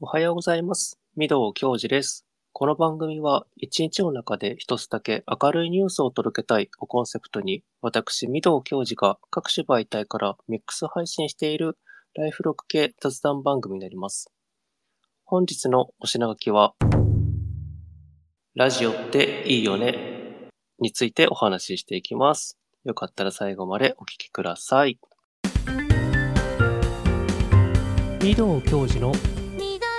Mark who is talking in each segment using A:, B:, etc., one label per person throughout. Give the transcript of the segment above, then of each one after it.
A: おはようございます。御堂教授です。この番組は、一日の中で一つだけ明るいニュースを届けたいをコンセプトに、私、御堂教授が各種媒体からミックス配信しているライフログ系雑談番組になります。本日のお品書きは、ラジオっていいよねについてお話ししていきます。よかったら最後までお聞きください。御堂教授の
B: みどら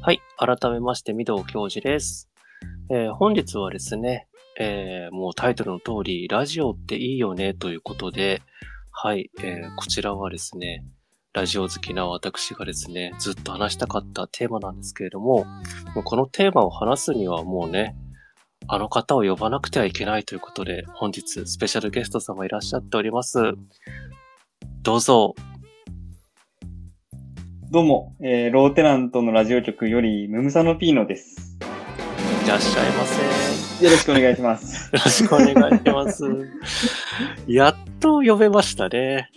A: はい、改めまして、御堂教授です。えー本日はですね、えーもうタイトルの通り、ラジオっていいよねということで、はい、えーこちらはですね、ラジオ好きな私がですね、ずっと話したかったテーマなんですけれども、もうこのテーマを話すにはもうね、あの方を呼ばなくてはいけないということで、本日スペシャルゲスト様いらっしゃっております。どうぞ。
C: どうも、えーローテナントのラジオ局よりムムサノピーノです。
A: いらっしゃいませ。
C: よろしくお願いします。
A: よろしくお願いします。 やっと呼べましたね。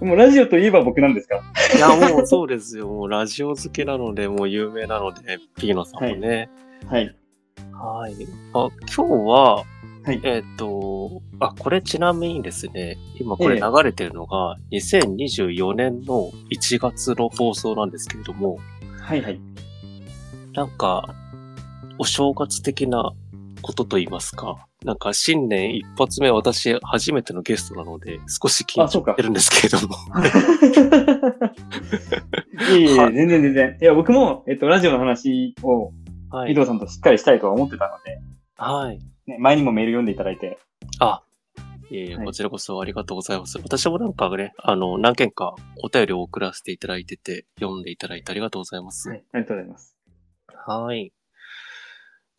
C: え、もうラジオといえば僕なんですか
A: いや、もうそうですよ。もうラジオ好きなので、もう有名なので、ピーノさんもね。
C: はい。
A: はい。あ、今日は、
C: はい
A: えっ、と、あ、これちなみにですね、今これ流れてるのが、2024年の1月の放送なんですけれども、
C: はいはい。
A: なんか、お正月的なことと言いますか、なんか新年一発目私初めてのゲストなので、少し緊張
C: あそうか
A: してるんですけれども。
C: いえいえ、
A: はい
C: 全然全然。いや、僕も、えっと、ラジオの話を、
A: は
C: 伊
A: い。
C: 藤さんとしっかりしたいとは思ってたので、
A: はい。
C: ね、前にもメール読んでいただいて、
A: あ、いえいえ、
C: はい
A: こちらこそありがとうございます。私もなんかね、あの、何件かお便りを送らせていただいてて、読んでいただいてありがとうございます。は
C: は
A: い。
C: い、ありがとうございます。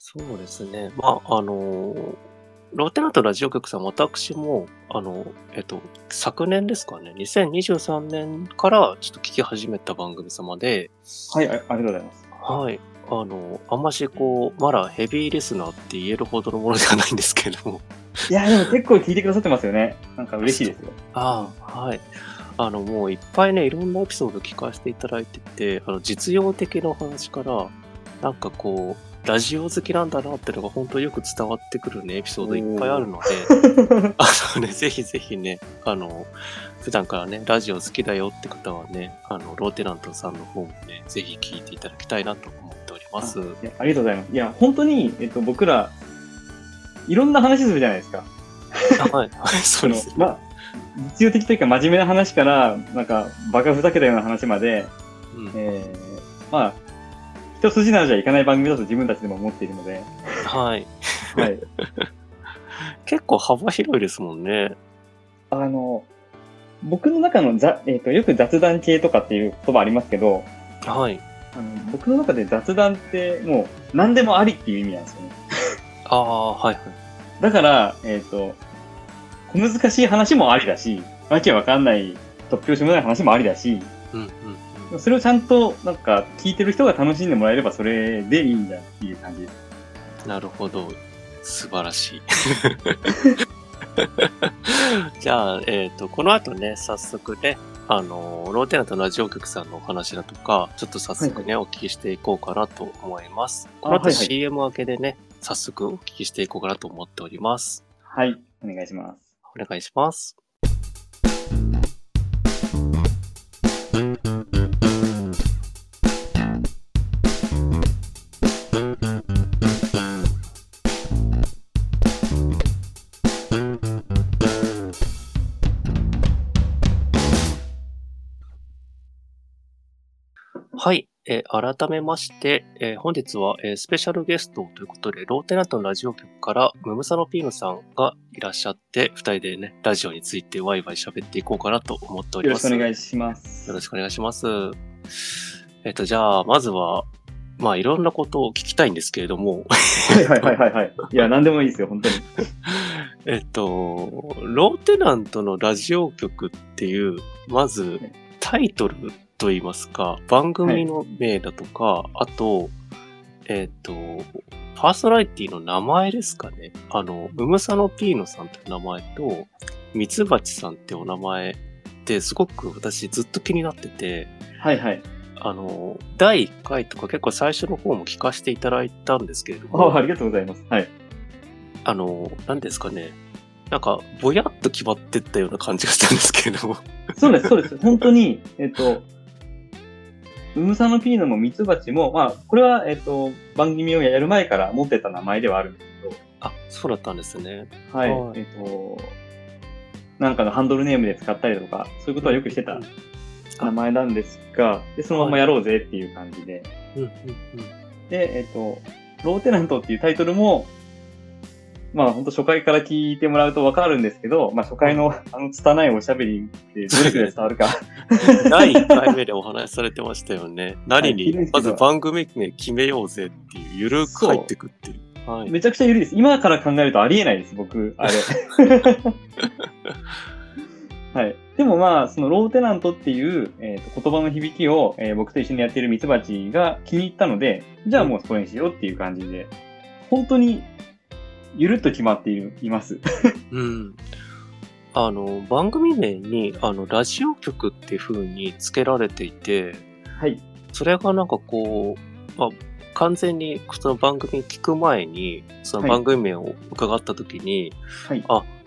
A: そうですね。まあ、あの、ローテナントラジオ局さん、私も、あの、えっと、昨年ですかね、2023年からちょっと聞き始めた番組様で、
C: はい、あありがとうございます。
A: はい。あの、あんましこう、まだヘビーリスナーって言えるほどのものではないんですけれども、
C: いや、でも結構聞いてくださってますよね。なんか嬉しいですよ。
A: ああ、はい。あの、もういっぱいね、いろんなエピソード聞かせていただいてて、あの、実用的なお話から、なんかこう、ラジオ好きなんだなってのが本当よく伝わってくるね、エピソードいっぱいあるので、 あのね、ぜひぜひね、あの、普段からね、ラジオ好きだよって方はね、あの、ローテナントさんの方もね、ぜひ聞いていただきたいなと思っております。
C: いやありがとうございます。いや、本当に、えっと、僕ら、いろんな話するじゃないですか。
A: はい、はい、そ
C: そう
A: で
C: の
A: すね。
C: まあ、実用的というか真面目な話から、なんか、バカふざけたような話まで、
A: うん
C: えー、まあ、一筋縄じゃいかない番組だと自分たちでも思っているので、
A: はい。
C: はい。
A: 結構幅広いですもんね。
C: あの、僕の中のざ、えっ、と、よく雑談系とかっていう言葉ありますけど、
A: はい。
C: あの僕の中で雑談ってもう何でもありっていう意味なんですよね。
A: ああ、はい、はい。
C: だから、えっ、と、小難しい話もありだし、わけわかんない、突拍子もない話もありだし、
A: うん、うん、うん。
C: それをちゃんと、なんか、聞いてる人が楽しんでもらえればそれでいいんだっていう感じです。
A: なるほど。素晴らしい。 じゃあ、えっ、と、この後ね、早速ね、あの、ローテナントラジオ局さんのお話だとか、ちょっと早速ね、お聞きしていこうかなと思います。この
C: あは
A: 後
C: いはい
A: CM 明けでね、早速お聞きしていこうかなと思っております。
C: はい。お願いします。
A: お願いします。はい。えー改めまして、えー本日は、えースペシャルゲストということで、ローテナントのラジオ局から、ムムサノピーノさんがいらっしゃって、二人でね、ラジオについてワイワイ喋っていこうかなと思っており
C: よ
A: ま
C: ろし
A: す。
C: くお願
A: い
C: いします。
A: よろしくお願いします。えっ、と、じゃあ、まずは、まあ、いろんなことを聞きたいんですけれども、
C: はいはいはいはいはい。いや、何でもいいですよ、本当に。
A: えっと、ローテナントのラジオ局っていう、まず
C: い
A: タイトルといいますか、番組の名だとか、あと、えっと、パーソナリティの名前ですかね。あの、ムムサノピーノさんという名前と、ミツバチさんってお名前ってすごく私ずっと気になってて、
C: はいはい。
A: あの、第1回とか結構最初の方も聞かせていただいたんですけれども、
C: あありがとうございます。はい。
A: あの、何ですかね。なんか、ぼやっと決まってったような感じがしたんですけれ ども。
C: そうです、そうです。本当に、えっと、ウムサノピーノもミツバチも、まあ、これは、えっと、番組をやる前から持ってた名前ではあるんですけど、
A: あ、そうだったんですね。
C: はい、
A: はい
C: えっ、と、なんかのハンドルネームで使ったりとか、そういうことはよくしてた
A: うん
C: 名前なんですが、で、そのままやろうぜっていう感じで。
A: うんうん
C: で、えっ、と、ローテナントっていうタイトルも、まあ本当初回から聞いてもらうとわかるんですけど、まあ初回のあの拙いおしゃべりってどれくらい伝わるか。
A: うん。 第1回目でお話しされてましたよね。何
C: はい聞いてるんで
A: に
C: す、け
A: ま
C: ど
A: ず番組名決めようぜっていう、ゆるく入ってくっていう。はい。
C: めちゃくちゃ緩いです。今から考えるとありえないです、僕、 あれ。はい。でもまあ、そのローテナントっていう、えーと言葉の響きを、えー僕と一緒にやっているミツバチが気に入ったので、じゃあもうそれにしようっていう感じで、本当にゆるっと決まっているいます。
A: うん。あの、番組名に、あの、ラジオ局っていう風に付けられていて、
C: はい。
A: それがなんかこう、まあ、完全にその番組聞く前に、その番組名を伺った時に、
C: はい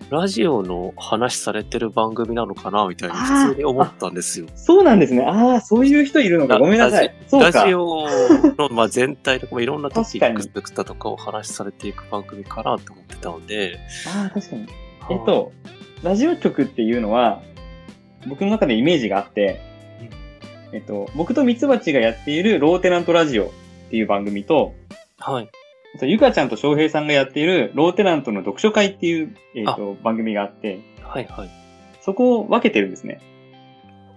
A: ラジオの話されてる番組なのかな、みたいに
C: あー
A: 普通に思ったんですよ。
C: そうなんですね。ああ、そういう人いるのか。
A: ラ
C: ごめんなさい。そう
A: ラ
C: か
A: ジ。オの、まあ、全体とか、いろんなトピックスとかをお話しされていく番組かなって思ってたので、
C: ああ、確かに。えっと、ラジオ局っていうのは、僕の中でイメージがあって、えっと、僕とミツバチがやっているローテナントラジオっていう番組と、
A: はい。
C: あとゆかちゃんと翔平さんがやっているローテナントの読書会っていう、えっと、番組があって、
A: はいはい。
C: そこを分けてるんですね。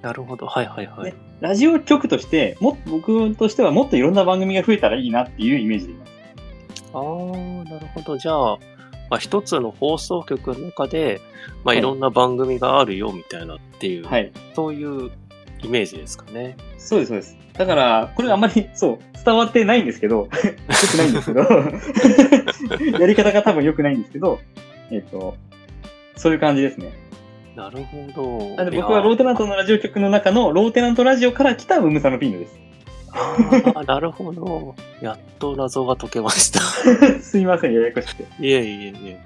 A: なるほど。はいはいはい
C: ね。ラジオ局として、もっと僕としてはもっといろんな番組が増えたらいいなっていうイメージでいます。
A: ああ、なるほど。じゃあ、まあ、一つの放送局の中で、ま
C: は
A: あ、
C: い
A: いろんな番組があるよみたいなっていう、
C: はい。
A: そういうイメージですかね。
C: そうです、そうです。だから、これあんまり、 そう、伝わってないんですけど、 良くないんですけど、 やり方が多分良くないんですけど、えっ、と、そういう感じですね。
A: なるほど。
C: なんで僕はローテナントのラジオ局の中のローテナントラジオから来たウムサノピーノで
A: ト。あーなるほど。やっと謎が解けました。
C: す。 すいません、ややこしくて。
A: いえいえいえ。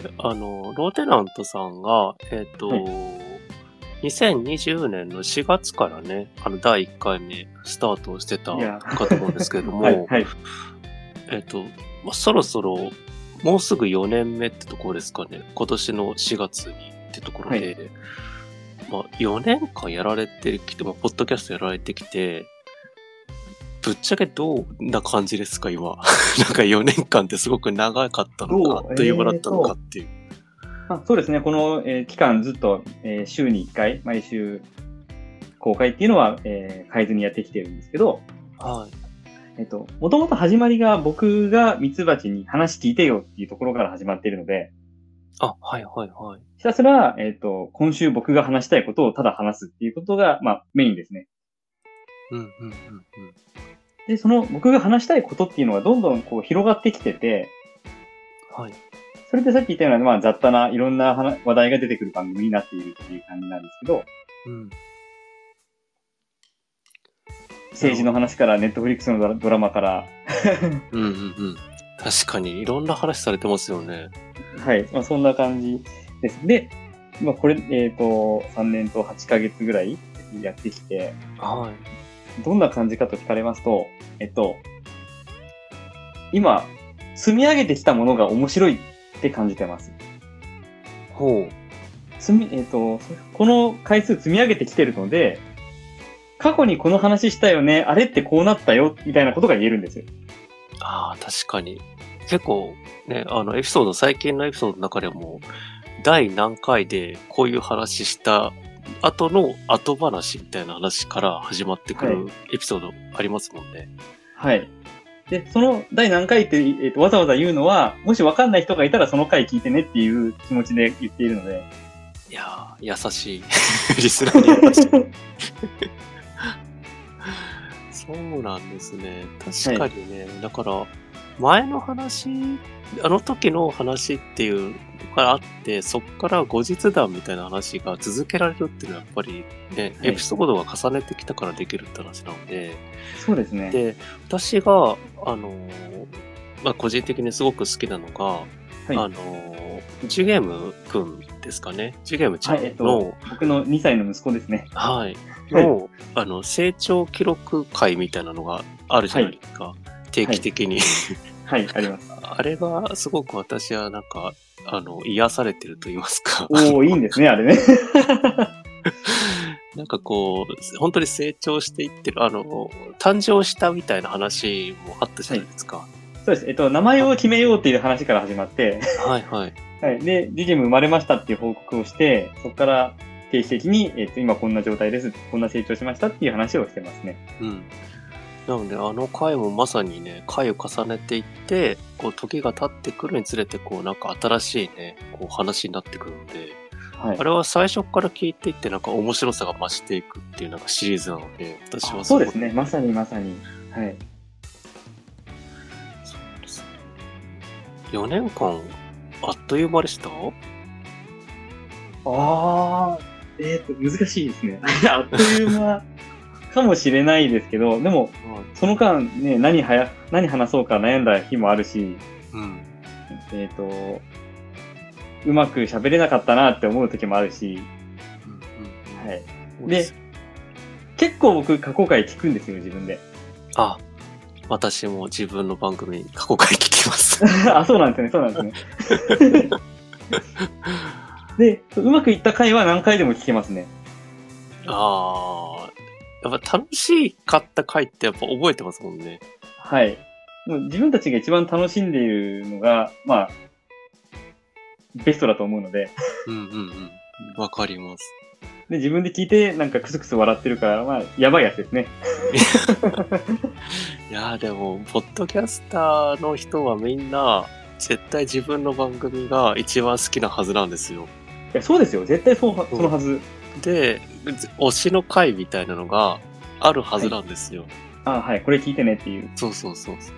A: で、あの、ローテナントさんが、えっ、と、
C: は
A: 2020年の4月からね、あの、第1回目スタートをしてた
C: いや
A: かと思うんですけれども、
C: はい、はい。
A: えっと、まあ、そろそろ、もうすぐ4年目ってところですかね。今年の4月にってところで、まあ、4年間やられてきて、まあ、ポッドキャストやられてきて、ぶっちゃけどんな感じですか、今。 なんか4年間ってすごく長かったの
C: どう
A: か、あっという間だったのかっていう。
C: まあ、そうですね、この、えー期間ずっと、えー週に1回、毎週公開っていうのは、えー変えずにやってきてるんですけど、
A: はい。
C: えっ、と、もともと始まりが僕がミツバチに話聞いてよっていうところから始まっているので、
A: あ、はいはいはい。
C: ひたすら、えっ、と、今週僕が話したいことをただ話すっていうことが、まあ、メインですね。
A: うんうんうんうん。
C: で、その僕が話したいことっていうのがどんどんこう広がってきてて、
A: はい。
C: それでさっき言ったような、まあ、雑多ないろんな話話題が出てくる番組になっているっていう感じなんですけど、
A: うん。
C: 政治の話から、ネットフリックスのドラドラマから、
A: うんうんうん。確かに、いろんな話されてますよね。
C: はい、まあ、そんな感じです。で、まあ、これ、えっ、と、3年と8ヶ月ぐらいやってきて、
A: はい。
C: どんな感じかと聞かれますと、えっと、今、積み上げてきたものが面白いって感じてます。
A: ほう。
C: 積み、えっと、この回数積み上げてきてるので、過去にこの話したよね、あれってこうなったよ、みたいなことが言えるんですよ。
A: ああ、確かに。結構ね、あの、エピソード、最近のエピソードの中でも、第何回でこういう話した後の後話みたいな話から始まってくるエピソードありますもんね。
C: はい。で、その第何回って、えっと、わざわざ言うのは、もしわかんない人がいたらその回聞いてねっていう気持ちで言っているので、
A: い、やー、優しい。 リスナーに優しい。 そうなんですね。確かにね、だから、前の話あの時の話っていうのがあって、そっから後日談みたいな話が続けられるっていうのはやっぱりね、
C: はい
A: エピソードが重ねてきたからできるって話なので、
C: そうですね。
A: で、私が、あの、まあ、個人的にすごく好きなのが、
C: はい
A: あの、ジュゲームくんですかね。ジュゲームちゃん
C: はいえっ
A: の、
C: と僕の2歳の息子ですね。
A: はい。
C: はい
A: の、あの、成長記録会みたいなのがあるじゃないですか。定期的に。
C: はい、あ ります。
A: あれが、すごく私はなんか、あの、癒されてると言いますか。
C: おおいいんですね、あれね。
A: なんかこう、本当に成長していってる、あの、誕生したみたいな話もあったじゃないですか。
C: そうです。えっと、名前を決めようっていう話から始まって、
A: はい、はい。
C: はい。で、ジジム生まれましたっていう報告をして、そこから定期的に、えっと、今こんな状態です。こんな成長しましたっていう話をしてますね。
A: うん。なので、あの回もまさにね、回を重ねていって、こう、時が経ってくるにつれて、こう、なんか新しいね、こう、話になってくるので、
C: はい
A: あ。れは最初から聞いていって、なんか面白さが増していくっていうなんかシリーズなので、私は
C: あそうです
A: ね。
C: ね。まさにまさに。はい。
A: そうですね4年間、あっという間でした
C: ああ、えっ、と、難しいですね。あっという間かもしれないですけど、で も、その間ね、何はや、何話そうか悩んだ日もあるし、
A: うん。。
C: えっ、と、うまく喋れなかったなって思う時もあるし、はいい。
A: そうです
C: 結構僕、過去回聞くんですよ、自分で。
A: あ、私も自分の番組、過去回聞きます。
C: あ、そうなんですね、そうなんです ね。で、うまくいった回は何回でも聞けますね。
A: ああ、やっぱ楽しかった回ってやっぱ覚えてますもんね。
C: はい。もう自分たちが一番楽しんでいるのが、まあ、ベストだと思うので、
A: うんうんうん。わかります。
C: で自分で聞いて、なんかクスクス笑ってるから、まあ、やばいやつですね。
A: いやーでも、ポッドキャスターの人はみんな、絶対自分の番組が一番好きなはずなんですよ。
C: いや、そうですよ。絶対そうは、
A: うん
C: そのはず。
A: で、推しの回みたいなのがあるはずなんですよ。
C: あはい、これ聞いてねっていう。
A: そうそうそうそう。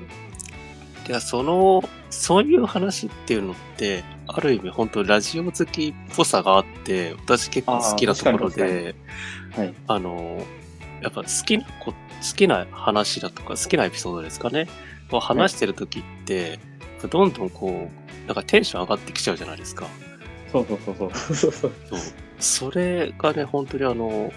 A: いや、その、そういう話っていうのって、ある意味本当ラジオ好きっぽさがあって、私結構好きなところ
C: あー
A: で、
C: はい。
A: あの、やっぱ好きなこ、好きな話だとか、好きなエピソードですかね。を話してる時って、どんどんこう、なんかテンション上がってきちゃうじゃないですか。
C: そうそうそうそう。そうそう。
A: そうそれがね、本当にあの、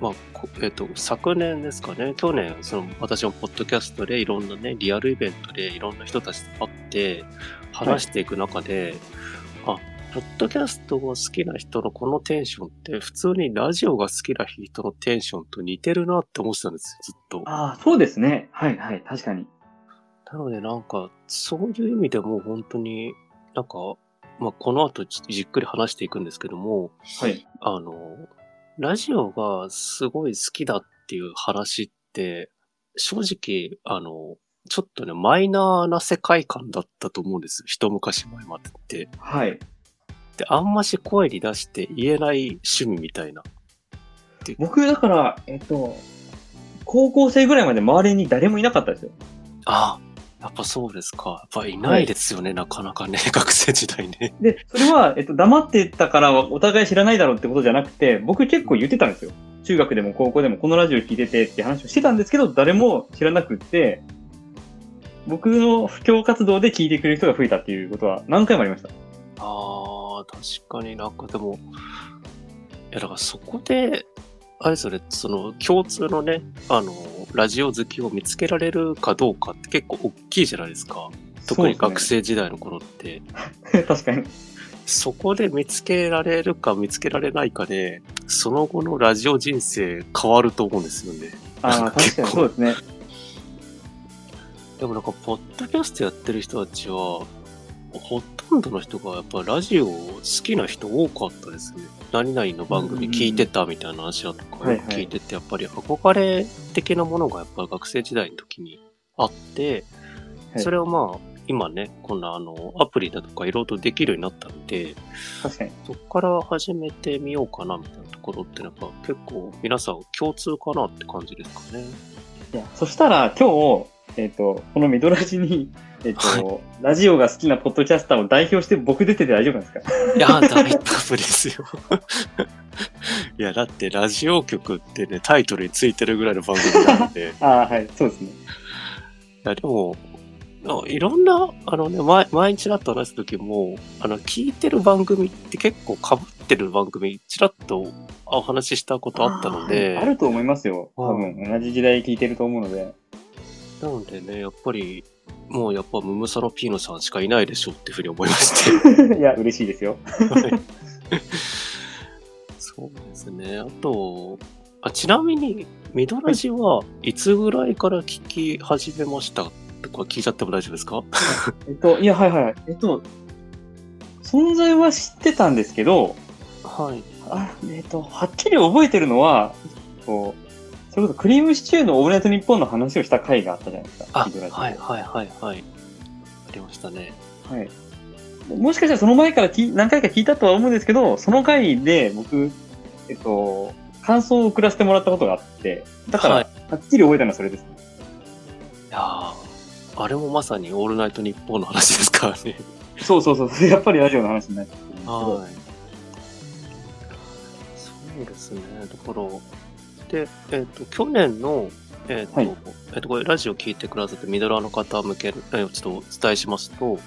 A: まあ、こえっ、と、昨年ですかね、去年、その、私もポッドキャストでいろんなね、リアルイベントでいろんな人たちと会って、話していく中で、あ、ポッドキャストが好きな人のこのテンションって、普通にラジオが好きな人のテンションと似てるなって思ってたんですよ、ずっと。
C: ああ、そうですね。はいはい、確かに。
A: なのでなんか、そういう意味でもう本当になんか、まあ、この後ちょっとじっくり話していくんですけども、
C: はい。
A: あの、ラジオがすごい好きだっていう話って、正直、あの、ちょっとね、マイナーな世界観だったと思うんですよ。一昔前までって。
C: はい。
A: で、あんまし声に出して言えない趣味みたいな。
C: 僕、だから、えっと、高校生ぐらいまで周りに誰もいなかったですよ。
A: ああ、やっぱそうですか。やっぱいないですよね、なかなかね、学生時代ね。
C: で、それは、えっと、黙ってたからはお互い知らないだろうってことじゃなくて、僕結構言ってたんですよ。中学でも高校でもこのラジオ聞いててって話をしてたんですけど、誰も知らなくって、僕の布教活動で聞いてくれる人が増えたっていうことは何回もありました。
A: ああ、確かになんかでも、いやだからそこで、あれそれ、その共通のね、あの、ラジオ好きを見つけられるかどうかって結構大きいじゃないですか。特に学
C: そう
A: 生時代の頃って。
C: ですね。 確かに。
A: そこで見つけられるか見つけられないかで、その後のラジオ人生変わると思うんですよね。
C: ああ、確かにそうですね。
A: でもなんか、ポッドキャストやってる人たちは、ほとんどの人がやっぱラジオ好きな人多かったですね。何々の番組聞いてたみたいな話だとか
C: うんはいはい
A: 聞いてて、やっぱり憧れ的なものがやっぱり学生時代の時にあって、
C: はい
A: それをまあ、今ね、こんなあの、アプリだとかいろいろとできるようになったので、
C: 確かに。
A: そこから始めてみようかなみたいなところってやっぱ結構皆さん共通かなって感じですかね。
C: いや、そしたら今日、えっ、と、このミドラジ に、えっ、と、
A: は
C: ラジオが好きなポッドキャスターを代表して僕出てて大丈夫なんですか
A: いや、大丈夫ですよ。 いや、だってラジオ局ってね、タイトルについてるぐらいの番組なので、い
C: ああ、はい、そうですね。
A: や、でも、あいろんな、あのね、前、前にちらっと話した時も、あの、聞いてる番組って結構被ってる番組、ちらっとあお話ししたことあったので、
C: あると思いますよ。多分、同じ時代聞いてると思うので。
A: なのでね、やっぱり、もうやっぱムムサラピーノさんしかいないでしょうっていうふうに思いまして。
C: いや、嬉しいですよ。
A: そうですね。あと、あちなみに、ミドラジはいつぐらいから聞き始めましたとか聞いちゃっても大丈夫ですか
C: えっと、いや、はいはい。えっと、存在は知ってたんですけど、
A: はい。
C: あえっと、はっきり覚えてるのは、こう、それこそクリームシチューのオールナイトニッポンの話をした回があったじゃないですか。
A: あ、
C: ヒドラジ
A: はいはいはいはい。ありましたね。
C: はい。もしかしたらその前からき何回か聞いたとは思うんですけど、その回で僕、えっと、感想を送らせてもらったことがあって、だから、
A: はい
C: はっきり覚えたのはそれですね。
A: いやーあれもまさにオールナイトニッポンの話ですからね。
C: そうそうそう、 やっぱりラジオの話になってくるんですけど
A: はい。そうですね。だから、で、えっ、と、去年の、えっ、と、
C: はい
A: えっ、と、これ、ラジオ聞いてくださって、ミドラーの方向け、えーちょっとお伝えしますと、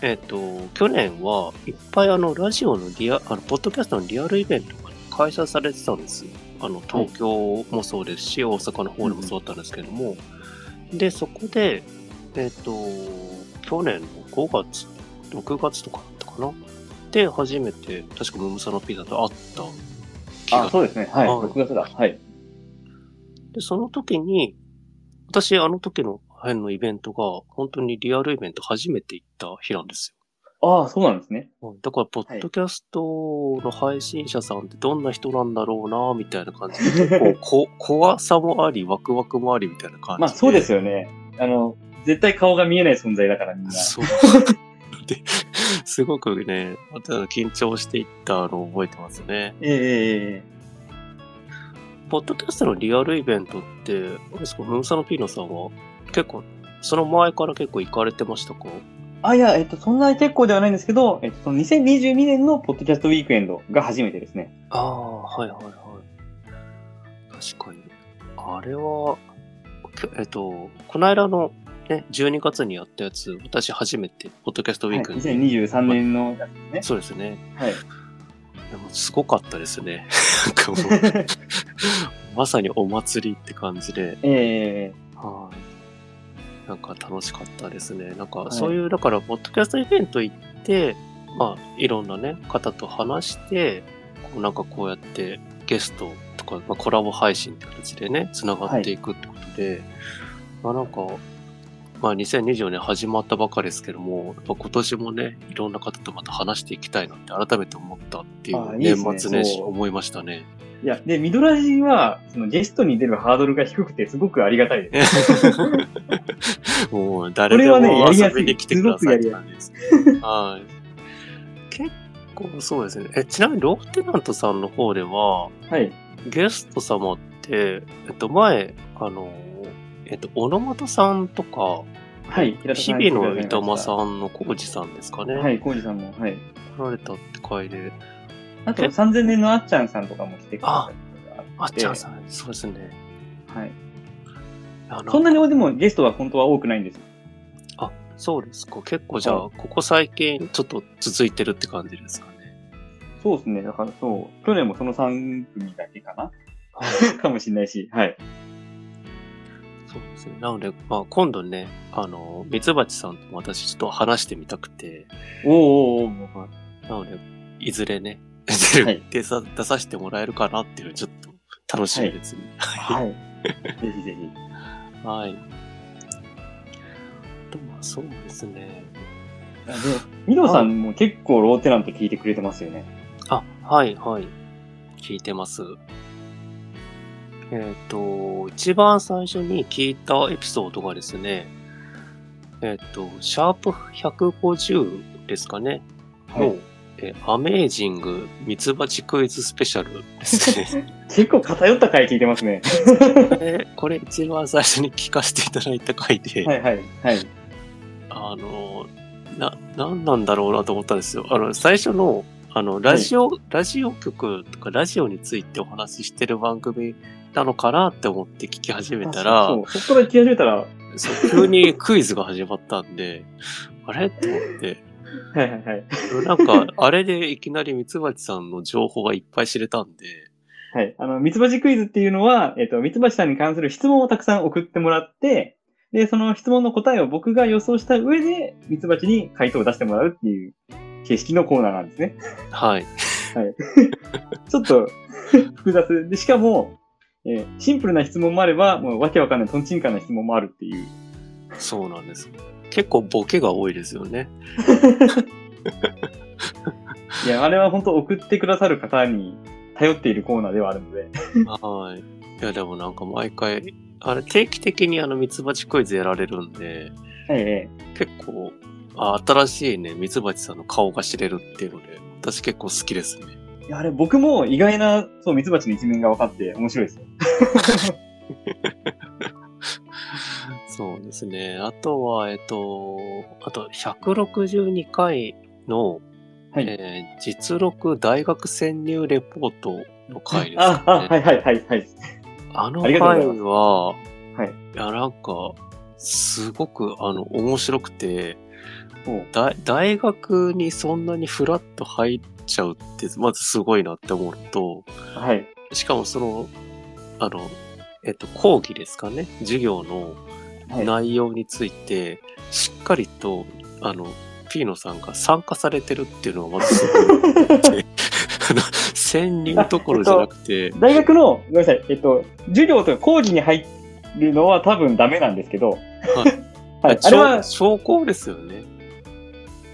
A: えっ、と、去年はいっぱいあの、ラジオのリア、あの、ポッドキャストのリアルイベントが開催されてたんですよ。あの、東京もそうですし、大阪の方でもそうだったんですけども、で、そこで、えっ、と、去年の5月、6月とかだったかなで、初めて、確かムムサのピザと会った気が
C: あ、そうですね。はい。
A: はい
C: 6月だ。はい。
A: で、その時に、私、あの時の辺のイベントが、本当にリアルイベント初めて行った日なんです
C: ああ、そうなんですね。
A: よ。だから、ポッドキャストの配信者さんってどんな人なんだろうな、みたいな感 じで、結構こ、怖さもあり、ワクワクもあり、みたいな感じで。
C: まあそうですよね。あの、絶対顔が見えない存在だからみんな。
A: そう。で、すごくね、また緊張していったのを覚えてますね。
C: えええええ
A: ポッドキャストのリアルイベントって、あれですか、ムーサのピーノさんは、結構、その前から結構行かれてましたか
C: えあ、いや、えっと、そんなに結構ではないんですけど、えっと、その2022年のポッドキャストウィークエンドが初めてですね。
A: ああ、はいはいはい。確かに。あれは、きえっと、この間のね、12月にやったやつ、私初めて、ポッドキャストウ
C: は
A: ィ
C: い、
A: ークに、
C: 2023年のやつですね。
A: そうですね。
C: はい。
A: でもすごかったですね。 なんかもう、 まさにお祭りって感じで。
C: ええ
A: はい。なんか楽しかったですね。なんか
C: い
A: そういう、だから、ポッドキャストイベント行って、まあ、いろんなね、方と話して、こうなんかこうやってゲストとか、まあ、コラボ配信って形でね、つながっていくってことで、まあなんか、まあ2024年始まったばかりですけども、やっぱ今年もね、いろんな方とまた話していきたいなって改めて思ったってい
C: あ
A: う
C: ーいいで
A: 年
C: す
A: 末
C: ね
A: 年始
C: そう
A: 思いましたね。
C: いや、で、ミドラジは、そのゲストに出るハードルが低くてすごくありがたいです。
A: もう誰でも
C: これはねやりや
A: 遊
C: すい
A: びに来てくださいって感じです。はい。結構そうですね。え、ちなみにローテナントさんの方では、
C: はい。
A: ゲスト様って、えっと前、あの、えっと、小野本さんとか、
C: はい。平田
A: 日
C: さん
A: 々の三笘さんの浩二さんですかね。
C: はい、コウジさんも。はい。
A: 来られたって回で。
C: あと、3000年のあっちゃんさんとかも来てくださっ
A: あっちゃんさん、そうですね。
C: た。はい。
A: あの
C: そんなにでもゲストは本当は多くないんですよ。
A: そうですか。結構じゃあ、
C: は
A: ここ最近ちょっと続いてるって感じですかね。
C: そうですね。だからそう。去年もその3組だけかな
A: はい
C: かもしれないし。はい。
A: そうですね。なので、まあ、今度ね、あの、ミツバチさんとも私ちょっと話してみたくて、
C: おーおーおー
A: なので、いずれね、出
C: はい
A: る 出さ出させてもらえるかなっていうのちょっと楽しみですね。 はい。
C: はい。ぜひぜひ。
A: はい。と、まあ、そうですね。
C: で、ミドさんも結構ローテナント聞いてくれてますよね。
A: あ、はい、はい。聞いてます。えっ、と、一番最初に聞いたエピソードがですね、えっ、と、シャープ150ですかね。
C: はい
A: の、えーアメージングミツバチクイズスペシャルです ね。
C: 結構偏った回聞いてますね。
A: これ、これ一番最初に聞かせていただいた回で、
C: はいはい。はい。
A: あの、な、なんなんだろうなと思ったんですよ。あの、最初の、あの、ラジオ、ラジオ局とかラジオについてお話ししてる番組なのかなって思って聞き始めたら、
C: あそうそうそこから聞き始めたら、はい
A: そう急にクイズが始まったんで、 あれと思って、
C: はいはい。
A: なんか、あれでいきなりミツバチさんの情報がいっぱい知れたんで、
C: はい。あの、ミツバチクイズっていうのは、えっ、と、ミツバチさんに関する質問をたくさん送ってもらって、で、その質問の答えを僕が予想した上で、ミツバチに回答を出してもらうっていう形式のコーナーなんですね。
A: はい。
C: ちょっと 複雑で、しかも、えーシンプルな質問もあれば、もうわけわかんないトンチンカンな質問もあるっていう。
A: そうなんです。結構ボケが多いですよね。
C: いや、あれは本当送ってくださる方に頼っているコーナーではあるので。
A: はい。いや、でもなんか毎回、あれ定期的にあのミツバチクイズやられるんで、
C: え
A: 結構、あ新しいね、ミツバチさんの顔が知れるっていうので、私結構好きですね。
C: え。いや、あれ僕も意外な、そう、ミツバチの一面が分かって面白いですよ。
A: そうですね。あとは、えっと、あと162回の、
C: はい
A: えー実録大学潜入レポートの回です、ね。
C: あ、あ、はいはいはいはい。
A: あの
C: あり
A: 回
C: がとうございます
A: は、
C: はい
A: や、なんか、すごく、あの、面白くて、
C: お
A: だ大学にそんなにフラッと入っちゃうって、まずすごいなって思うのと、
C: はい。
A: しかもその、あの、えっと、講義ですかね、授業の
C: はい
A: 内容について、しっかりと、あの、ピーノさんが参加されてるっていうのがまずすごいなって あの、潜入どころじゃなくて、
C: 大学の、ごめんなさい、えっと、授業とか講義に入るのは多分ダメなんですけど、 はい。あれは、
A: 証拠ですよね。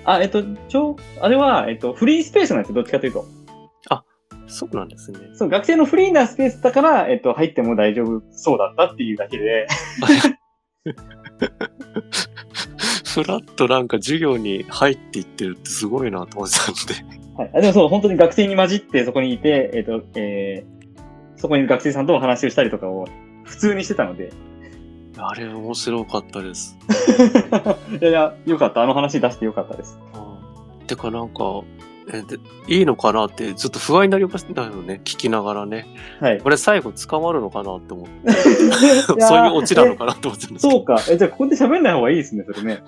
C: あ、えっと、ちょ、あれは、えっと、フリースペースなんですよ、どっちかというと。
A: そうなんですね。
C: そう、学生のフリーなスペースだから、えっと、入っても大丈夫そうだったっていうだけで、
A: フラッとなんか授業に入っていってるってすごいなと思ってたんで。
C: はい。あでもそう、本当に学生に混じってそこにいて、えっと、えー、そこにいる学生さんとお話をしたりとかを普通にしてたので、
A: あれ面白かったです。
C: いやいや、よかった。あの話出してよかったです。
A: うんてかなんか、えでいいのかなってちょっと不安になりましたよね。聞きながらね。
C: はい。
A: これ最後捕まるのかなって思って。
C: いやー
A: そういうオチなのかなって思ってたんですけ
C: そ
A: ど
C: う。か。え、じゃあ、ここで喋んない方がいいですね、それね。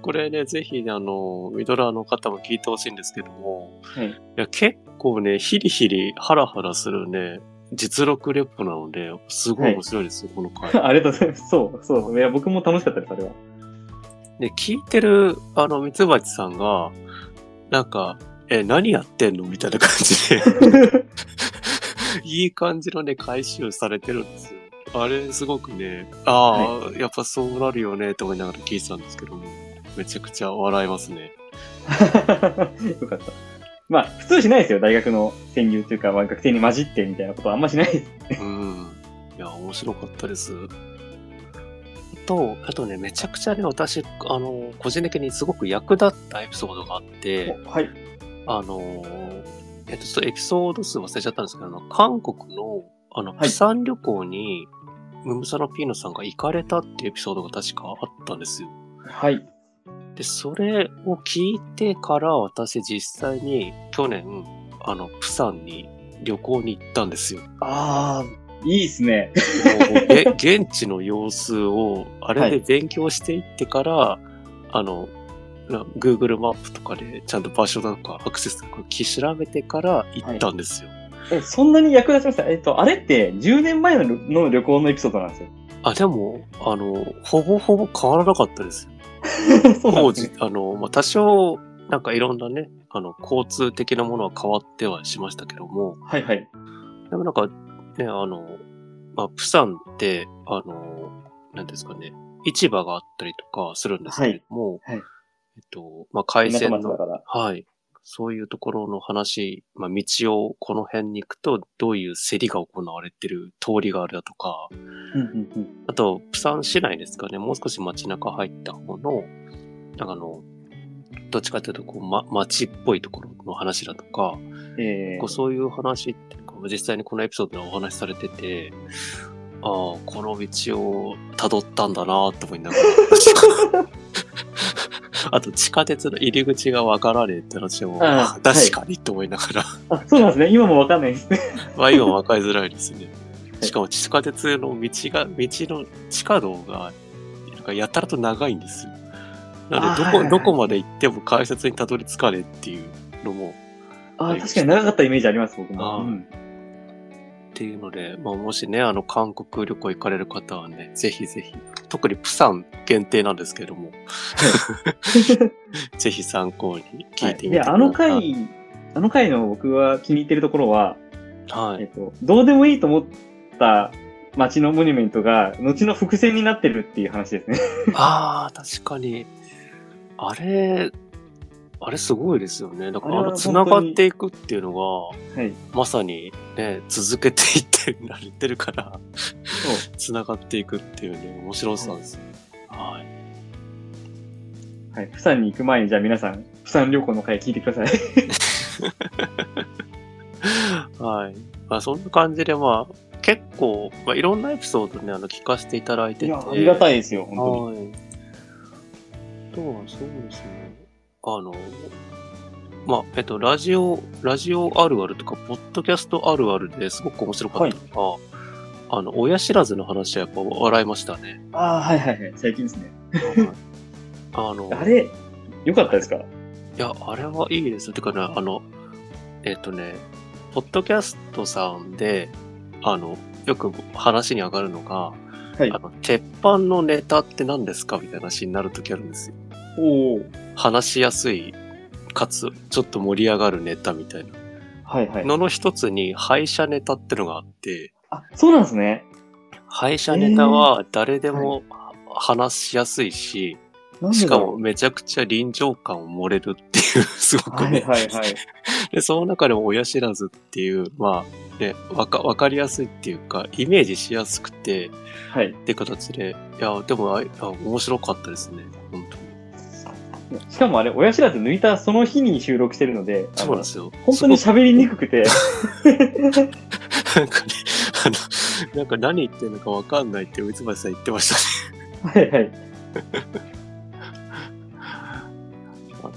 A: これね、ぜひね、あの、ミドラーの方も聞いてほしいんですけども、
C: はい
A: や結構ね、ヒリヒリ、ハラハラするね、実力レポなので、すごい面白いですよ、この回。
C: ありがとうございます。そう、そう。いや、僕も楽しかったです、あれは。
A: で、聞いてる、あの、ミツバチさんが、なんか、え、何やってんのみたいな感じで、いい感じのね、回収されてるんですよ。あれ、すごくね、ああ、やっぱそうなるよね、と思いながら聞いてたんですけども、めちゃくちゃ笑いますね。
C: よかった。まあ、普通しないですよ。大学の潜入というか、まあ、学生に混じってみたいなことはあんましないです。
A: うん。いや、面白かったです。と、あとね、めちゃくちゃね、私、あの、個人的にすごく役立ったエピソードがあって、
C: はい。
A: あの、えっと、ちょっとエピソード数忘れちゃったんですけど、あの韓国の、あの、
C: は
A: 釜
C: い
A: 山旅行に、ムムサノピーノさんが行かれたっていうエピソードが確かあったんですよ。
C: はい。
A: で、それを聞いてから、私実際に去年、あの、釜山に旅行に行ったんですよ。
C: ああ、いいですね。
A: もうげ現地の様子をあれで勉強していってから、あの、な Google マップとかでちゃんと場所なんかアクセスとか調べてから行ったんですよ。
C: え、そんなに役立ちました。えっと、あれって10年前の旅の旅行のエピソードなんですよ。
A: あ、でも、あの、ほぼほぼ変わらなかったですよ。
C: そうなん
A: 当
C: です
A: 時
C: ね。、
A: あの、まあ、多少、なんかいろんなね、あの、交通的なものは変わってはしましたけども、
C: はいはい。
A: でもなんか、ね、あの、まあ、プサンって、あの、なんですかね、市場があったりとかするんですけれども、
C: はいはい
A: えっと、まあ、海
C: 港
A: 鮮
C: 町だ
A: の、
C: から。
A: はい、そういうところの話、まあ、道をこの辺に行くと、どういう競りが行われてる通りがあるだとか、
C: うんうんうん。
A: あと、プサン市内ですかね、もう少し街中入った方の、なんかあの、どっちかというと、こう、ま、街っぽいところの話だとか、
C: え
A: こうそういう話ってこう、実際にこのエピソードでお話しされてて、ああ、この道を辿ったんだなと思いながら。 あと、地下鉄の入り口がわからねえって話も、
C: あー
A: 確かにと思いながら、
C: ーあ、そうなんですね。今もわかんないですね。
A: まあ今わかりづらいですね。
C: はい
A: しかも地下鉄の道が、道の地下道が、なんかやたらと長いんですよ。なので、
C: あー
A: どこ、
C: はいはいはい
A: どこまで行っても改札にたどり着かねえっていうのも、
C: あー確かに長かったイメージあります、僕
A: あ
C: も。
A: ー
C: うん
A: っていうので、まあ、もしね、あの、韓国旅行行かれる方はね、ぜひぜひ、特にプサン限定なんですけども、ぜひ参考に聞いてみてく
C: で、
A: ださい。
C: あの回、あの回の僕は気に入ってるところは、
A: は
C: えっ
A: い。
C: と、どうでもいいと思った街のモニュメントが、後の伏線になってるっていう話ですね。
A: ああ、確かに。あれ、あれすごいですよね。だから、あ
C: あれ
A: の、
C: は
A: 繋がっていくっていうのが、
C: はい。
A: まさにね、続けていってられてるから、
C: そう。
A: 繋がっていくっていうね、面白さですよね。はい。
C: はい。釜山に行く前に、じゃあ皆さん、釜山旅行の回聞いてください。
A: はい。まあ、そんな感じで、まあ、結構、まあ、いろんなエピソードね、あの、聞かせていただいてて。
C: いですよ、本
A: はい。あとは、そうですね。あの、まあ、えっと、ラジオ、ラジオあるあるとか、ポッドキャストあるあるですごく面白かったのが、あの、親知らずの話はやっぱ笑いましたね。
C: ああ、はいはいはい。最近ですね。
A: あの、
C: あれ、良かったですか
A: いや、あれはいいですよ。てかね、あの、えっ、とね、ポッドキャストさんで、あの、よく話に上がるのが、
C: はい
A: あの、鉄板のネタって何ですかみたいな話になるときあるんですよ。
C: おお。
A: 話しやすい、かつ、ちょっと盛り上がるネタみたいな。
C: はいは
A: のの一つに、敗者ネタってのがあって、
C: あ、そうなんですね。
A: 敗者ネタは誰でも話しやすいし、
C: なんで
A: し
C: だ
A: か
C: ろ
A: も
C: う
A: めちゃくちゃ臨場感を漏れるっていう、 すごく
C: は
A: ね、
C: いはいはい。
A: で、その中でも親知らずっていう、まあ、ね、わか、わかりやすいっていうか、イメージしやすくて、
C: はい。
A: って形で、いや、でも、ああ面白かったですね、本当に。
C: しかもあれ、親知らず抜いたその日に収録してるので、
A: そうなんですよ。
C: 本当に
A: す
C: 喋りにくくて。
A: ごくなんかね、あの、なんか何言ってるのかわかんないって、三橋さん言ってましたね。
C: はいはい。
A: あ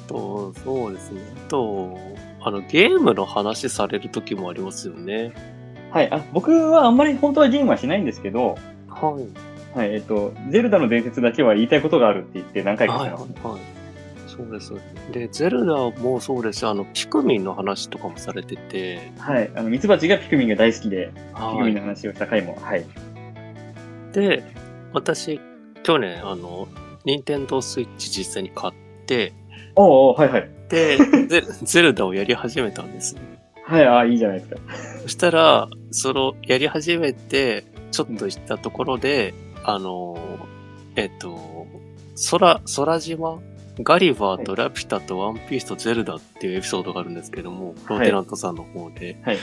A: と、そうですね。あと、あの、ゲームの話される時もありますよね。
C: はい。あ、僕はあんまり本当はゲームはしないんですけど、
A: はい。
C: はい、えっと、ゼルダの伝説だけは言いたいことがあるって言って何回かし
A: はい
C: て
A: は
C: ます。
A: いはい。そうです。で、ゼルダもそうですし、あの、ピクミンの話とかもされてて、
C: はい。あの、ミツバチがピクミンが大好きで、ピク
A: は
C: ミ
A: い
C: ンの話をした回も。はい。
A: で、私、去年、あの、任天堂スイッチ実際に買って、
C: おうおうはいはい。
A: で、ゼゼルダをやり始めたんです。
C: はい、ああ、いいじゃないですか。
A: そしたら、その、やり始めて、ちょっとしたところで、あの、えっと、空、空島ガリバーとラピュタとワンピースとゼルダっていうエピソードがあるんですけども、ローテナントさんの方で、
C: はい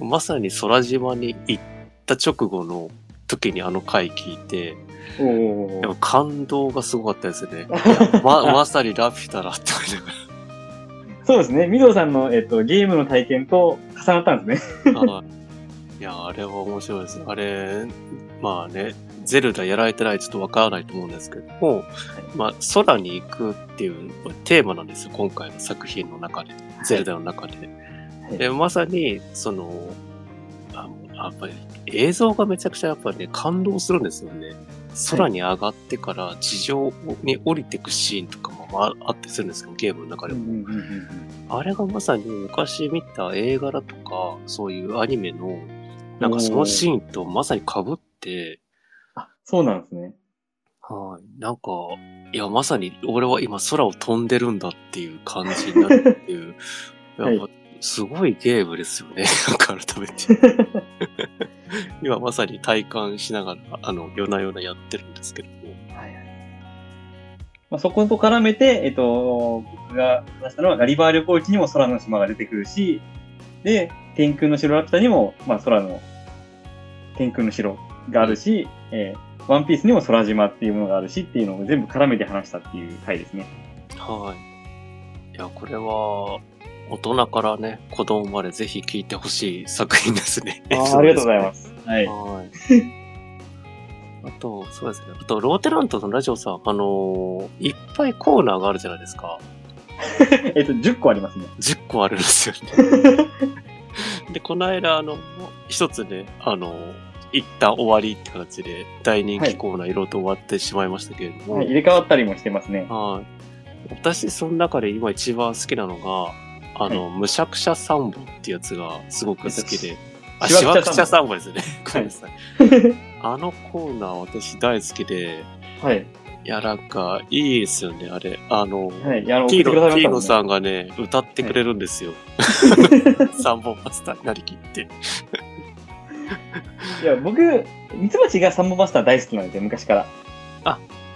A: まさに空島に行った直後の時にあの回聞いて、
C: おうおう
A: でも
C: おう
A: 感動がすごかったです ね。いやま、まさにラピュタだって思いなが
C: そうですね。ミドウさんの、えっと、ゲームの体験と重なったんですね。
A: ら。はいいや、あれは面白いです。あれ、まあね、ゼルダやられてないちょっとわからないと思うんですけども、まあ、空に行くっていうテーマなんですよ、今回の作品の中で、ゼルダの中で。
C: い
A: で、まさに、その、あのやっぱり映像がめちゃくちゃやっぱね、感動するんですよね。空に上がってから地上に降りてくシーンとかもまああってするんですけど、ゲームの中でも。あれがまさに昔見た映画だとか、そういうアニメの、なんかそのシーンとまさに被って、
C: あ、そうなんですね。
A: はい。なんか、いや、まさに俺は今空を飛んでるんだっていう感じになるっていう、
C: はい
A: やっぱすごいゲームですよね。 なんか改めて。今まさに体感しながら、あの、夜な夜なやってるんですけども。
C: はいまあ、そこと絡めて、えっと、僕が出したのはガリバー旅行記にも空の島が出てくるし、で、天空の城ラピュタにも、まあ、空の、天空の城があるし、えーワンピースにも空島っていうものがあるしっていうのを全部絡めて話したっていう回ですね。
A: はい。いや、これは、大人からね、子供までぜひ聞いてほしい作品ですね。。
C: あーありがとうございますす。はい。
A: はい。あと、そうですね。あと、ローテラントのラジオさん、あのーいっぱいコーナーがあるじゃないですか。
C: えっと、10個ありますね。
A: 10個あるんですよね。 で、この間、あの、一つね、あの、一旦終わりって形で、大人気コーナーいろいろと終わってしまいましたけれども、は。
C: はいい入れ替わったりもしてますね。
A: 私、その中で今一番好きなのが、あの、むしゃくしゃサンボってやつがすごく好きで、あ、し
C: しわ
A: わ
C: く
A: く
C: し
A: しゃサ
C: ゃサ
A: ンボですね。ごめんなさい。あのコーナー私大好きで、
C: はい。
A: いや、なんか、いいですよね、あれ。あの、
C: はい。いやあの、
A: ピー
C: 送ってくだ
A: ノ、
C: さいましたもんね
A: ピーノさんがね、歌ってくれるんですよ。三本マスターになりきって。
C: いや、僕、ミツバチがサンボマスター大好きなんですよ、昔から。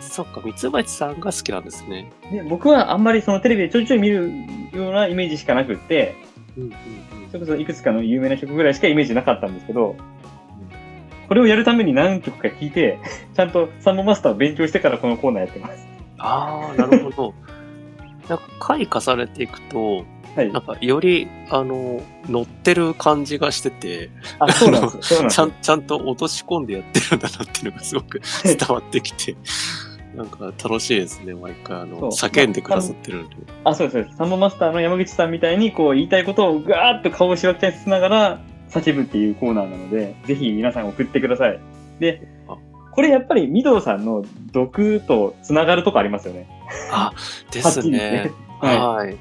A: そっか、ミツバチさんが好きなんですね。
C: で僕はあんまりそのテレビでちょいちょい見るようなイメージしかなくって、
A: うんうん
C: それこそいくつかの有名な曲ぐらいしかイメージなかったんですけど、これをやるために何曲か聴いて、ちゃんとサンボマスターを勉強してからこのコーナーやってます。
A: ああ、なるほど。 なんか、回重ねていくと、
C: はい
A: な。んか、より、あの、乗ってる感じがしてて、
C: あ、そうなんですよ。そうなんで
A: ち
C: す
A: ゃ
C: よ
A: ん、ちゃんと落とし込んでやってるんだなっていうのがすご く伝わってきて、なんか、楽しいですね、毎回。あの、
C: そう
A: 叫んでくださってるんで。
C: あ、そうですそうです。サンボマスターの山口さんみたいに、こう、言いたいことをガーッと顔をしわくちゃにしながら叫ぶっていうコーナーなので、ぜひ皆さん送ってください。で
A: あ、
C: これやっぱり、ミドウさんの毒と繋がるとこありますよね。
A: あ、で
C: はっき
A: す
C: り
A: ね。
C: ね。は
A: はい。い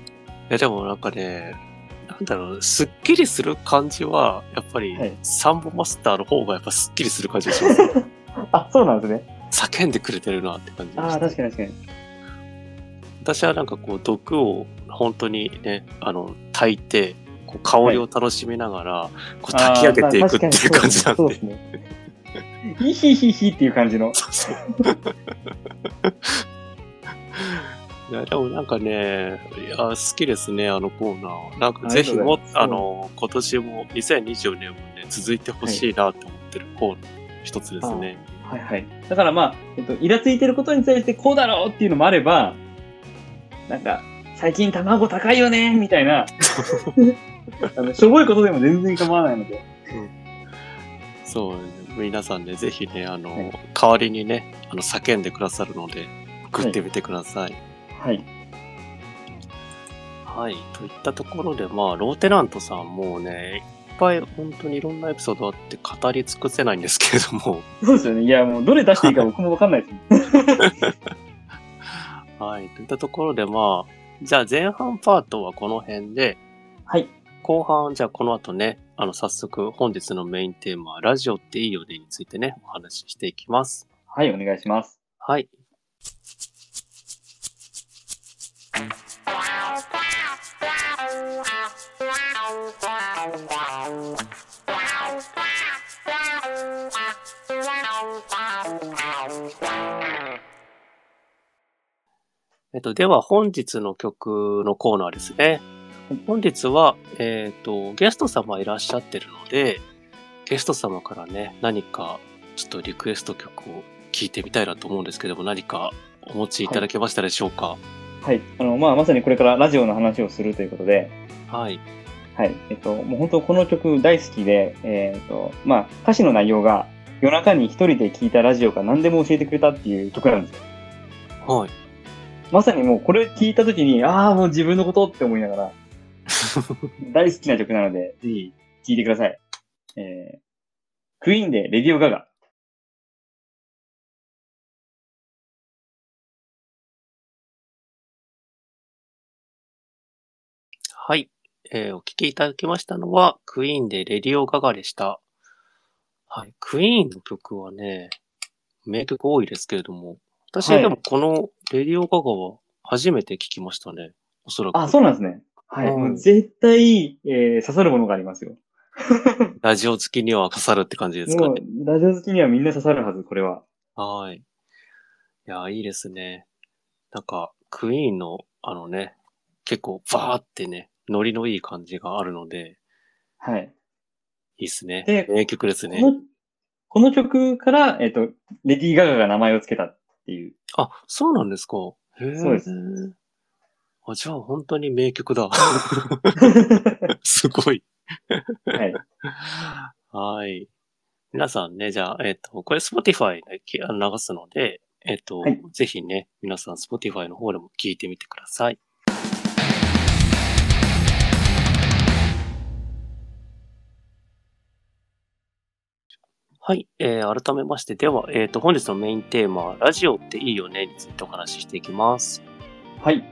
A: や、でもなんかね、なんだろう、すっきりする感じは、やっぱり
C: はい、
A: サンボマスターの方がやっぱすっきりする感じがします。
C: い。あ、そうなんですね。
A: 叫んでくれてるなって感じ
C: ああ、
A: です。
C: 確かに確かに。
A: 私はなんかこう、毒を本当にね、あの、炊いて、こう香りを楽しみながら、こう炊き上げていくっていう感じなんで。
C: あーまあ確かにそうですね。そうですねイヒヒヒっていう感じの。
A: そう そう。いや、でもなんかね、いや、好きですね、あのコーナー。なんかぜひも、あ
C: ありがと
A: の、今年も、2024年もね、続いてほしいなと思ってるコーナー、一つですね。
C: はいはい。だからまあ、えっと、イラついてることに対してこうだろうっていうのもあれば、なんか、最近卵高いよね、みた いな。あのしょぼいことでも全然構わないので。
A: そう、皆さんね、ぜひね、あの、
C: はい
A: 代わりにね、あの、叫んでくださるので、送ってみてください。
C: はい。
A: はい。といったところで、まあ、ローテナントさんもね、いっぱい本当にいろんなエピソードあって語り尽くせないんですけれども、
C: そうですよね。いや、もうどれ出していいか僕もわかんないです。
A: はい。といったところで、まあ、じゃあ前半パートはこの辺で、
C: はい。
A: 後半、じゃあこの後ね、あの、早速本日のメインテーマ、ラジオっていいよねについてね、お話ししていきます。
C: はい、お願いします。
A: はい。えっと、では本日の曲のコーナーですね。本日は、えっ、と、ゲスト様いらっしゃってるので、ゲスト様からね、何かちょっとリクエスト曲を聞いてみたいなと思うんですけども、何かお持ちいただけましたでしょうか
C: はい。あの、まあ、まさにこれからラジオの話をするということで、
A: はい。
C: はい。えっと、もう本当この曲大好きで、えーっと、まあ、歌詞の内容が夜中に一人で聴いたラジオが何でも教えてくれたっていう曲なんですよ。
A: はい。
C: まさにもうこれ聴いた時に、ああ、もう自分のことって思いな がら、大好きな曲なので、ぜひ聴いてください。えー、クイーンでレディオガガ。
A: はい。えーお聞きいただきましたのは、クイーンでレディオガガでした。はい。クイーンの曲はね、名曲多いですけれども、私、
C: はい
A: でもこのレディオガガは初めて聞きましたね。おそらく。
C: あ、そうなんですね。はい。
A: うん
C: もう絶対、えー刺さるものがありますよ。
A: ラジオ好きには刺さるって感じですか
C: もう
A: ね。、
C: ラジオ好きにはみんな刺さるはず、これは。
A: はい。いやー、いいですね。なんか、クイーンの、あのね、結構、バーってね、ノリのいい感じがあるので、
C: はい。
A: いいっすね。
C: で
A: 名曲ですね。
C: この、この曲から、えっ、と、レディー・ガガが名前をつけたっていう。
A: あ、そうなんですか。へえ。。
C: そうです
A: あじゃあ本当に名曲だ。 すごい。
C: はい。
A: はい。皆さんね、じゃあ、えっ、と、これ Spotify できあの流すので、えっ、と、
C: はい
A: ぜひね、皆さん Spotify の方でも聞いてみてください。はい、えー、改めまして、では、えっ、と、本日のメインテーマ、ラジオっていいよねについてお話ししていきます。
C: はい。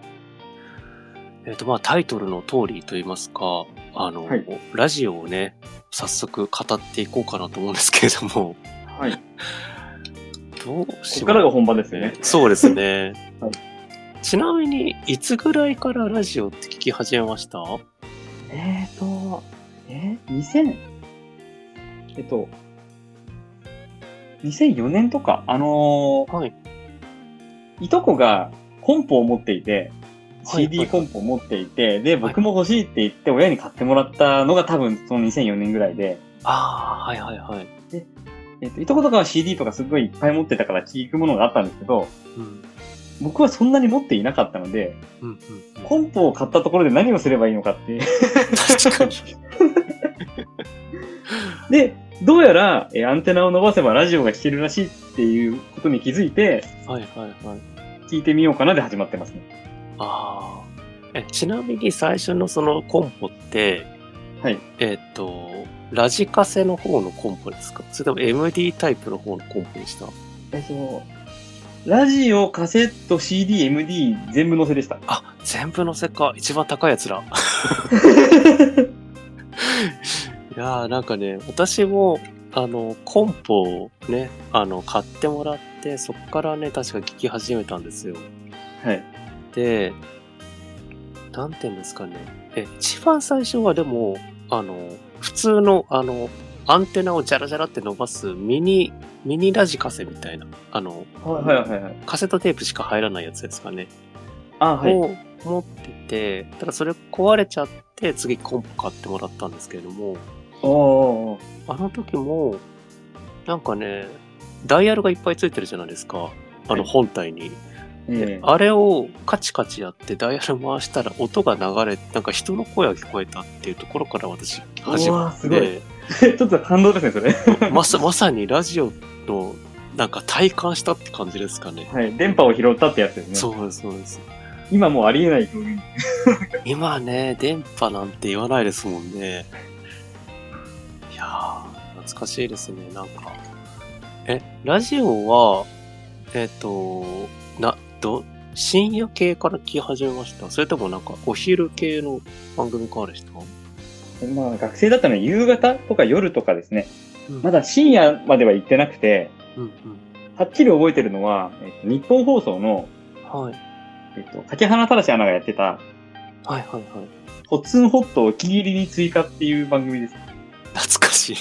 A: えっ、と、まあ、タイトルの通りと言いますか、あの、
C: はい
A: ラジオをね、早速語っていこうかなと思うんですけれど も、
C: はい。こ
A: どうし
C: こから
A: ま
C: が本番です
A: す
C: よね。。
A: そうですね
C: はい
A: ちなみに、いつぐらいからラジオって聞き始めましたは
C: えーと、え ?2000? えっと、2004年とか、あのー
A: い。
C: いとこがコンポを持っていて、
A: はい
C: CD
A: はい
C: コンポを持っていて、で、僕も欲しいって言って親に買ってもらったのが多分その2004年ぐらいで、
A: ああ、はいはいはい。
C: えっと、いとことかは CD とかすごいいっぱい持ってたから聞くものがあったんですけど、
A: うん。
C: 僕はそんなに持っていなかったので、
A: うんうん、うん。
C: コンポを買ったところで何をすればいいのかっていう。
A: 確かに。
C: で、どうやら、えーアンテナを伸ばせばラジオが聴けるらしいっていうことに気づいて、
A: はいはいはい。
C: 聞いてみようかなで始まってますね。
A: ああ。え、ちなみに最初のそのコンポって、
C: はい。
A: えっ、と、ラジカセの方のコンポですかそれとも MD タイプの方のコンポでした
C: えっと、ラジオ、カセット、CD、MD 全部載せ でした。
A: あ、全部のせか。一番高いやつだ。 いやーなんかね、私も、あの、コンポをね、あの、買ってもらって、そっからね、確か聞き始めたんですよ。
C: はい。
A: で、なんて言うんですかね。え、一番最初はでも、あの、普通の、あの、アンテナをジャラジャラって伸ばすミニ、ミニラジカセみたいな、あの、
C: はいはいはい。
A: カセットテープしか入らないやつですかね。
C: あ、はい。
A: を持ってて、ただそれ壊れちゃって、次コンポ買ってもらったんですけれども、
C: おお
A: あの時も、なんかね、ダイヤルがいっぱいついてるじゃないですか。あの
C: はい
A: 本体に。
C: ええ
A: あれをカチカチやってダイヤル回したら音が流れ、なんか人の声が聞こえたっていうところから私始
C: う
A: ま
C: わ
A: っ
C: すごい
A: て、
C: ちょっと感動ですね、それ。
A: まさ まさにラジオのなんか体感したって感じですかね。
C: はい。電波を拾ったってやつですね。
A: そうです、そうです。
C: 今もうありえない表現。
A: 今ね、電波なんて言わないですもんね。いやー、懐かしいですね、なんか。え、ラジオは、えっ、と、な、ど、深夜系から聞き始めましたそれともなんか、お昼系の番組からでした
C: まあ、学生だったのは夕方とか夜とかですね。
A: うん
C: まだ深夜までは行ってなくて、
A: うんうん。
C: はっきり覚えてるのは、えっと、日本放送の、
A: はい。
C: えっと、竹花正アナがやってた、
A: はいはいはい。
C: ホッツンホットをお気に入りに追加っていう番組です。
A: 懐かしい。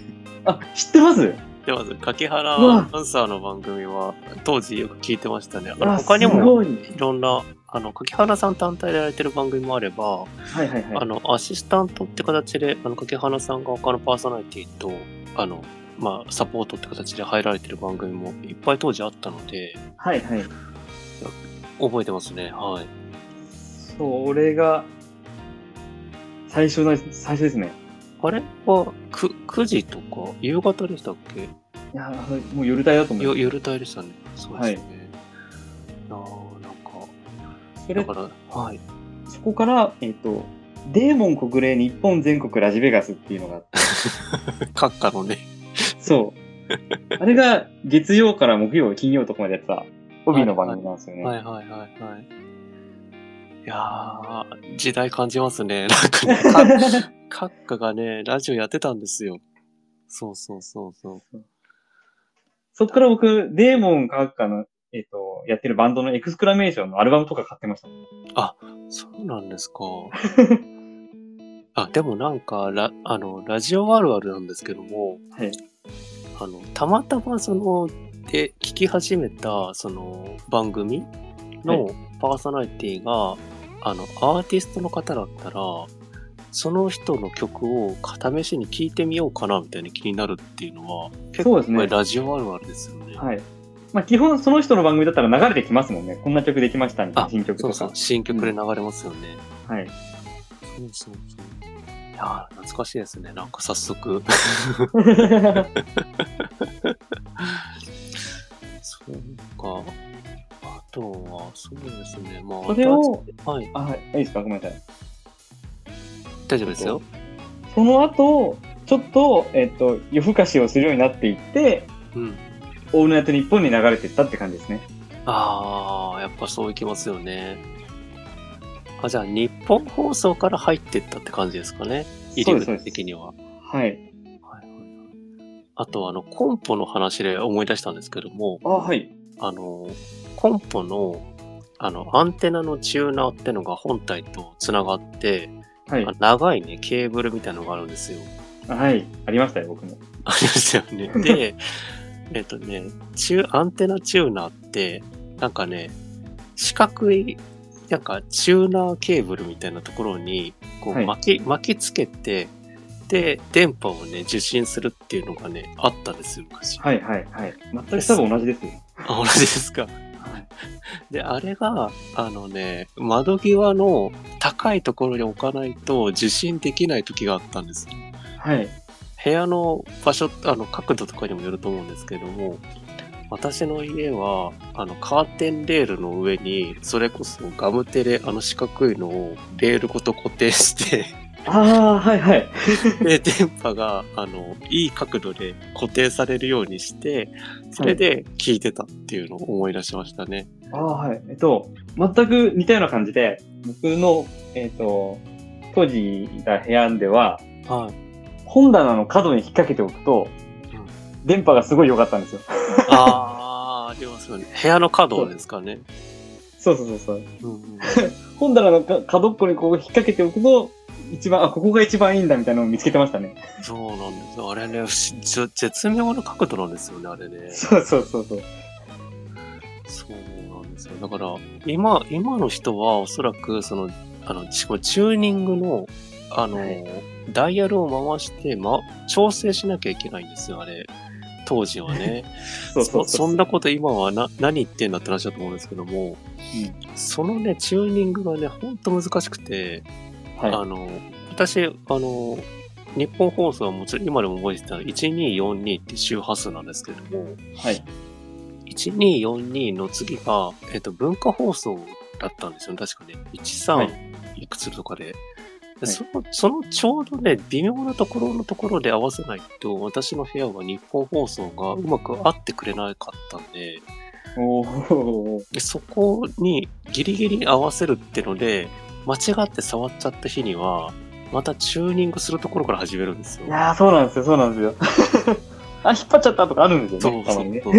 C: あ、知ってます
A: では、掛原
C: うわ
A: アナウンサーの番組は、当時よく聞いてましたね。あの
C: あ
A: 他に
C: す
A: も、
C: ごい。
A: いろんな、あの、掛原さん単体でやられてる番組もあれば、
C: はいはいは
A: あ
C: い。
A: の、アシスタントって形で、あの、掛花さんが他のパーソナリティと、あの、まあ、サポートって形で入られてる番組もいっぱい当時あったので、
C: はいはい。
A: 覚えてますね。はい。
C: それが、最初の、最初ですね。
A: あれは、く、9時とか、夕方でしたっけ
C: いやー、もう夜帯だと思いま
A: よ
C: す。
A: 夜帯でしたね。そうですね。ああ、なんか、
C: そ
A: だ
C: れ
A: から、 はい。
C: そこから、えっ、と、デーモン国連日本全国ラジベガスっていうのがあ って、
A: 閣下のね、
C: そう。あれが月曜から木曜、金曜とかまでやってた帯の番組なんですよね。
A: はいはいはいはい。いやー、時代感じますね。 なんかね、カッカがね、ラジオやってたんですよ。そうそうそうそう。
C: そっから僕、デーモン科学科の、えっ、と、やってるバンドのエクスクラメーションのアルバムとか買ってました。
A: そうなんです か。あ、でもなんか、ラ、あの、ラジオあるあるなんですけども、
C: はい
A: あの、たまたまその、で、聞き始めた、その、番組のパーソナリティが、あの、アーティストの方だったら、その人の曲を片飯に聞いてみようかなみたいに気になるっていうのは、結
C: そう
A: 構
C: ですね
A: これラジオあるあるですよね。
C: はい。まあ、基本その人の番組だったら流れてきますもんね。こんな曲できましたみたいな新曲
A: そ
C: と
A: うそ
C: か
A: う、。新曲で流れますよね。
C: はい。
A: そうそうそう。いやー懐かしいですね。なんか早速。そうか。あとは、そうですね。まあ、
C: それを
A: はい、
C: あ、はい。いいですかごめんなさい。
A: 大丈夫ですよ。
C: その後、ちょっと、えっと、夜更かしをするようになっていって、
A: うん。
C: オールナイトニッポンに流れてったって感じですね。
A: ああ、やっぱそういきますよね。あ、じゃあ、日本放送から入ってったって感じですかね。
C: そ
A: 入り
C: うです、そう
A: 口
C: です。
A: 的には。
C: はい。
A: はいはいあと、あの、コンポの話で思い出したんですけども、
C: あ、はい。
A: あの、コンポの、あの、アンテナのチューナーってのが本体と繋がって、
C: はい
A: あ。長いね、ケーブルみたいなのがあるんですよ。
C: はい。ありましたよ、僕も。
A: ありましたよね。で、えっとね、チューアンテナチューナーって、なんかね、四角い、なんかチューナーケーブルみたいなところに、こ
C: は
A: う
C: い
A: 巻き、巻きつけて、で、電波をね、受信するっていうのがね、あったんですよ、昔。
C: はい、はい、はい。全く多分同じですよ。
A: あ、同じですか。で、あれが、あのね、窓際の高いところに置かないと受信できない時があったんです。
C: はい。
A: 部屋の場所、あの、角度とかにもよると思うんですけども、私の家は、あの、カーテンレールの上に、それこそガムテレ、あの四角いのをレールごと固定 して、
C: ああ、はい、はい。
A: で、電波が、あの、いい角度で固定されるようにして、それで聞いてたっていうのを思い出しましたね。
C: ああ、はい。えっと、全く似たような感じで、僕の、えっと、当時いた部屋では、
A: はい。
C: 本棚の角に引っ掛けておくと、電波がすごい良かったんですよ。
A: あー、ありますよね。部屋の角ですかね。
C: そうそうそうそう。
A: うんうん、
C: 本棚のか角っこにこう引っ掛けておくと、一番、あ、ここが一番いいんだみたいなのを見つけてましたね。
A: そうなんですよ。あれね、不思じょ絶妙な角度なんですよね、あれね。
C: そうそうそうそう。
A: そうなんですよ。だから、今、今の人はおそらく、その、あの、チチューニングの、あの、
C: はい
A: ダイヤルを回して、ま、調整しなきゃいけないんですよ、あれ。当時はね。
C: そうそう
A: そそんなこと今はな、何言ってんだって話だと思うんですけども、そのね、チューニングがね、ほんと難しくて、
C: はい。
A: あの、私、あの、日本放送はもちろん今でも覚えてた1242って周波数なんですけども、
C: はい。
A: 1242の次が、えっと、文化放送だったんですよね。確かね。13、
C: はい
A: い、くつとかで。で
C: い
A: その、そのちょうどね、微妙なところのところで合わせないと、私の部屋は日本放送がうまく合ってくれなかったんで、
C: おー。
A: でそこにギリギリ合わせるってので、間違って触っちゃった日には、またチューニングするところから始めるんですよ
C: い。やー、そうなんですよ、そうなんですよ。 あ、引っ張っちゃったとかあるんですよね、
A: そう
C: たまにね
A: そ。う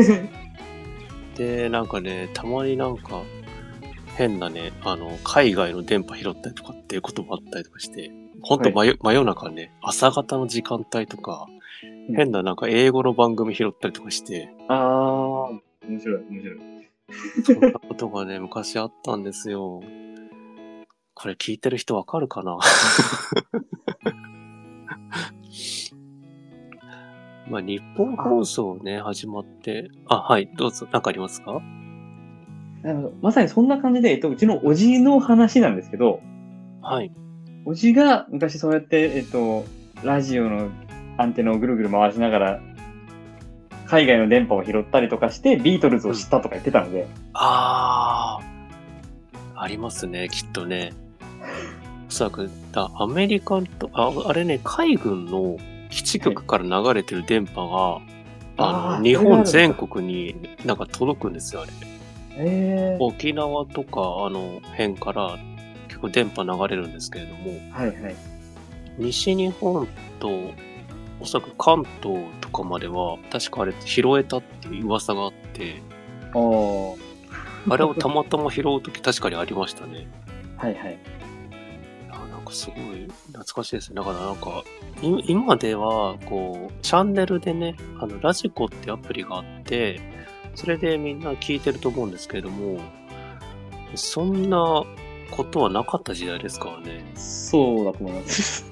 A: で、なんかね、たまになんか、変なね、あの、海外の電波拾ったりとかっていうこともあったりとかして、ほんと真,、真夜中ね、朝方の時間帯とか、
C: うん
A: 変ななんか英語の番組拾ったりとかして、
C: あー、面白い、面白い。
A: そんなことがね、昔あったんですよ。これ聞いてる人わかるかな まあ、日本放送ね、始まって、あ、はい、どうぞ、なんかありますか
C: なるほどまさにそんな感じで、えっと、うちのおじの話なんですけど、
A: はい。
C: おじが昔そうやって、えっと、ラジオのアンテナをぐるぐる回しながら、海外の電波を拾ったりとかして、ビートルズを知ったとか言ってたので、
A: ああ、ありますね、きっとね。おそらく、だアメリカンと、あ、あれね、海軍の基地局から流れてる電波が、
C: あ
A: あ
C: ー
A: の、日本
C: それがある
A: 全
C: んだ
A: 国になんか届くんですよ、あれ。
C: えー、
A: 沖縄とか、あの、辺から結構電波流れるんですけれども、
C: はいはい。
A: 西日本と、おそらく関東とかまでは、確かあれ拾えたっていう噂があって、
C: おー、
A: あれをたまたま拾うとき確かにありましたね。
C: はいはい。
A: あなんかすごい懐かしいですね。だからなんか、い今では、こう、チャンネルでね、あの、ラジコってアプリがあって、それでみんな聞いてると思うんですけれども、そんなことはなかった時代ですからね。
C: そうだと思います。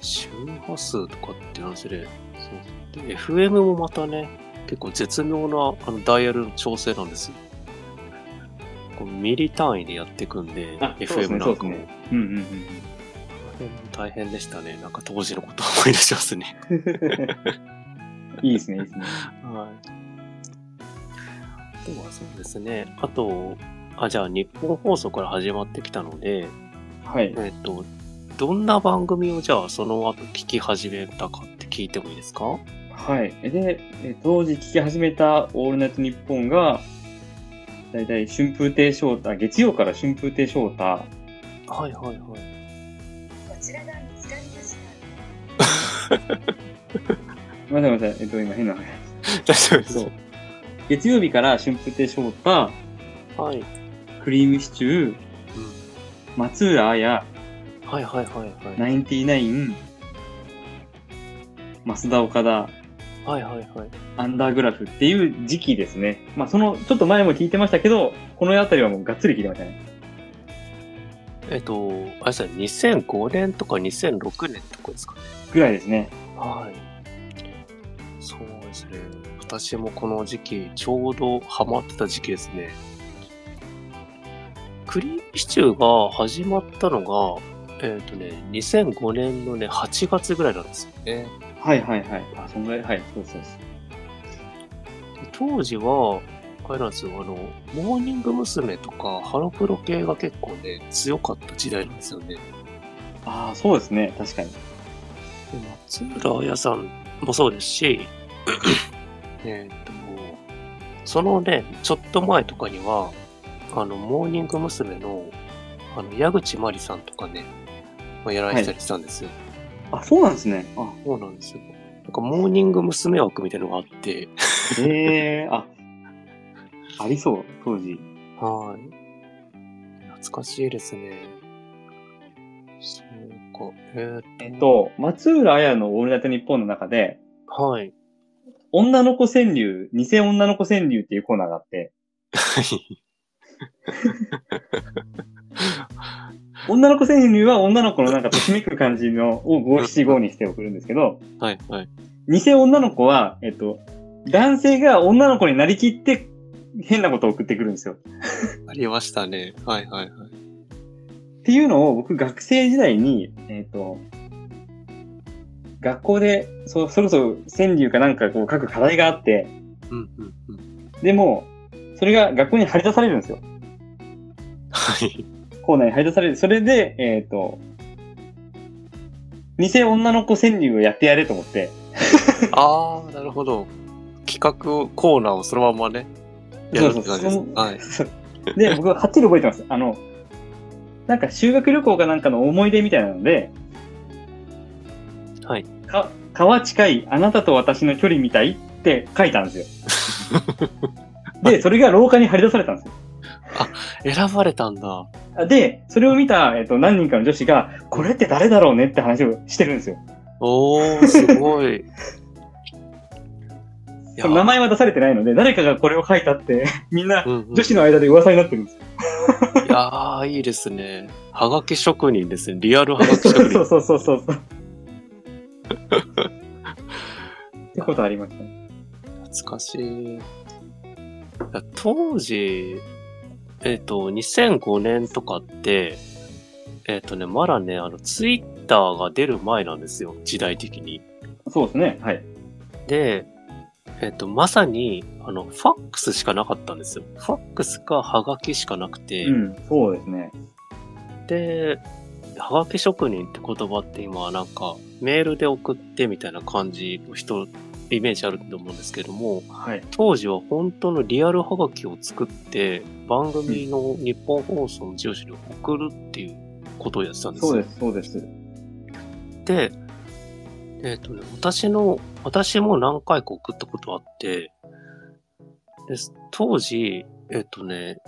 A: 周波数とかって話で、そうで FM もまたね、結構絶妙なあのダイヤルの調整なんですよ。こうミリ単位でやっていくんで、
C: あそうです
A: FM
C: ね
A: なんか
C: そ
A: も
C: うで。すうんうんうん。
A: 大変でしたね。なんか当時のことを思い出しますね。
C: いいですね、いいですね。
A: はい。あとはそうですね。あと、あ、じゃあ日本放送から始まってきたので、
C: はい。
A: えっと、どんな番組をじゃあその後聞き始めたかって聞いてもいいですか
C: はい。で、え当時聞き始めたオールナイトニッポンが、だいたい春風亭昇太、月曜から春風亭昇太、
A: はいはいはい。
B: こちらが見つかりました。
C: ごめんなさいごめんなさい、えっと、今変な話。
A: 大丈夫です。
C: そう。月曜日から春風亭昇太、
A: はい。
C: クリームシチュー、松浦綾、
A: はいはいはいは
C: ナ
A: い。
C: インティナイン、増田岡田、
A: はいはいはい。
C: アンダーグラフっていう時期ですね。まあ、その、ちょっと前も聞いてましたけど、この辺りはもうがっつり聞いてましたね。
A: えっと、あれですね、2005年とか2006年とかですかね。
C: ぐらいですね。
A: はい。そうですね。私もこの時期、ちょうどハマってた時期ですね。クリームシチューが始まったのが、えっ、とね、2005年のね、8月ぐらいなんですよね。
C: はいはいはい。あ、そんぐらい、はい、そうそうそう。
A: 当時は、あれなんですよ、あの、モーニング娘。とか、ハロプロ系が結構ね、強かった時代なんですよね。
C: ああ、そうですね。確かに。
A: で松浦彩さんもそうです し、えーっと、そのね、ちょっと前とかには、あの、モーニング娘。の、あの、矢口まりさんとかね、まあ、やられてたりしたんですよ。
C: あ、そうなんですね。 あ、
A: そうなんですよ。なんか、モーニング娘。枠みたいなのがあって、
C: へえ、あ、ありそう、当時。
A: はい。懐かしいですね。そうか、えーっと、
C: えっと、松浦綾のオールナイトニッポンの中で、
A: はい。
C: 女の子川柳、偽女の子川柳っていうコーナーがあって、女の子川柳は女の子のなんかときめく感じのを五七五にして送るんですけど、
A: はい、はい。
C: 偽女の子は、えっと、男性が女の子になりきって変なことを送ってくるんですよ。
A: ありましたね。はい、はい、はい。
C: っていうのを僕学生時代に、えっ、と、学校で、そ、それこそ川柳かなんかこう書く課題があって、
A: うん、うん、うん。
C: でも、それが学校に張り出されるんですよ。
A: はい。
C: 校内に張り出される。それで、えっ、と、偽女の子川柳をやってやれと思って、
A: ああ、なるほど。企画をコーナーをそのままね、やるって感じです
C: そうそう。
A: はい。
C: で、僕ははっきり覚えてます。あの、なんか修学旅行かなんかの思い出みたいなので、
A: はい。
C: か、川近い、あなたと私の距離みたいって書いたんですよ。 で、それが廊下に張り出されたんですよ。
A: 選ばれたんだ。は
C: あで、それを見た、えっと、何人かの女子が、これって誰だろうねって話をしてるんですよ。
A: おー、すご い。いや、
C: 名前は出されてないので、誰かがこれを書いたって、 みんな
A: うんうん、
C: 女子
A: い
C: の間で噂になってるんですよ。
A: やー、いいですね。はがき職人ですね。リアルはがき職
C: そう
A: 人。
C: そうそうそう そう。ってことありましたね。
A: 懐かしい。いや当時、えっ、と、2005年とかって、えっ、とね、まだね、あの、ツイッターが出る前なんですよ。時代的に。
C: そうですね。はい。
A: で、えっ、と、まさに、あの、ファックスしかなかったんですよ。ファックスかハガキしかなくて、
C: うん、そうですね。
A: で、ハガキ職人って言葉って今はなんか、メールで送ってみたいな感じの人、イメージあると思うんですけども、
C: はい。
A: 当時は本当のリアルハガキを作って、番組の日本放送の上司に送るっていうことをやってたんですよ
C: そうです、そうです。
A: で、えっ、とね、私の、私も何回か送ったことあって、です当時、えっ、とね、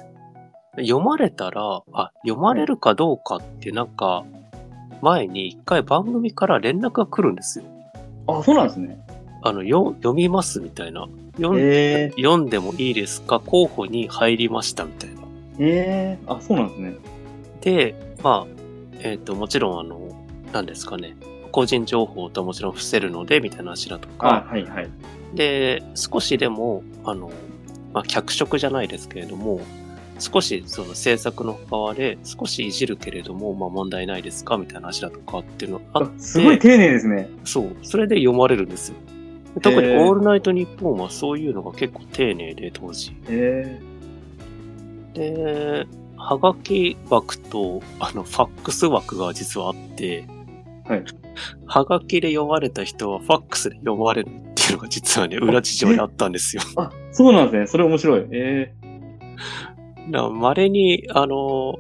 A: 読まれたら、あ、読まれるかどうかってなんか、前に一回番組から連絡が来るんですよ。
C: あ、そうなんですね。
A: あの、よ読みますみたいな。読ん
C: え
A: 読んでもいいですか候補に入りましたみたいな。
C: ー、えー、あ、そうなんですね。
A: で、まあ、えっ、と、もちろんあの、何ですかね。個人情報とはもちろん伏せるので、みたいな話だとか。
C: はいはい。
A: で、少しでも、あの、まあ、脚色じゃないですけれども、少しその制作の側で少しいじるけれども、まあ問題ないですかみたいな話だとかっていうのがあって、
C: すごい丁寧ですね。
A: そう、それで読まれるんですよ。特に
C: へー
A: オールナイトニッポンはそういうのが結構丁寧で当時。
C: え
A: で、はがき枠と、あの、ファックス枠が実はあって、
C: はい。
A: はがきで読まれた人はファックスで読まれるっていうのが実はね、裏事情にあったんですよ。
C: あ、そうなんですね。それ面白い。え
A: な、稀に、あの、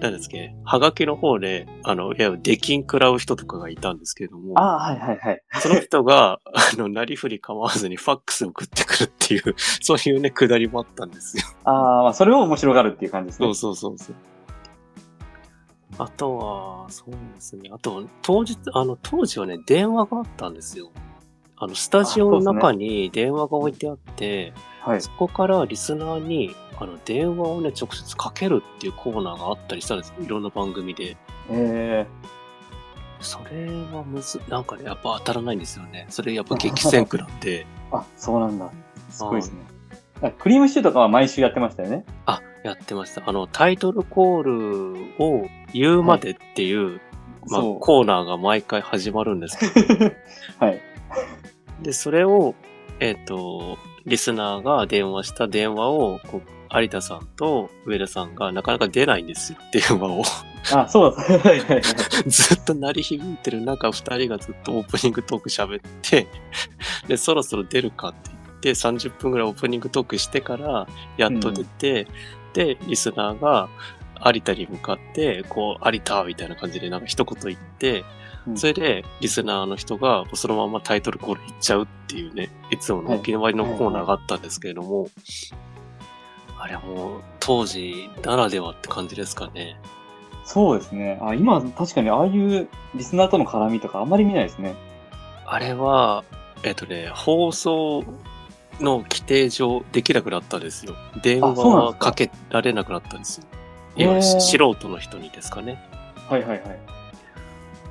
A: なんですっけ、はがきの方で、あの、いや、出禁食らう人とかがいたんですけれども
C: ー、、ああ、はいはいはい。
A: その人が、 あの、なりふり構わずにファックス送ってくるっていう、 そういうね、くだりもあったんですよ。
C: ああ、まあ、それを面白がるっていう感じです
A: そ
C: ね
A: う。そうそうそう。あとは、そうですね。あと、当日、あの、当時はね、電話があったんですよ。あの、スタジオの中に電話が置いてあって、
C: はい。
A: そこからリスナーに、あの、電話をね、直接かけるっていうコーナーがあったりしたんですいろんな番組で。
C: え
A: それはむず、なんかね、やっぱ当たらないんですよね。それやっぱ激戦区なん で。
C: ー、あ、そうなんだ。すごいですね。あクリームシチューとかは毎週やってましたよね。
A: あ、やってました。あの、タイトルコールを言うまでっていう、まあ、
C: そう
A: コーナーが毎回始まるんですけど、
C: はい。
A: で、それを、えっ、と、リスナーが電話した電話を、こう有田さんと上田さんがなかなか出ないんですよ、電話を。
C: あ、そうだ。 はいはいはい。
A: ずっと鳴り響いてる中、二人がずっとオープニングトーク喋って、 で、そろそろ出るかって言って、30分ぐらいオープニングトークしてから、やっと出て、で、リスナーが、有田に向かって、こう、有田みたいな感じでなんか一言言って、
C: うん
A: それで、リスナーの人が、そのままタイトルコール行っちゃうっていうね、いつもの沖縄のコーナーがあったんですけれども、あれはもう、当時ならではって感じですかね。
C: そうですね。あ、今、確かにああいうリスナーとの絡みとかあんまり見ないですね。
A: あれは、えっとね、放送の規定上できなくなったんですよ。電話
C: あそうなんで
A: は
C: すか
A: かけられなくなったんですよ。
C: へー
A: いわゆる素人の人にですかね。
C: はいはいはい。
A: っ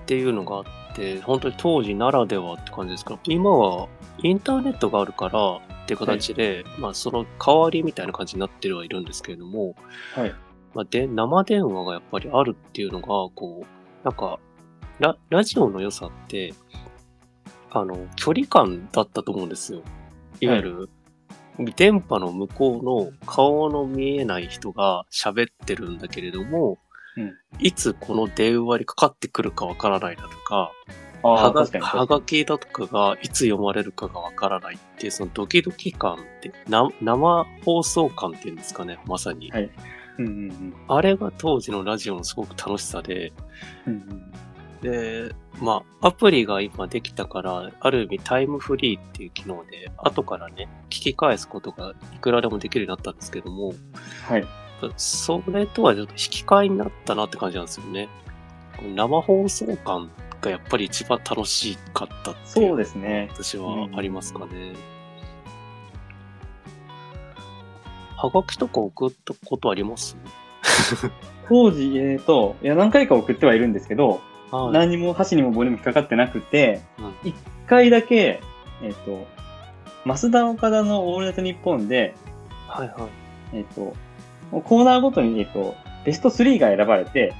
A: ていうのがあって、本当に当時ならではって感じですから、今はインターネットがあるからっていう形で、まあその代わりみたいな感じになってるはいるんですけれども、
C: はい。
A: まあ、で生電話がやっぱりあるっていうのが、こう、なんかラ、ラジオの良さって、あの、距離感だったと思うんですよ。いわゆる、電波の向こうの顔の見えない人が喋ってるんだけれども、
C: うん
A: いつこの電話にかかってくるかわからないだとか、
C: あ
A: は
C: あ、
A: が
C: 確かに。
A: はがきだとかがいつ読まれるかがわからないっていう、そのドキドキ感って、な生放送感っていうんですかね、まさに。
C: はいうんうんうん
A: あれが当時のラジオのすごく楽しさで、
C: うんうん。
A: で、まあ、アプリが今できたから、ある意味タイムフリーっていう機能で、後からね、聞き返すことがいくらでもできるようになったんですけども、
C: はい。
A: それとはちょっと引き換えになったなって感じなんですよね。この生放送感がやっぱり一番楽しかったっていう
C: そうですね。
A: 私はありますかね。はがきとか送ったことあります
C: 当時、えーと、いや、何回か送ってはいるんですけど、
A: はい。
C: 何にも箸にも棒にも引っかかってなくて
A: うん、
C: 一、回だけ、えっ、と、増田岡田のオールナイトニッポンで、
A: はいはい。
C: えっ、と、コーナーごとに、えっ、と、ベスト3が選ばれて、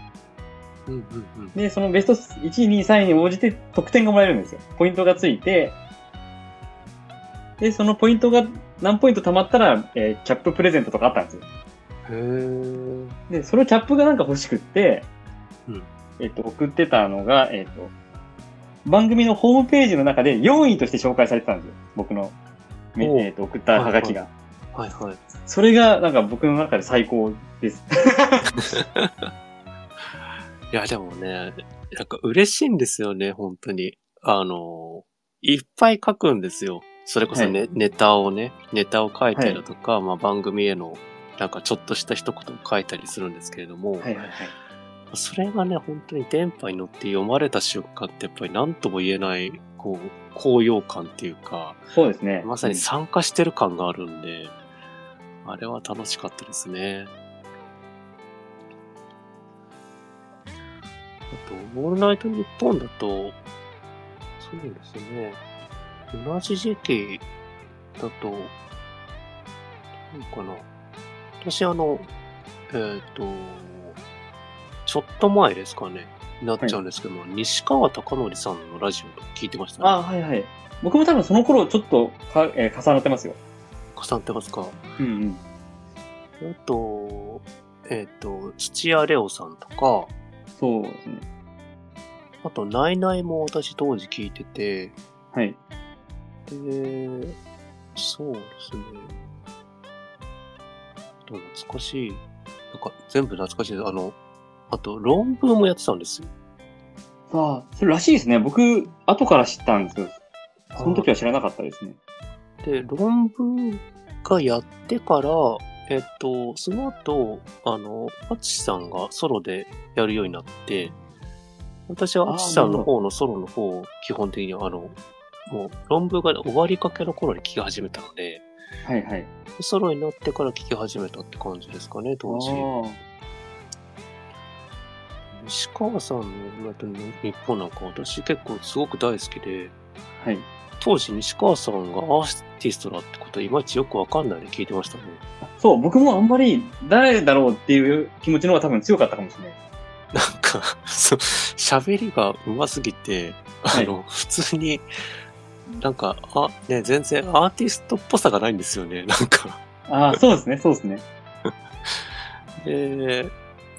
A: うんうんうん。
C: で、そのベスト1位、2位、3位に応じて得点がもらえるんですよ。ポイントがついて、で、そのポイントが何ポイント貯まったら、えーキャッププレゼントとかあったんですよ。
A: へー
C: で、そのキャップがなんか欲しくって、
A: うん
C: えっと、送ってたのが、えっと、番組のホームページの中で4位として紹介されてたんですよ。僕の、め
A: おう
C: えっと、送ったハガキが。
A: はいはい。
C: それが、なんか僕の中で最高です。
A: いや、でもね、なんか嬉しいんですよね、本当に。あの、いっぱい書くんですよ。それこそね、ネタをね、ネタを書いたりだとか、まあ番組への、なんかちょっとした一言を書いたりするんですけれども、
C: はいはいはい。
A: それがね、本当に電波に乗って読まれた瞬間って、やっぱり何とも言えない、こう、高揚感っていうか、
C: そうですね。
A: まさに
C: うん
A: 参加してる感があるんで、あれは楽しかったですね。あと、オールナイト日本だと、そうですね、同じ時期、だと、どうかな。私、あの、えっ、と、ちょっと前ですかね、になっちゃうんですけども、西川貴教さんのラジオと聞いてましたね。
C: ああ、はいはい。僕も多分その頃ちょっとか、えー重なってますよ。
A: 重なってますか。
C: うんうん。
A: あと、えっ、と、土屋レオさんとか、
C: そうですね。
A: あと、ナイナイも私当時聞いてて、
C: はい。
A: で、そうですね。あと懐かしい。なんか全部懐かしいです。あの、あと論文もやってたんですよ。
C: さあ、それらしいですね。僕、後から知ったんですよ。その時は知らなかったですね。
A: で、論文がやってから、えっと、その後、あの、アチさんがソロでやるようになって、私はアチさんの方のソロの方を基本的にはあの、もう論文が終わりかけの頃に聴き始めたので、
C: はいはい。
A: ソロになってから聴き始めたって感じですかね、当時。西川さんの「オールナイトニッポン」なんか私結構すごく大好きで
C: あーはい。
A: 当時西川さんがアーティストだってこといまいちよくわかんないで聞いてましたね
C: そう、僕もあんまり誰だろうっていう気持ちの方が多分強かったかもしれないです。
A: なんか そう喋りがうますぎてあの、普通になんかあ、ね、全然アーティストっぽさがないんですよね なんか
C: ああ、そうですね、そうですね。
A: で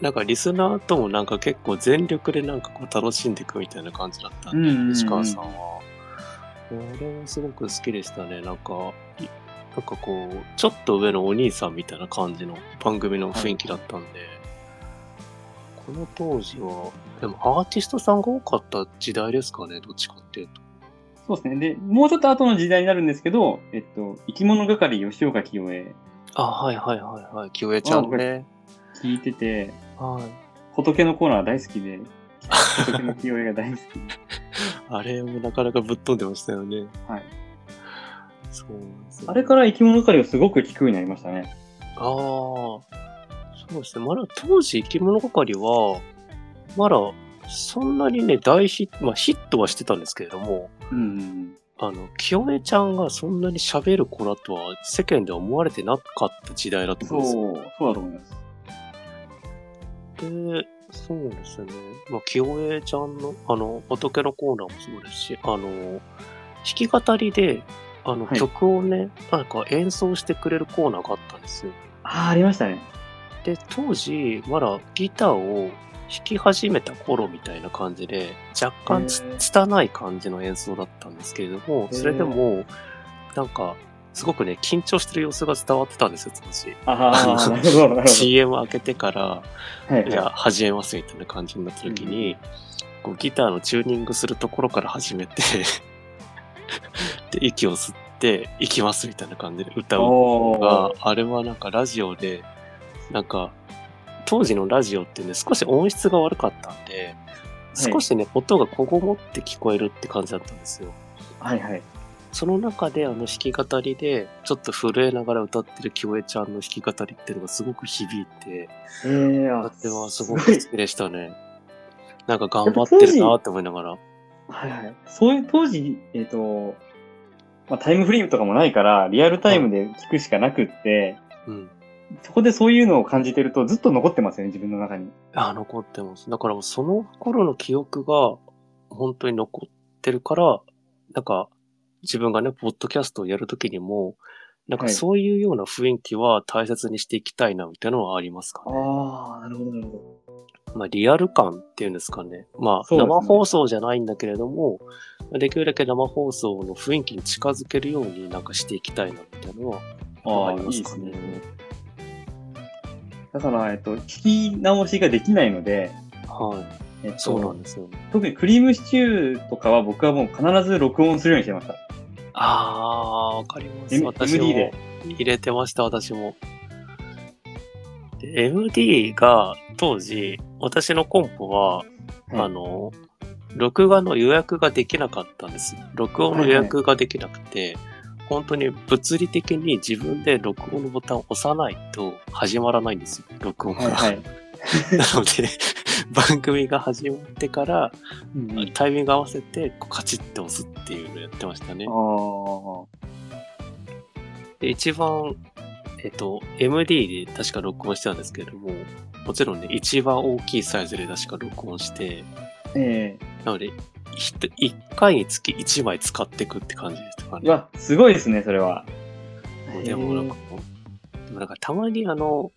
A: なんかリスナーともなんか結構全力でなんかこう楽しんでいくみたいな感じだったんで
C: うんうん、うん。
A: 石川さんは。俺はすごく好きでしたね。なんか、いなんかこう、ちょっと上のお兄さんみたいな感じの番組の雰囲気だったんで、この当時は、でもアーティストさんが多かった時代ですかね、どっちかっていうと。
C: そうですね。で、もうちょっと後の時代になるんですけど、えっと、生き物係吉岡清江
A: あ、はいはいはいはい。清江ちゃんね。
C: 聞いてて、
A: はい。
C: 仏のコーナー大好きで、仏の清江 が大好きで。
A: あれもなかなかぶっ飛んでましたよね。
C: はい。
A: そうなんですよ
C: あれから生き物係をすごく聞くようになりましたね。
A: ああ、そうですね。まだ当時、生き物係は、まだそんなにね、大ヒット、まあヒットはしてたんですけれども、
C: うんうんうん。
A: あの、清江ちゃんがそんなに喋る子だとは世間では思われてなかった時代だと
C: そう、
A: 思
C: そうだと思います。
A: うんですよ。で、そうですね。まあ、清江ちゃんの、あの、仏のコーナーもそうですし、あの、弾き語りで、あの、
C: はい
A: 曲をね、なんか演奏してくれるコーナーがあったんですよ。
C: ああ、ありましたね。
A: で当時まだギターを弾き始めた頃みたいな感じで若干つ
C: へー
A: 拙い感じの演奏だったんですけれどもそれでもなんかすごくね緊張してる様子が伝わってたんですよ当時
C: ああ、なるほど、なるほど。
A: CM 開けてから
C: はい、
A: じゃあ始めますみたいな感じになった時に、こうギターのチューニングするところから始めて で息を吸って行きますみたいな感じで歌を
C: お
A: が
C: ー、
A: あれはなんかラジオで、なんか、当時のラジオってね、少し音質が悪かったんで、
C: はい
A: 少しね、音がこごもって聞こえるって感じだったんですよ。
C: はいはい。
A: その中であの弾き語りで、ちょっと震えながら歌ってる清江ちゃんの弾き語りっていうのがすごく響いて、
C: ええー、
A: あれはすごく
C: い
A: 好きでしたね。なんか頑張ってるなって思いながら。
C: はいはい。そういう当時、えっ、と、まあ、タイムフリーとかもないから、リアルタイムで聞くしかなくって、
A: うん。
C: そこでそういうのを感じてるとずっと残ってますよね、自分の中に。
A: あ、残ってます。だからもうその頃の記憶が本当に残ってるから、なんか自分がね、ポッドキャストをやるときにも、なんか
C: はい
A: そういうような雰囲気は大切にしていきたいなみたいなのはありますかね。
C: ああ、なるほど、なるほ
A: まあリアル感っていうんですかね。まあ
C: そうですね
A: 生放送じゃないんだけれども、できるだけ生放送の雰囲気に近づけるようになんかしていきたいなみたいなのは
C: ああ、
A: あり
C: い
A: ま
C: い
A: す
C: で
A: か
C: す
A: ね。
C: ね。だから、えっ、と、聞き直しができないので、
A: はい。
C: えっ、と、
A: そうなんですよね。
C: 特にクリームシチューとかは僕はもう必ず録音するようにしてました。
A: ああー、わかります。
C: M-
A: 私
C: MD
A: も
C: で
A: 入れてました、私も。で MD が当時、私のコンポは、あの、録画の予約ができなかったんです。録音の予約ができなくて、本当に物理的に自分で録音のボタンを押さないと始まらないんですよ、録音が。
C: はいはい。
A: なので、番組が始まってから、
C: うんうん
A: タイミング合わせて、こうカチッて押すっていうのをやってましたね。
C: あ
A: で、一番、えっと、MD で確か録音してたんですけれども、もちろんね、一番大きいサイズで確か録音して、
C: え
A: なので、ひと一回につき一枚使っていくって感じですか
C: ー、う
A: ね。
C: わ、すごいですね、それは。
A: でもなんかこう、でもなんかたまにあの、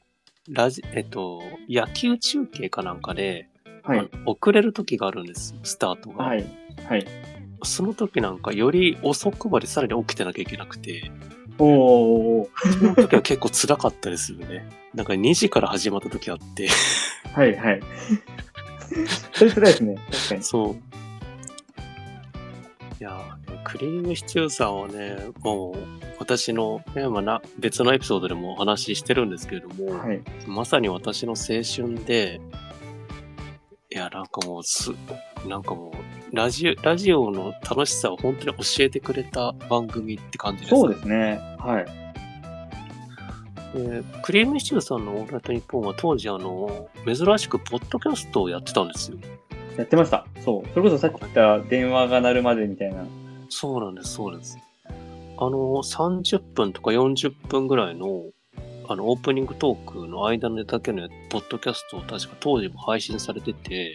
A: ラジ、えっと、野球中継かなんかで、
C: はい、
A: あの遅れる時があるんです、スタートが。
C: はい、はい。
A: その時なんかより遅くまでさらに起きてなきゃいけなくて、
C: おーおーお
A: その時は結構辛かったですよね。なんか2時から始まった時あって、
C: ー、はい、はい。それ辛いですね、確かに。
A: そう。いやーでもクリームシチューさんはね、もう私の、ねまあな、別のエピソードでもお話ししてるんですけれども、
C: はい。
A: まさに私の青春で、いや、なんかもうす、なんかもう、ラジオ、ラジオの楽しさを本当に教えてくれた番組って感じです。
C: そうですね、はい。
A: でクリームシチューさんのオールナイトニッポンは当時、あの、珍しくポッドキャストをやってたんですよ。
C: やってました。そう。それこそさっき言った電話が鳴るまでみたいな。
A: そうなんです、そうなんです。あの、30分とか40分ぐらいの、あの、オープニングトークの間のだけのポッドキャストを確か当時も配信されてて、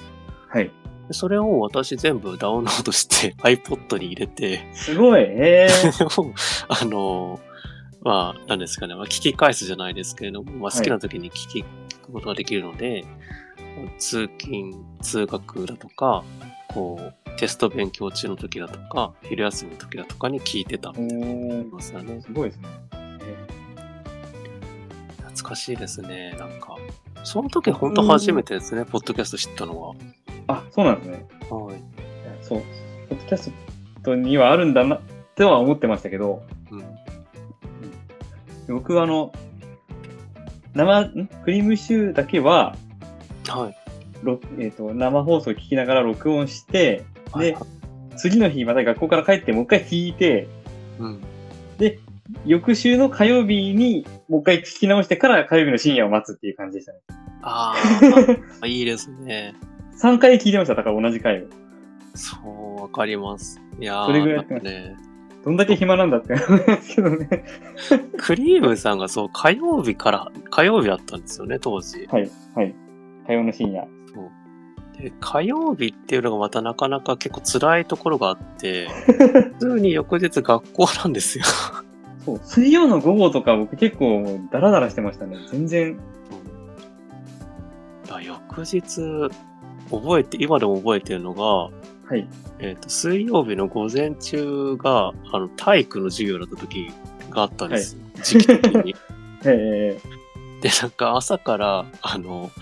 C: はい。
A: でそれを私全部ダウンロードして iPod に入れて、
C: すごい、えー。
A: あの、まあ、なんですかね、まあ、聞き返すじゃないですけれども、まあ、
C: はい
A: 好きな時に聞き、聞くことができるので、通勤、通学だとか、こう、テスト勉強中の時だとか、昼休みの時だとかに聞いてたって
C: おー
A: 思いますよね。
C: すごいですね。
A: 懐かしいですね、なんか。その時本当初めてですね、ポッドキャスト知ったのは。
C: あ、そうなんですね。
A: はい。
C: いやそう、ポッドキャストにはあるんだなっては思ってましたけど、
A: うん。
C: 僕はあの、生、んクリームシューだけは、
A: はい。
C: 録えー、と生放送聞きながら録音して、
A: はい
C: で、次の日また学校から帰ってもう一回聞いて、
A: うん。
C: 翌週の火曜日にもう一回聞き直してから火曜日の深夜を待つっていう感じでしたね。
A: あ ーあ、いいですね。
C: 3回聞いてました、だから同じ回を。
A: そう、わかります。いやー
C: それぐらいやっ
A: な
C: てま
A: んかね、
C: どんだけ暇なんだって思いますけどね。
A: クリームさんがそう、火曜日から、火曜日だったんですよね、当時。
C: はい、はい。火曜の深夜。
A: そう。で、火曜日っていうのがまたなかなか結構辛いところがあ って、普通に翌日学校なんですよ。
C: そう、水曜の午後とか僕結構もうダラダラしてましたね。全然。
A: だから翌日、覚えて、今でも覚えてるのが、
C: はい。
A: えっ、と、水曜日の午前中が、あの、体育の授業だった時があったんです。時期的に。
C: え
A: で、なんか朝から、あの、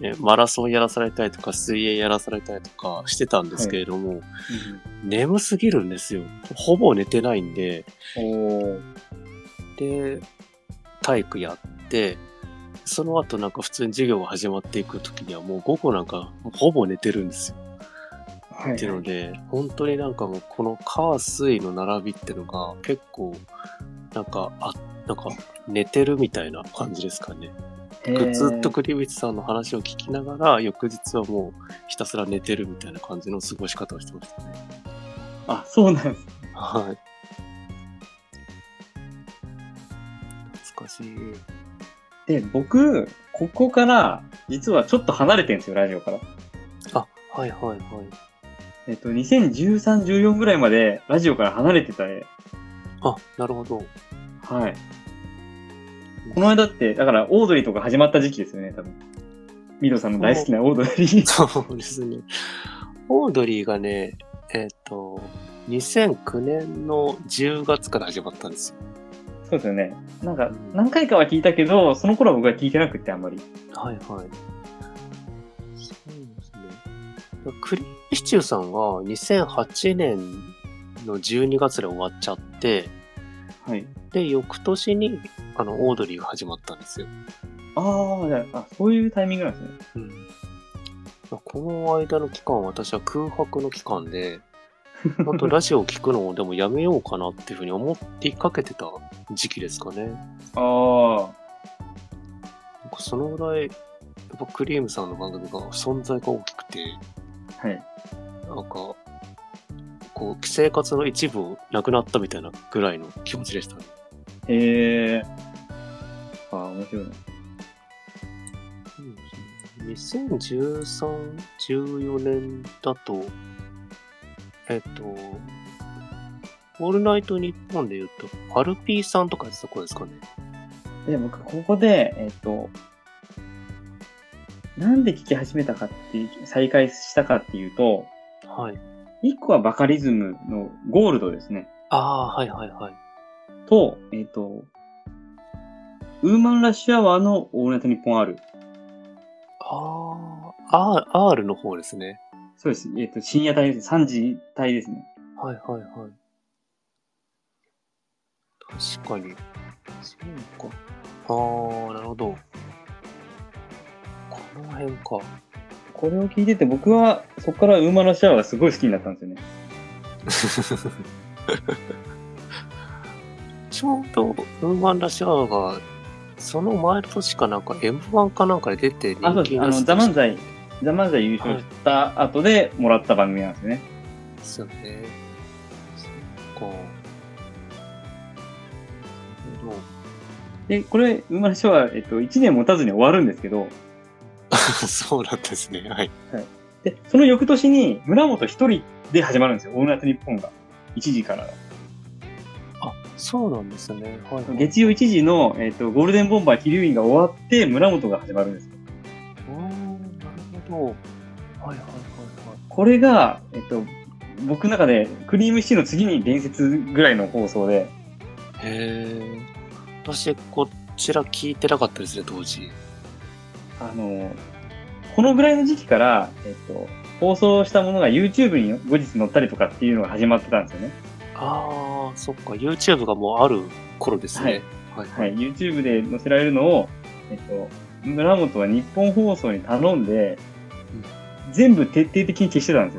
A: ねマラソンやらされたりとか、水泳やらされたりとかしてたんですけれども、眠すぎるんですよ。ほぼ寝てないんで、
C: ー、おー。
A: で、体育やって、その後なんか普通に授業が始まっていく時にはもう午後なんかほぼ寝てるんですよ。
C: は
A: っていうので、本当になんかもうこの火水の並びってのが結構、なんか、あ、なんか寝てるみたいな感じですかね。ずっと
C: く
A: クリビチさんの話を聞きながら、翌日はもうひたすら寝てるみたいな感じの過ごし方をしてましたね。
C: あ、そうなんです。
A: はい。懐かしい。
C: で、僕、ここから、実はちょっと離れてるんですよ、ラジオから。
A: あ、はいはいはい。
C: えっと、2013、14ぐらいまで、ラジオから離れてたね。
A: あ、なるほど。
C: はい。この間って、だから、オードリーとか始まった時期ですよね、多分。ミドさんの大好きなオードリー。
A: そうですね。オードリーがね、えっ、と、2009年の10月から始まったんですよ。
C: そうですよね。なんか、何回かは聞いたけど、その頃は僕は聞いてなくって、あんまり。
A: はいはい。そうですね。クリスチューさんは2008年の12月で終わっちゃって、
C: はい。
A: で、翌年に、あの、オードリーが始まったんですよ。
C: ああ、じゃあ、あそういうタイミングなんですね。
A: うん。まあこの間の期間、私は空白の期間で、本当ラジオを聞くのをでもやめようかなっていうふうに思ってかけてた時期ですかね。なん
C: あ
A: かそのぐらい、やっぱクリームさんの番組が存在が大きくて、
C: あ、はい。
A: なんか、こう、生活の一部なくなったみたいなぐらいの気持ちでしたね。
C: へえ。ああ、面白いな。
A: 2013、14年だと、えっと、オールナイト日本で言うと、アルピーさんとかやってた子ですかね。
C: で、僕、ここで、えっと、なんで聞き始めたかっていう、再開したかっていうと、
A: はい。
C: 一個はバカリズムのゴールドですね。
A: ああ、はいはいはい。
C: と、えっ、と、ウーマンラッシュアワーのオールナイトニッポン R。
A: ああ、R, R の方ですね。
C: そうです。えっ、と、深夜帯です。3時帯ですね。
A: はいはいはい。確かに。そうか。ああ、なるほど。この辺か。
C: これを聞いてて、僕はそこからウーマンラッシュアワーがすごい好きになったんですよね。
A: ちょうど、ウーマンラッシュアワーが、その前の年かなんか、M1 かなんかで出て
C: あ、そう
A: 人
C: です。
A: 気
C: あ
A: が
C: の、ザ・漫
A: で
C: 才、ザ・漫才優勝した後でもらった番組なんですね。
A: すよね。そっか。なるほど
C: で、これ、ウーマンラッシュアワー、えっ、と、1年持たずに終わるんですけど、
A: そうなんですね。はい。
C: で、その翌年に村本一人で始まるんですよ。オールナイトニッポンが。1時から。
A: あ、そうなんですね。はい、はい。
C: 月曜1時の、えっ、と、ゴールデンボンバー気流員が終わって、村本が始まるんですよ。
A: うーんなるほど。はいはいはいはい。
C: これが、えっと、僕の中で、クリームシチューの次に伝説ぐらいの放送で、
A: へえ。私、こちら聞いてなかったですね、当時。
C: あの、このぐらいの時期から、えっと、放送したものが YouTube に後日載ったりとかっていうのが始まってたんですよね。
A: ああ、そっか。YouTube がもうある頃ですね。はい、はい、
C: はい、YouTube で載せられるのを、えっと、村本は日本放送に頼んで、全部徹底的に消してたんで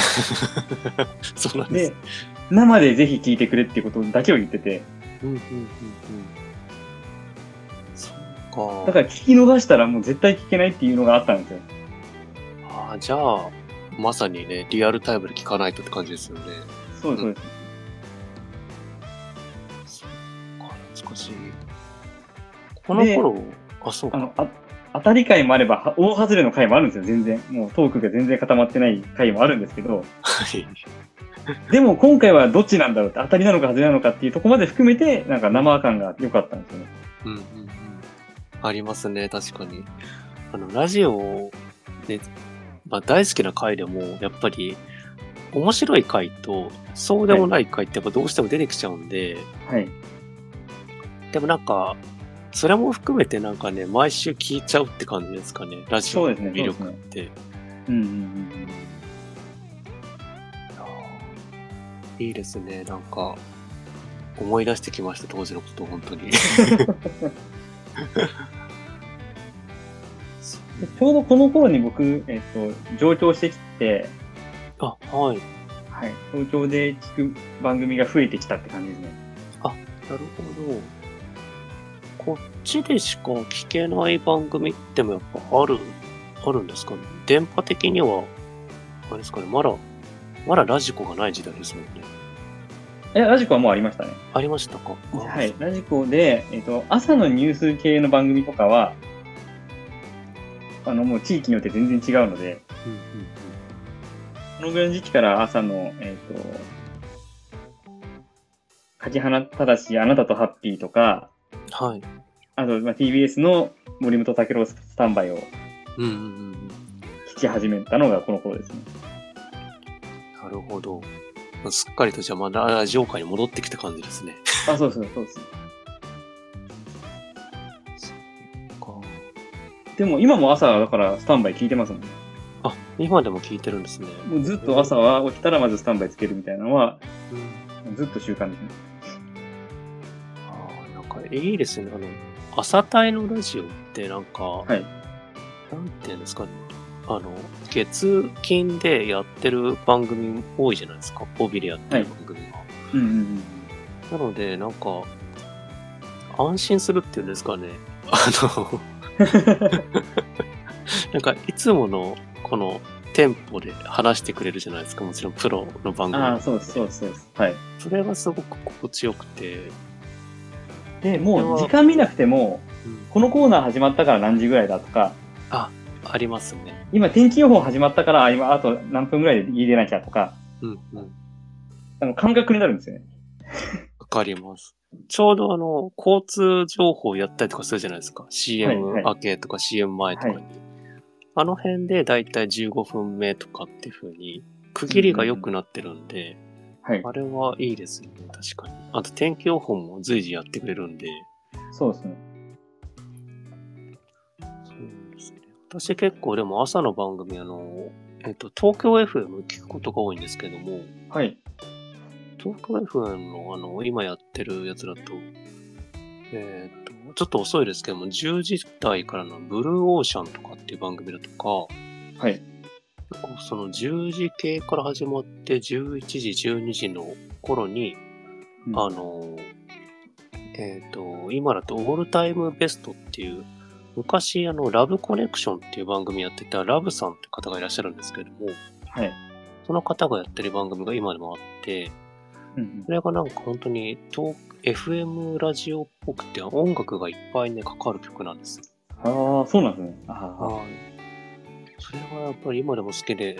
C: すよ。
A: そうなんです
C: で。、生でぜひ聞いてくれってことだけを言ってて、
A: うんうんうんうん。そっか。
C: だから聞き逃したらもう絶対聞けないっていうのがあったんですよ。
A: ああ、じゃあ、まさにね、リアルタイムで聞かないとって感じですよね。
C: そうです、そうです。
A: そっか、懐かしい。この頃、あ、そう
C: あ
A: か。
C: の、あ当たり回もあれば、は大外れの回もあるんですよ、全然。もうトークが全然固まってない回もあるんですけど、
A: はい。
C: でも今回はどっちなんだろうって、当たりなのか外れなのかっていうとこまで含めて、なんか生感が良かったんですよね。
A: うんうんうん。ありますね、確かに。あの、ラジオで、まあ、大好きな回でも、やっぱり、面白い回と、そうでもない回ってやっぱどうしても出てきちゃうんで、
C: はい。
A: でもなんか、それも含めてなんかね、毎週聞いちゃうって感じですかね。ラジオ
C: そう
A: の
C: ですね
A: 魅力って。
C: うんうんうん
A: いやいいですね、なんか、思い出してきました、当時のことを、本当 に。
C: うん。でちょうどこの頃に僕、えっ、と、上京してきて、
A: あ、はい。
C: はい。東京で聞く番組が増えてきたって感じですね。
A: なるほど。こっちでしか聞けない番組ってもやっぱある、あるんですかね。電波的には、あれですかね、まだ、まだラジコがない時代ですもんね。
C: え、ラジコはもうありましたね。
A: ありましたか
C: はい。。ラジコで、えっ、と、朝のニュース系の番組とかは、あの、もう地域によって全然違うので、
A: うんうんうん
C: このぐらいの時期から朝の、えっ、と、柿花正しあなたとハッピーとか、
A: はい。
C: あと、まあ、TBS の森本武郎スタンバイを
A: うんうんうんうん。
C: 聞き始めたのがこの頃ですね。
A: なるほど。すっかりとじゃあまだラジオ界に戻ってきた感じですね。
C: あ、そうそう、そうです。でも今も朝、だからスタンバイ聞いてますもんね。
A: あ、今でも聞いてるんですね。
C: もうずっと朝は起きたらまずスタンバイつけるみたいなのは、
A: うん
C: ずっと習慣ですね。
A: あーなんかいいですね。あの、朝帯のラジオってなんか、
C: い
A: なんていうんですかね。あの、月金でやってる番組多いじゃないですか。帯でやってる番組が。
C: うんうんうん。
A: なので、なんか、安心するっていうんですかね。あ の、なんかいつものこのテンポで話してくれるじゃないですか。もちろんプロの番組。
C: ああ、そうです、そうです、そうです。はい。
A: それがすごく心地よくて、
C: で、もう時間見なくても、
A: うん
C: このコーナー始まったから何時ぐらいだとか、
A: ありますね。
C: 今天気予報始まったから、あ今あと何分ぐらいで家出なきゃとか、
A: うんうん。
C: あの感覚になるんですよね。
A: わかります。ちょうどあの、交通情報やったりとかするじゃないですか。
C: は
A: CM
C: い
A: 明
C: は
A: けとか CM 前とかに。
C: は
A: あの辺でだいたい15分目とかっていう風に、区切りが良くなってるんで、
C: はい。
A: あれはいいですよね、確かに。あと天気予報も随時やってくれるんで、
C: そうですね。
A: そうですね。私結構でも朝の番組あの、えっと、東京 FM 聞くことが多いんですけども、
C: はい。
A: 東京 FM のあの、今やってるやつだと、えーっ、と、ちょっと遅いですけども、10時台からのブルーオーシャンとかっていう番組だとか、
C: はい。
A: こうその10時系から始まって11時、12時の頃に、
C: うん
A: あの、えーっ、と、今だとオールタイムベストっていう、昔あの、ラブコネクションっていう番組やってたラブさんって方がいらっしゃるんですけども、
C: はい。
A: その方がやってる番組が今でもあって、
C: うん
A: それがなんか本当にトー FM ラジオっぽくて音楽がいっぱいね、かかる曲なんですよ。
C: うん、ああ、そうなんですね。ああ。
A: それがやっぱり今でも好きで、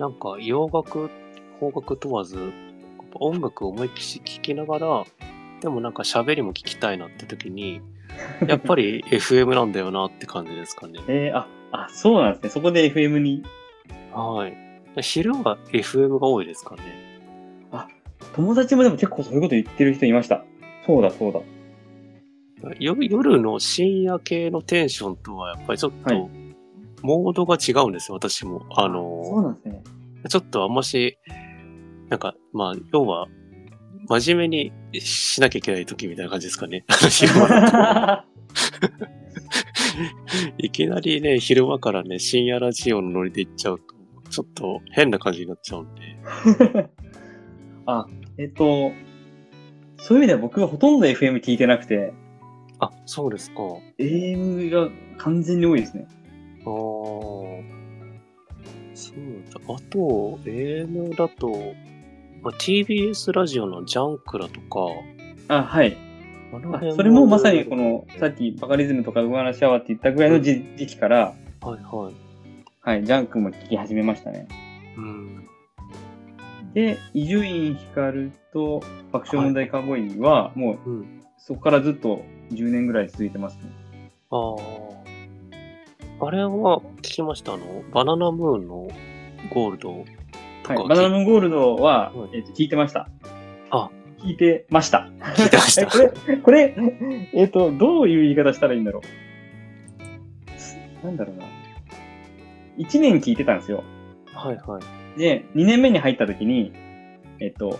A: なんか洋楽、邦楽問わず、やっぱ音楽を思いっきり聴きながら、でもなんか喋りも聞きたいなって時に、やっぱり FM なんだよなって感じですかね。
C: えー、あ、あ、そうなんですね。そこで FM に。
A: はい。昼は FM が多いですかね。
C: 友達もでも結構そういうこと言ってる人いました。そうだ、そうだ。
A: 夜夜の深夜系のテンションとはやっぱりちょっと、
C: はい
A: モードが違うんですよ、私も。あ
C: そう
A: の、
C: なんですね。
A: ちょっとあんまし、なんか、まあ、要は、真面目にしなきゃいけない時みたいな感じですか ね。あの昼間だといきなりね、昼間からね、深夜ラジオのノリで行っちゃうと、ちょっと変な感じになっちゃうんで。
C: あ、えっと、そういう意味では僕はほとんど FM 聞いてなくて、
A: あ、そうですか。
C: AM が完全に多いですね。
A: ああ、そうだ。あと、AM だと、まあ、TBS ラジオのジャンクラとか、
C: あ、はい。
A: あの
C: あ
A: 辺
C: それもまさにこ、の、さっきバカリズムとかウアナシャワーって言ったぐらいの時,、時期から、
A: はいはい。
C: はい、ジャンクも聞き始めましたね。
A: うん。
C: で、伊集院光と爆笑問題カーボーイは、もう
A: うん。
C: そこからずっと10年ぐらい続いてますね。
A: ああ。あれは聞きました。あの、バナナムーンのゴールドとか
C: はい、バナナムーンゴールドは、
A: はい
C: えっと聞いてました。
A: あ
C: 聞いてました。
A: 聞いてまし
C: え
A: た。
C: これ、これ、えっと、どういう言い方したらいいんだろうす。なんだろうな。1年聞いてたんですよ。
A: はいはい。
C: で、2年目に入った時に、えっと、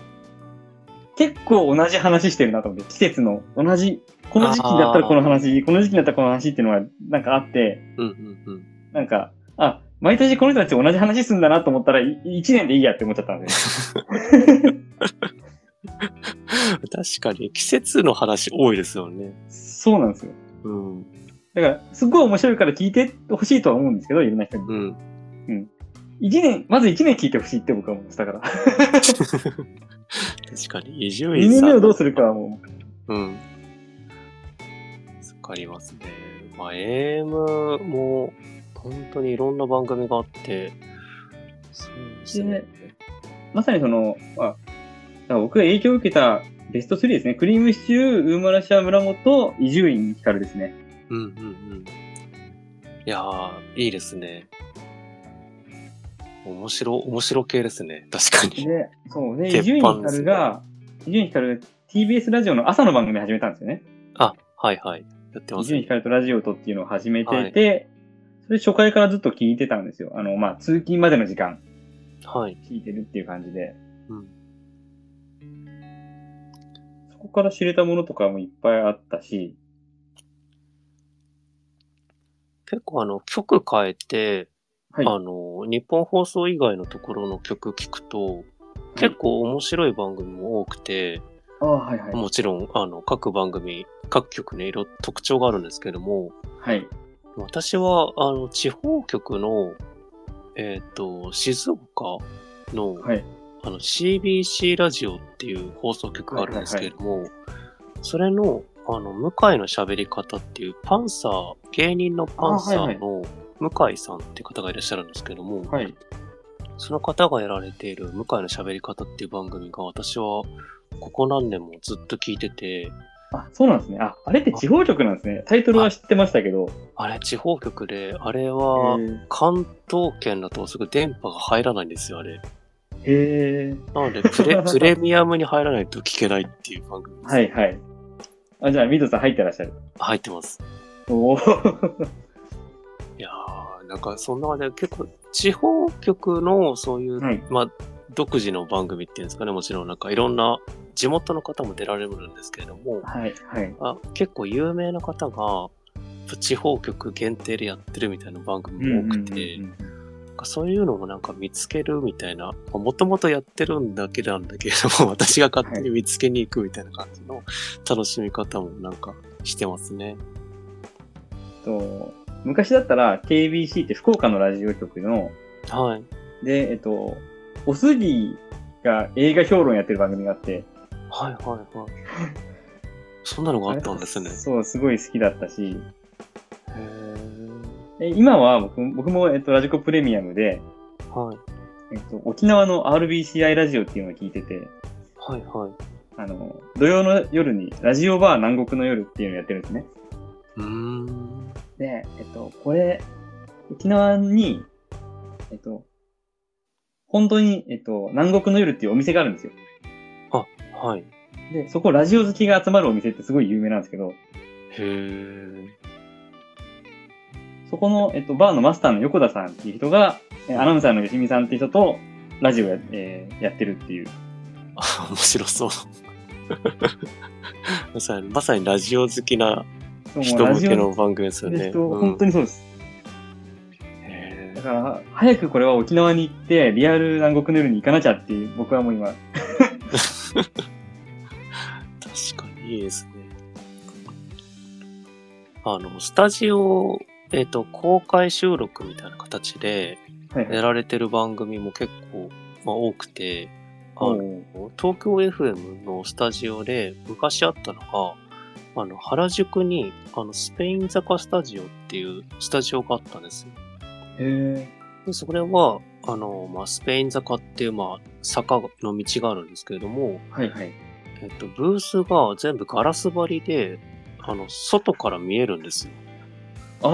C: 結構同じ話してるなと思って、季節の同じ、この時期だったらこの話、この時期だったらこの話っていうのがなんかあって、
A: うんうんうん。
C: なんか、あ、毎年この人たち同じ話すんだなと思ったら、1年でいいやって思っちゃったんで。
A: 確かに季節の話多いですよね。
C: そうなんですよ。
A: うん。
C: だから、すっごい面白いから聞いてほしいとは思うんですけど、いろんな人に。
A: うん。
C: 一年、まず一年聞いてほしいって僕は思うんです。だから、
A: 確かに、伊集
C: 二
A: 院
C: 年
A: さん
C: 目
A: の。
C: をどうするかはもう、
A: うん。わかりますね。まあ、AM も、本当にいろんな番組があって、そうですね。
C: まさにその、まあ、だから僕が影響を受けたベスト3ですね。クリームシチュー、ウーマラシア村本、伊集院光ですね。
A: うんうんうん。いやー、いいですね。面白、面白系ですね。確かに。
C: で、そう。で、伊
A: 鉄
C: 集院
A: 板ですね
C: 光が、伊集院光が TBS ラジオの朝の番組始めたんですよね。
A: あ、はいはい。やってま
C: 伊
A: す
C: 集院
A: ね。
C: 光とラジオとっていうのを始めていて、それ初回からずっと聞いてたんですよ。あの、まあ、通勤までの時間、
A: はい。
C: 聞いてるっていう感じで。
A: うん。
C: そこから知れたものとかもいっぱいあったし、
A: 結構あの、曲変えて、
C: はい。
A: あの、日本放送以外のところの曲聞くと、結構面白い番組も多くて、
C: ああ、はいはい。
A: もちろん、あの、各番組、各局ね、いろ、特徴があるんですけども、
C: はい。
A: 私は、あの、地方局の、えっ、と、静岡の、
C: はい。
A: あの、CBC ラジオっていう放送局があるんですけれども、それの、あの、向井の喋り方っていう、パンサー、芸人のパンサ
C: あはい
A: ーの向井さんって方がいらっしゃるんですけども、
C: はい。
A: その方がやられている向井の喋り方っていう番組が私はここ何年もずっと聞いてて、
C: あ、そうなんですね。あ、あれって地方局なんですね。タイトルは知ってましたけど。
A: あれ地方局で、あれ
C: へ
A: は
C: ー
A: 関東圏だとすぐ電波が入らないんですよ、あれ。
C: へー
A: なので プレプレミアムに入らないと聞けないっていう番組です。
C: はいはい。あ、じゃあ、水戸さん入ってらっしゃる。
A: 入ってます。
C: お ー
A: いやー、なんかそんな感じで結構地方局のそういう、
C: はい。
A: まあ、独自の番組っていうんですかね、もちろんなんかいろんな地元の方も出られるんですけれども、
C: はい。はい。
A: あ結構有名な方が地方局限定でやってるみたいな番組も多くて
C: うん、うんうん
A: なんかそういうのもなんか見つけるみたいな、もともとやってるんだけなんだけれども、 私が勝手に見つけに行くみたいな感じの楽しみ方もなんかしてますね。
C: と昔だったら KBC って福岡のラジオ局の、
A: はい。
C: で、えっと、おすぎが映画評論やってる番組があって、
A: はいはいはい。そんなのがあったんですね
C: あれ。そう、すごい好きだったし、
A: へー
C: え今は僕僕も、えっと、ラジコプレミアムで、
A: はい。
C: えっと、沖縄の RBCI ラジオっていうのを聞いてて、
A: はいはい。
C: あの、土曜の夜にラジオバー南国の夜っていうのをやってるんですね。
A: うーん。
C: で、えっと、これ、沖縄に、えっと、本当に、えっと、南国の夜っていうお店があるんですよ。
A: はい。
C: で、そこラジオ好きが集まるお店ってすごい有名なんですけど、
A: へー
C: そこの、えっと、バーのマスターの横田さんっていう人が、えアナウンサーの吉見さんっていう人と、ラジオや,、えーやってるっていう。
A: あ面白そう。 まさにまさにラジオ好きな
C: そうも
A: 人
C: うラ
A: 向
C: ジ
A: け
C: オ
A: の番組ですよね。
C: ですと、本当にそうです。
A: うんへ
C: だから、早くこれは沖縄に行って、リアル南国の夜に行かなきゃっていう、僕はもう今、
A: ー確かにいいですね。あの、スタジオ、えっ、と、公開収録みたいな形で
C: はいはい。
A: やられてる番組も結構、まあ、多くて、あの、
C: おー
A: 東京 FM のスタジオで昔あったのが、あの、原宿に、あの、スペイン坂スタジオっていうスタジオがあったんですよ。
C: へー
A: で、それは、あの、まあ、スペイン坂っていう、まあ、坂の道があるんですけれども、
C: はいはい。
A: えっと、ブースが全部ガラス張りで、あの、外から見えるんですよ。
C: あ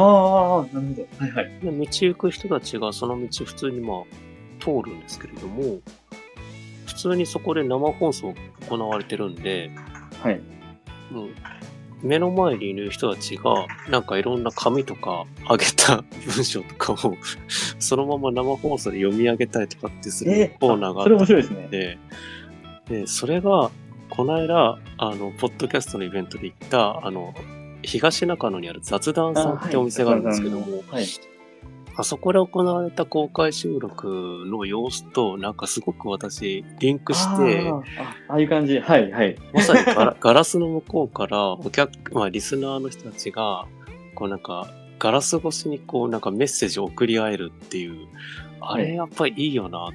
C: ー、なるほど。はいはい。
A: で、道行く人たちがその道普通にまあ、通るんですけれども、普通にそこで生放送行われてるんで、
C: はい。
A: もう、目の前にいる人たちが、なんかいろんな紙とか、あげた 文章とかを、そのまま生放送で読み上げたりとかってする
C: え
A: コーナーがあ
C: それ
A: っ
C: 面白いですね。
A: て、で、それが、この間、あの、ポッドキャストのイベントで行った、あの、東中野にある雑談さんってお店があるんですけども、
C: はい。
A: あそこで行われた公開収録の様子と、なんかすごく私、リンクして、
C: あーあああいう感じ。はいはい。
A: まさにガラ ガラスの向こうから、お客、まあ、リスナーの人たちが、こうなんか、ガラス越しにこうなんかメッセージを送り合えるっていう、あ
C: は
A: れ
C: い
A: やっぱりいいよなと思っ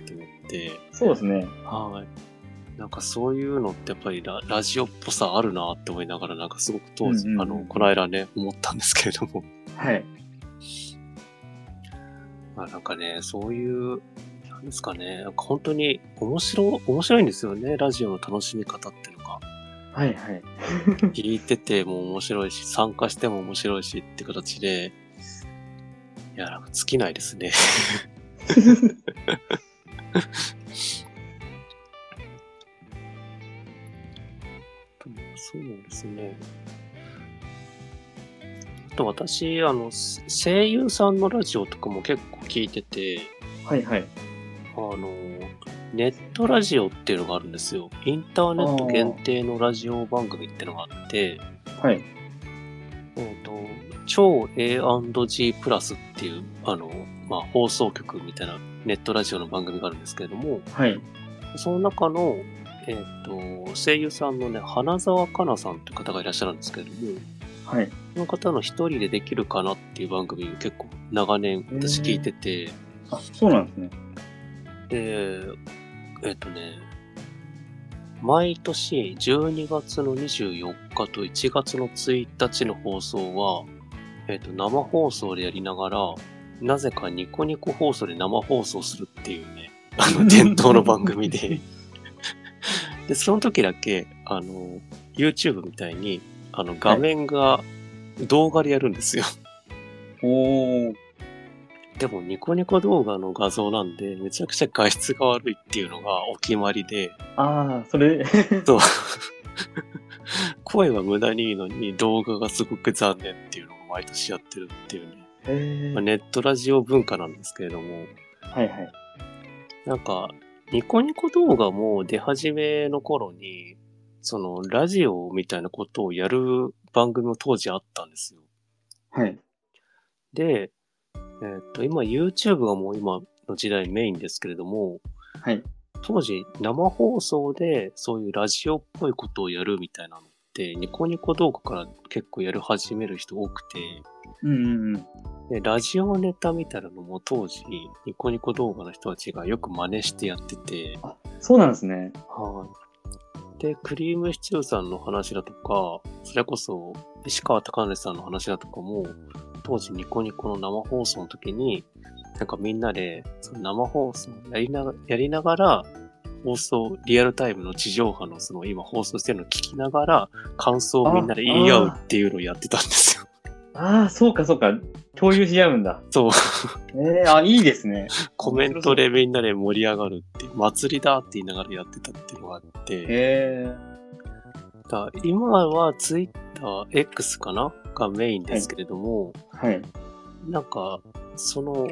A: て、
C: そうですね。
A: はい。なんかそういうのってやっぱりララジオっぽさあるなって思いながら、なんかすごく当時、
C: うんうんうん
A: あの、この間ね、思ったんですけれども、
C: はい。
A: まあなんかね、そういう、なんですかね、なんか本当に面白、面白いんですよね、ラジオの楽しみ方っていうのが。
C: はいはい。
A: 聞いてても面白いし、参加しても面白いしって形で、いや、なんか尽きないです ね。そうですね。あと私、あの、せ声優さんのラジオとかも結構聞いてて、
C: はいはい。
A: あの、ネットラジオっていうのがあるんですよ。インターネット限定のラジオ番組っていうのがあって、
C: はい。
A: えっ、と、超 A&G プラスっていう、あの、まあ、放送局みたいなネットラジオの番組があるんですけれども、
C: はい。
A: その中の、えっ、と、声優さんのね、花澤香菜さんという方がいらっしゃるんですけれども、
C: はい。
A: その方の一人でできるかなっていう番組を結構長年私聞いてて、
C: あ、そうなんですね。
A: で、えっ、とね、毎年12月の24日と1月の1日の放送は、えっ、と、生放送でやりながら、なぜかニコニコ放送で生放送するっていうね、あの、伝統の番組で。で、その時だけ、あの、YouTube みたいに、あの、画面が動画でやるんですよ。
C: おー。
A: でも、ニコニコ動画の画像なんで、めちゃくちゃ画質が悪いっていうのがお決まりで、
C: ああ、それ、
A: そう。声は無駄にいいのに動画がすごく残念っていうのを毎年やってるっていうね。
C: え
A: まあネットラジオ文化なんですけれども、
C: はいはい。
A: なんか、ニコニコ動画も出始めの頃に、その、ラジオみたいなことをやる番組も当時あったんですよ。
C: はい。
A: で、えーっと、今 YouTube がもう今の時代メインですけれども、
C: はい。
A: 当時生放送でそういうラジオっぽいことをやるみたいなのって、ニコニコ動画から結構やる始める人多くて、
C: うんうんうん。
A: で、ラジオネタみたいなのも当時、ニコニコ動画の人たちがよく真似してやってて、
C: そうなんですね。
A: はい。で、クリームシチューさんの話だとか、それこそ、石川貴則さんの話だとかも、当時ニコニコの生放送の時に、なんかみんなで、その生放送をやりながやりながら、放送、リアルタイムの地上波のその今放送してるのを聞きながら、感想をみんなで言い合うっていうのをやってたんですよ。
C: ああ、そうかそうか。共有し合うんだ。
A: そう。
C: えー、あ、いいですね。
A: コメントでみんなで盛り上がるっていう、祭りだって言いながらやってたっていうのがあって、
C: え
A: だ今はツイッター X かながメインですけれども、
C: ー、はい。
A: なんか、その、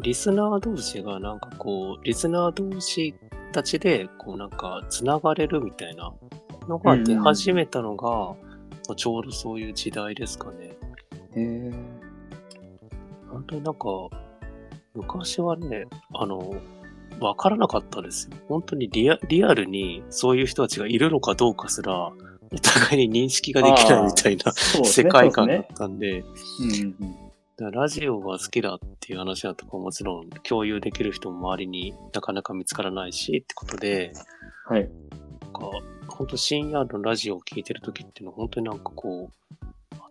A: リスナー同士がなんかこう、リスナー同士たちで、こうなんか、つながれるみたいなのが出始めたのが、ちょうどそういう時代ですかね。
C: えー、
A: 本当になんか、昔はね、あの、わからなかったですよ。本当にリアリアルにそういう人たちがいるのかどうかすら、お互いに認識ができないみたいな
C: そうです
A: 世
C: ね
A: 界観だ
C: そう
A: っ
C: で
A: たんで、
C: すねうんうんうん
A: だからラジオが好きだっていう話だとかもちろん共有できる人も周りになかなか見つからないしってことで、
C: はい。
A: なんか、本当深夜のラジオを聞いてる時っていうのは本当になんかこう、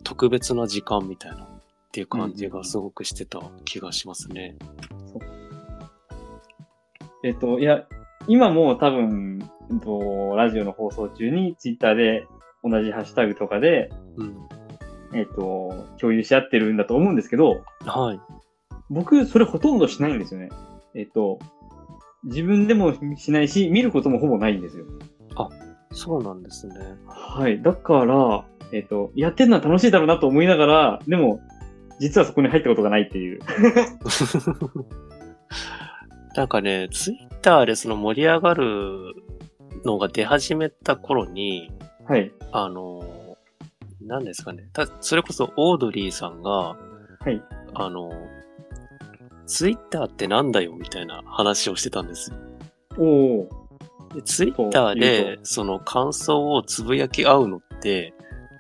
A: 特別な時間みたいなっていう感じがすごくしてた気がしますね。
C: えっ、と、いや、今もう多分、えっと、ラジオの放送中にツイッターで同じハッシュタグとかで、
A: うん。
C: えっ、と、共有し合ってるんだと思うんですけど、
A: はい。
C: 僕、それほとんどしないんですよね。えっ、と、自分でもしないし、見ることもほぼないんですよ。
A: そうなんですね。
C: はい。だから、えっ、と、やってるのは楽しいだろうなと思いながら、でも、実はそこに入ったことがないって いう。
A: なんかね、ツイッターでその盛り上がるのが出始めた頃に、
C: はい。
A: あの、何ですかね。たそれこそオードリーさんが、
C: はい。
A: あの、ツイッターってなんだよみたいな話をしてたんですよ。
C: おー。
A: でツイッター
C: ほうい
A: でその感想をつぶやき合うのって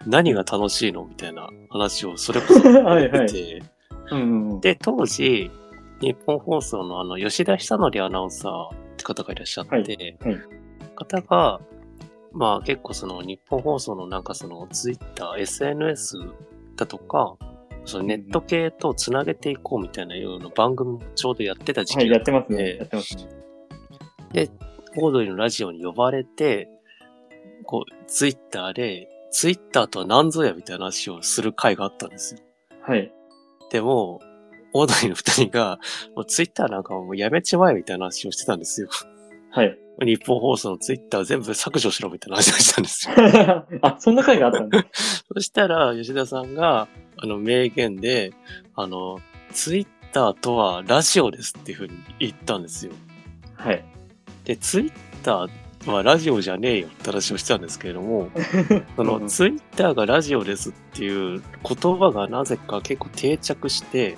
A: 何が楽しいのみたいな話をそれこそ
C: はいは
A: や
C: い
A: ってて、
C: うんうんうん。
A: で、当時、日本放送のあの、吉田久典アナウンサーって方がいらっしゃって、
C: はいはい
A: 方が、まあ結構その日本放送のなんかそのツイッター、SNS だとか、そのネット系とつなげていこうみたいなような番組もちょうどやってた時
C: はい、
A: 期
C: や
A: だ
C: っ
A: ってた
C: ます
A: え
C: ね。
A: え
C: やってますね。
A: オードリーのラジオに呼ばれて、こう、ツイッターで、ツイッターとは何ぞやみたいな話をする回があったんですよ。
C: はい。
A: でも、オードリーの二人が、もうツイッターなんかもうやめちまえみたいな話をしてたんですよ。
C: はい。
A: 日本放送のツイッター全部削除しろみたいな話をしたんです よ。
C: あ、そんな回があったんです。
A: そしたら、吉田さんが、あの、名言で、あの、ツイッターとはラジオですっていうふうに言ったんですよ。
C: はい。
A: で、ツイッターはラジオじゃねえよって話をしてたんですけれども、そ
C: うんう
A: の
C: ん
A: ツイッターがラジオですっていう言葉がなぜか結構定着して、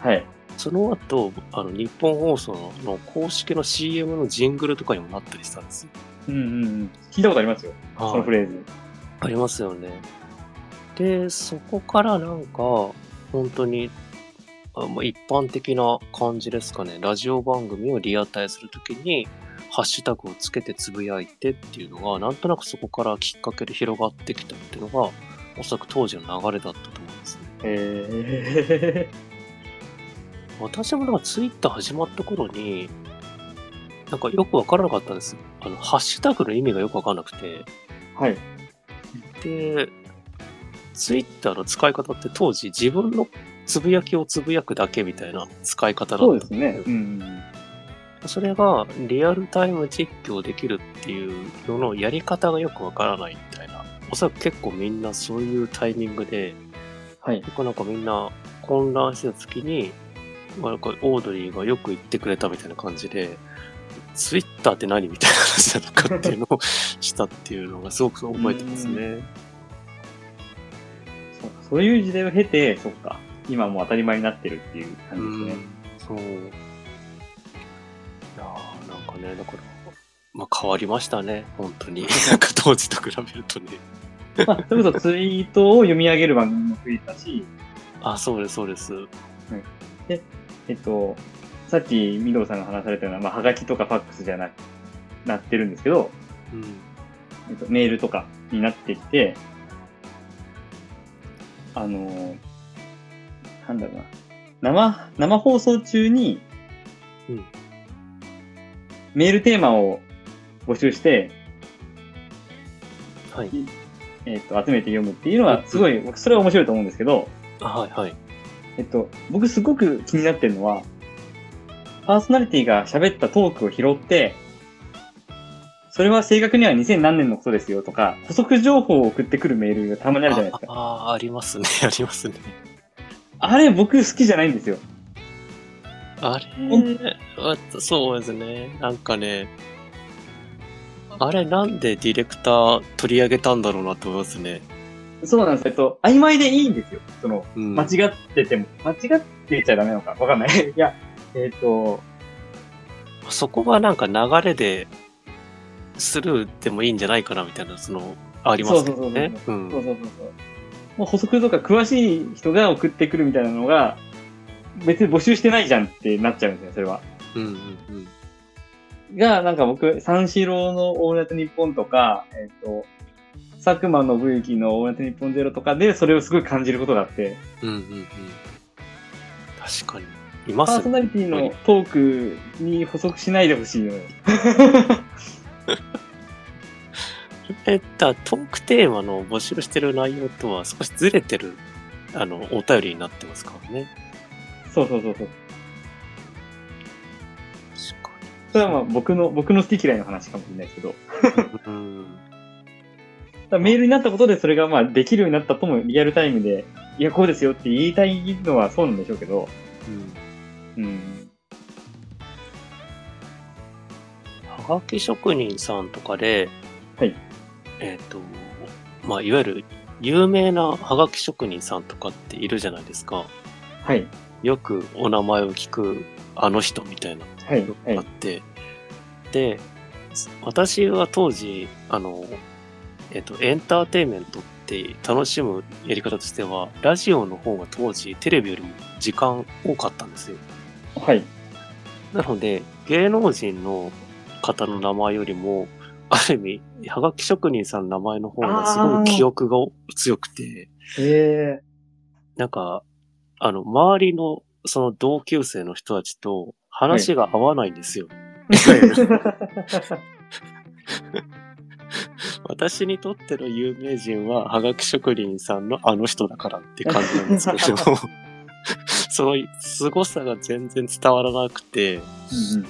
C: はい。
A: その後、あの、日本放送の公式の CM のジングルとかにもなったりしたんですよ。
C: うんうんうん。聞いたことありますよ。そのフレーズ。
A: ありますよね。で、そこからなんか、本当に、あまあ、一般的な感じですかね。ラジオ番組をリアタイするときに、ハッシュタグをつけてつぶやいてっていうのが、なんとなくそこからきっかけで広がってきたっていうのが、おそらく当時の流れだったと思うんですね。
C: え
A: 私もなんかツイッター始まった頃に、なんかよくわからなかったんです。あの、ハッシュタグの意味がよくわかんなくて。
C: ー、はい。
A: で、ツイッターの使い方って当時自分のつぶやきをつぶやくだけみたいな使い方だった
C: そ
A: ん
C: うですね。うん。
A: それがリアルタイム実況できるっていうののやり方がよくわからないみたいな。おそらく結構みんなそういうタイミングで、
C: はい。
A: 結構なんかみんな混乱してた時に、なんかオードリーがよく言ってくれたみたいな感じで、ツイッターって何みたいな話なのかっていうのをしたっていうのがすごく覚えてますね。
C: そうかそういう時代を経て、そっか。今もう当たり前になってるっていう感じですね。
A: そう。いやーなんかね、だから、まあ変わりましたね、本当に。なんか当時と比べるとね。
C: まあ、それこそツイートを読み上げる番組も増えたし、
A: あ、そうです、そうです。
C: えっと、さっき、みどさんが話されたような、まあ、はがきとかファックスじゃなくなってるんですけど、
A: うん。
C: えっと、メールとかになってきて、あのーなんだろうな。生、生放送中に、
A: うん
C: メールテーマを募集して、
A: はい。
C: えっと、集めて読むっていうのは、すごい、僕それは面白いと思うんですけど、
A: あはい、はい。
C: えっと、僕すごく気になってるのは、パーソナリティが喋ったトークを拾って、それは正確には2000何年のことですよとか、補足情報を送ってくるメールがたまにあるじゃないですか。
A: ああー、ありますね、ありますね。
C: あれ僕好きじゃないんですよ。
A: あれ
C: ほ
A: あそうですね。なんかね、あれなんでディレクター取り上げたんだろうなと思いますね。
C: そうなんですよ。えっと、曖昧でいいんですよ。その、
A: うん。
C: 間違ってても。間違ってちゃダメなのかわかんない。い や、えっと、
A: そこはなんか流れでスルーでもいいんじゃないかなみたいな、その、ありますけどね。う。
C: そうんそうそうそう。もう補足とか詳しい人が送ってくるみたいなのが、別に募集してないじゃんってなっちゃうんですよ、それは。
A: うんうんうん。
C: が、なんか僕、三四郎のオールナイトニッポンとか、えっ、と、佐久間信之のオールナイトニッポンゼロとかで、それをすごい感じることがあって、
A: うんうんうん。確かに。い
C: パ
A: ま
C: ー
A: す
C: ソナリティのトークに補足しないでほしいのよ。
A: え、だトークテーマの募集してる内容とは少しずれてる、あの、お便りになってますからね。
C: そうそうそうそう。
A: 確かに。
C: それはまあ僕の、僕の好き嫌いの話かもしれないですけど、だか
A: うん。
C: らメールになったことでそれがまあできるようになったともリアルタイムで、いや、こうですよって言いたいのはそうなんでしょうけど、
A: うん
C: うん。
A: はがき職人さんとかで、
C: はい
A: えっ、と、まあ、いわゆる有名なはがき職人さんとかっているじゃないですか。
C: はい、
A: よくお名前を聞くあの人みたいな
C: はい、は
A: のがあっ
C: い、
A: て、で、私は当時、あの、えっ、と、エンターテインメントって楽しむやり方としては、ラジオの方が当時テレビよりも時間多かったんですよ。
C: はい。
A: なので、芸能人の方の名前よりも、ある意味、はがき職人さんの名前の方がすご
C: あー
A: い記憶が強くて、
C: へえ
A: なんか、あの、周りの、その同級生の人たちと話が合わないんですよ。私にとっての有名人は、はがき職人さんのあの人だからって感じなんですけど、 その凄さが全然伝わらなくて、
C: うんうん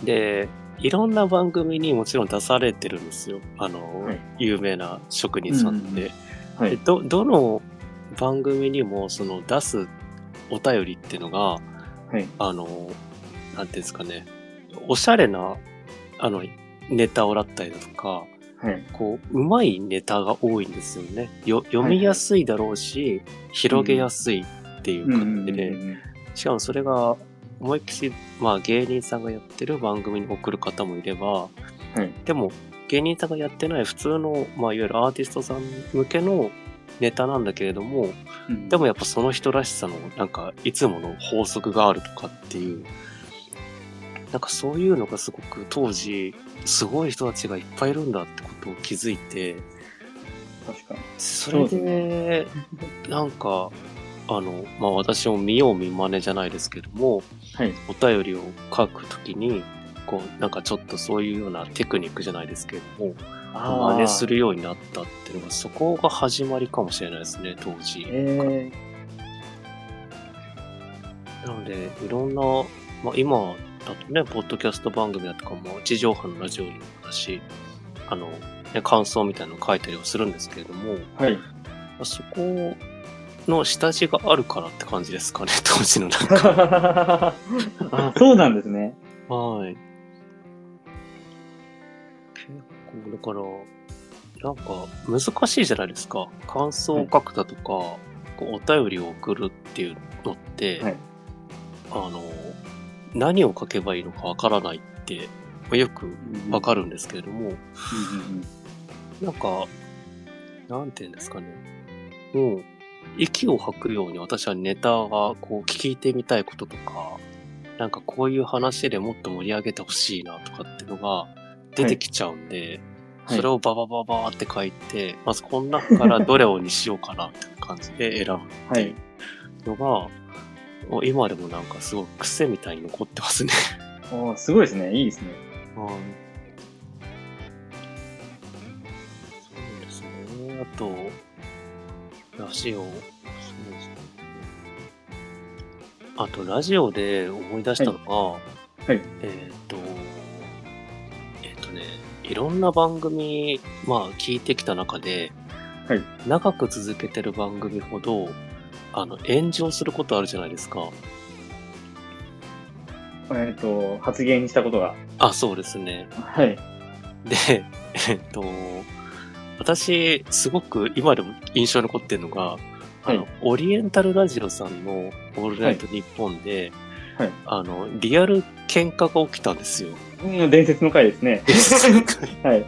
C: うん
A: で、いろんな番組にもちろん出されてるんですよ。あの、
C: はい
A: 有名な職人さんって、
C: うんうんうんは
A: で
C: い。
A: ど、どの番組にもその出すお便りっていうのが、
C: はい
A: あの、なんていうんですかね、おしゃれな、あの、ネタをだったりだとか、
C: はい。
A: こう、うまいネタが多いんですよね。よ読みやすいだろうし、広げやすいっていう感じで、しかもそれが思いっきり、まあ、芸人さんがやってる番組に送る方もいれば、
C: はい
A: でも芸人さんがやってない普通の、まあ、いわゆるアーティストさん向けのネタなんだけれども、
C: うん
A: でもやっぱその人らしさの、なんか、いつもの法則があるとかっていう、なんかそういうのがすごく当時、すごい人たちがいっぱいいるんだってことを気づいて、
C: 確かに。
A: それ
C: そう
A: で、なんか、あの、まあ、私も見よう見まねじゃないですけども、
C: はい。
A: お便りを書くときに、こう、なんかちょっとそういうようなテクニックじゃないですけども、
C: あ
A: 真似す
C: る。
A: るようになったっていうのが、そこが始まりかもしれないですね、当時。
C: え
A: なので、いろんな、まあ、今だとね、ポッドキャスト番組だとかも、地上波のラジオにもだし、あの、ね、感想みたいなの書いたりはするんですけれども、
C: ー、はい。
A: まあそこの下地があるからって感じですかね、当時のなんか。
C: あそうなんですね。
A: はい。結構、だから、なんか難しいじゃないですか。感想を書くだとか、こうお便りを送るっていうのって、
C: はい
A: あの、何を書けばいいのかわからないって、まあよくわかるんですけれども、
C: うんうんうん
A: なんか、なんて言うんですかね。もう、息を吐くように私はネタが、こう、聞いてみたいこととか、なんかこういう話でもっと盛り上げてほしいなとかっていうのが出てきちゃうんで、
C: はい
A: それをババババーって書いて、まずこの中からどれをにしようかなっていう感じで選
C: はい。
A: ぶのが、もう今でもなんかすごく癖みたいに残ってますね。
C: おーすごいですね。いいですね。
A: はい。そうですね。あと、ラジオ。そうですね。あと、ラジオで思い出したのが、
C: いはい
A: えーっ、と、えーっ、とね、いろんな番組、まあ、聞いてきた中で、
C: はい
A: 長く続けてる番組ほど、あの、炎上することあるじゃないですか。
C: えっ、と、発言したことが。
A: あ、そうですね。
C: はい。
A: で、 えっと、私、すごく今でも印象に残ってるのが、あの、
C: は
A: オリエンタルラジオさんのオールナイトニッポンで、
C: はい
A: あの、リアル喧嘩が起きたんですよ。
C: うん、伝説の回ですね。 はい。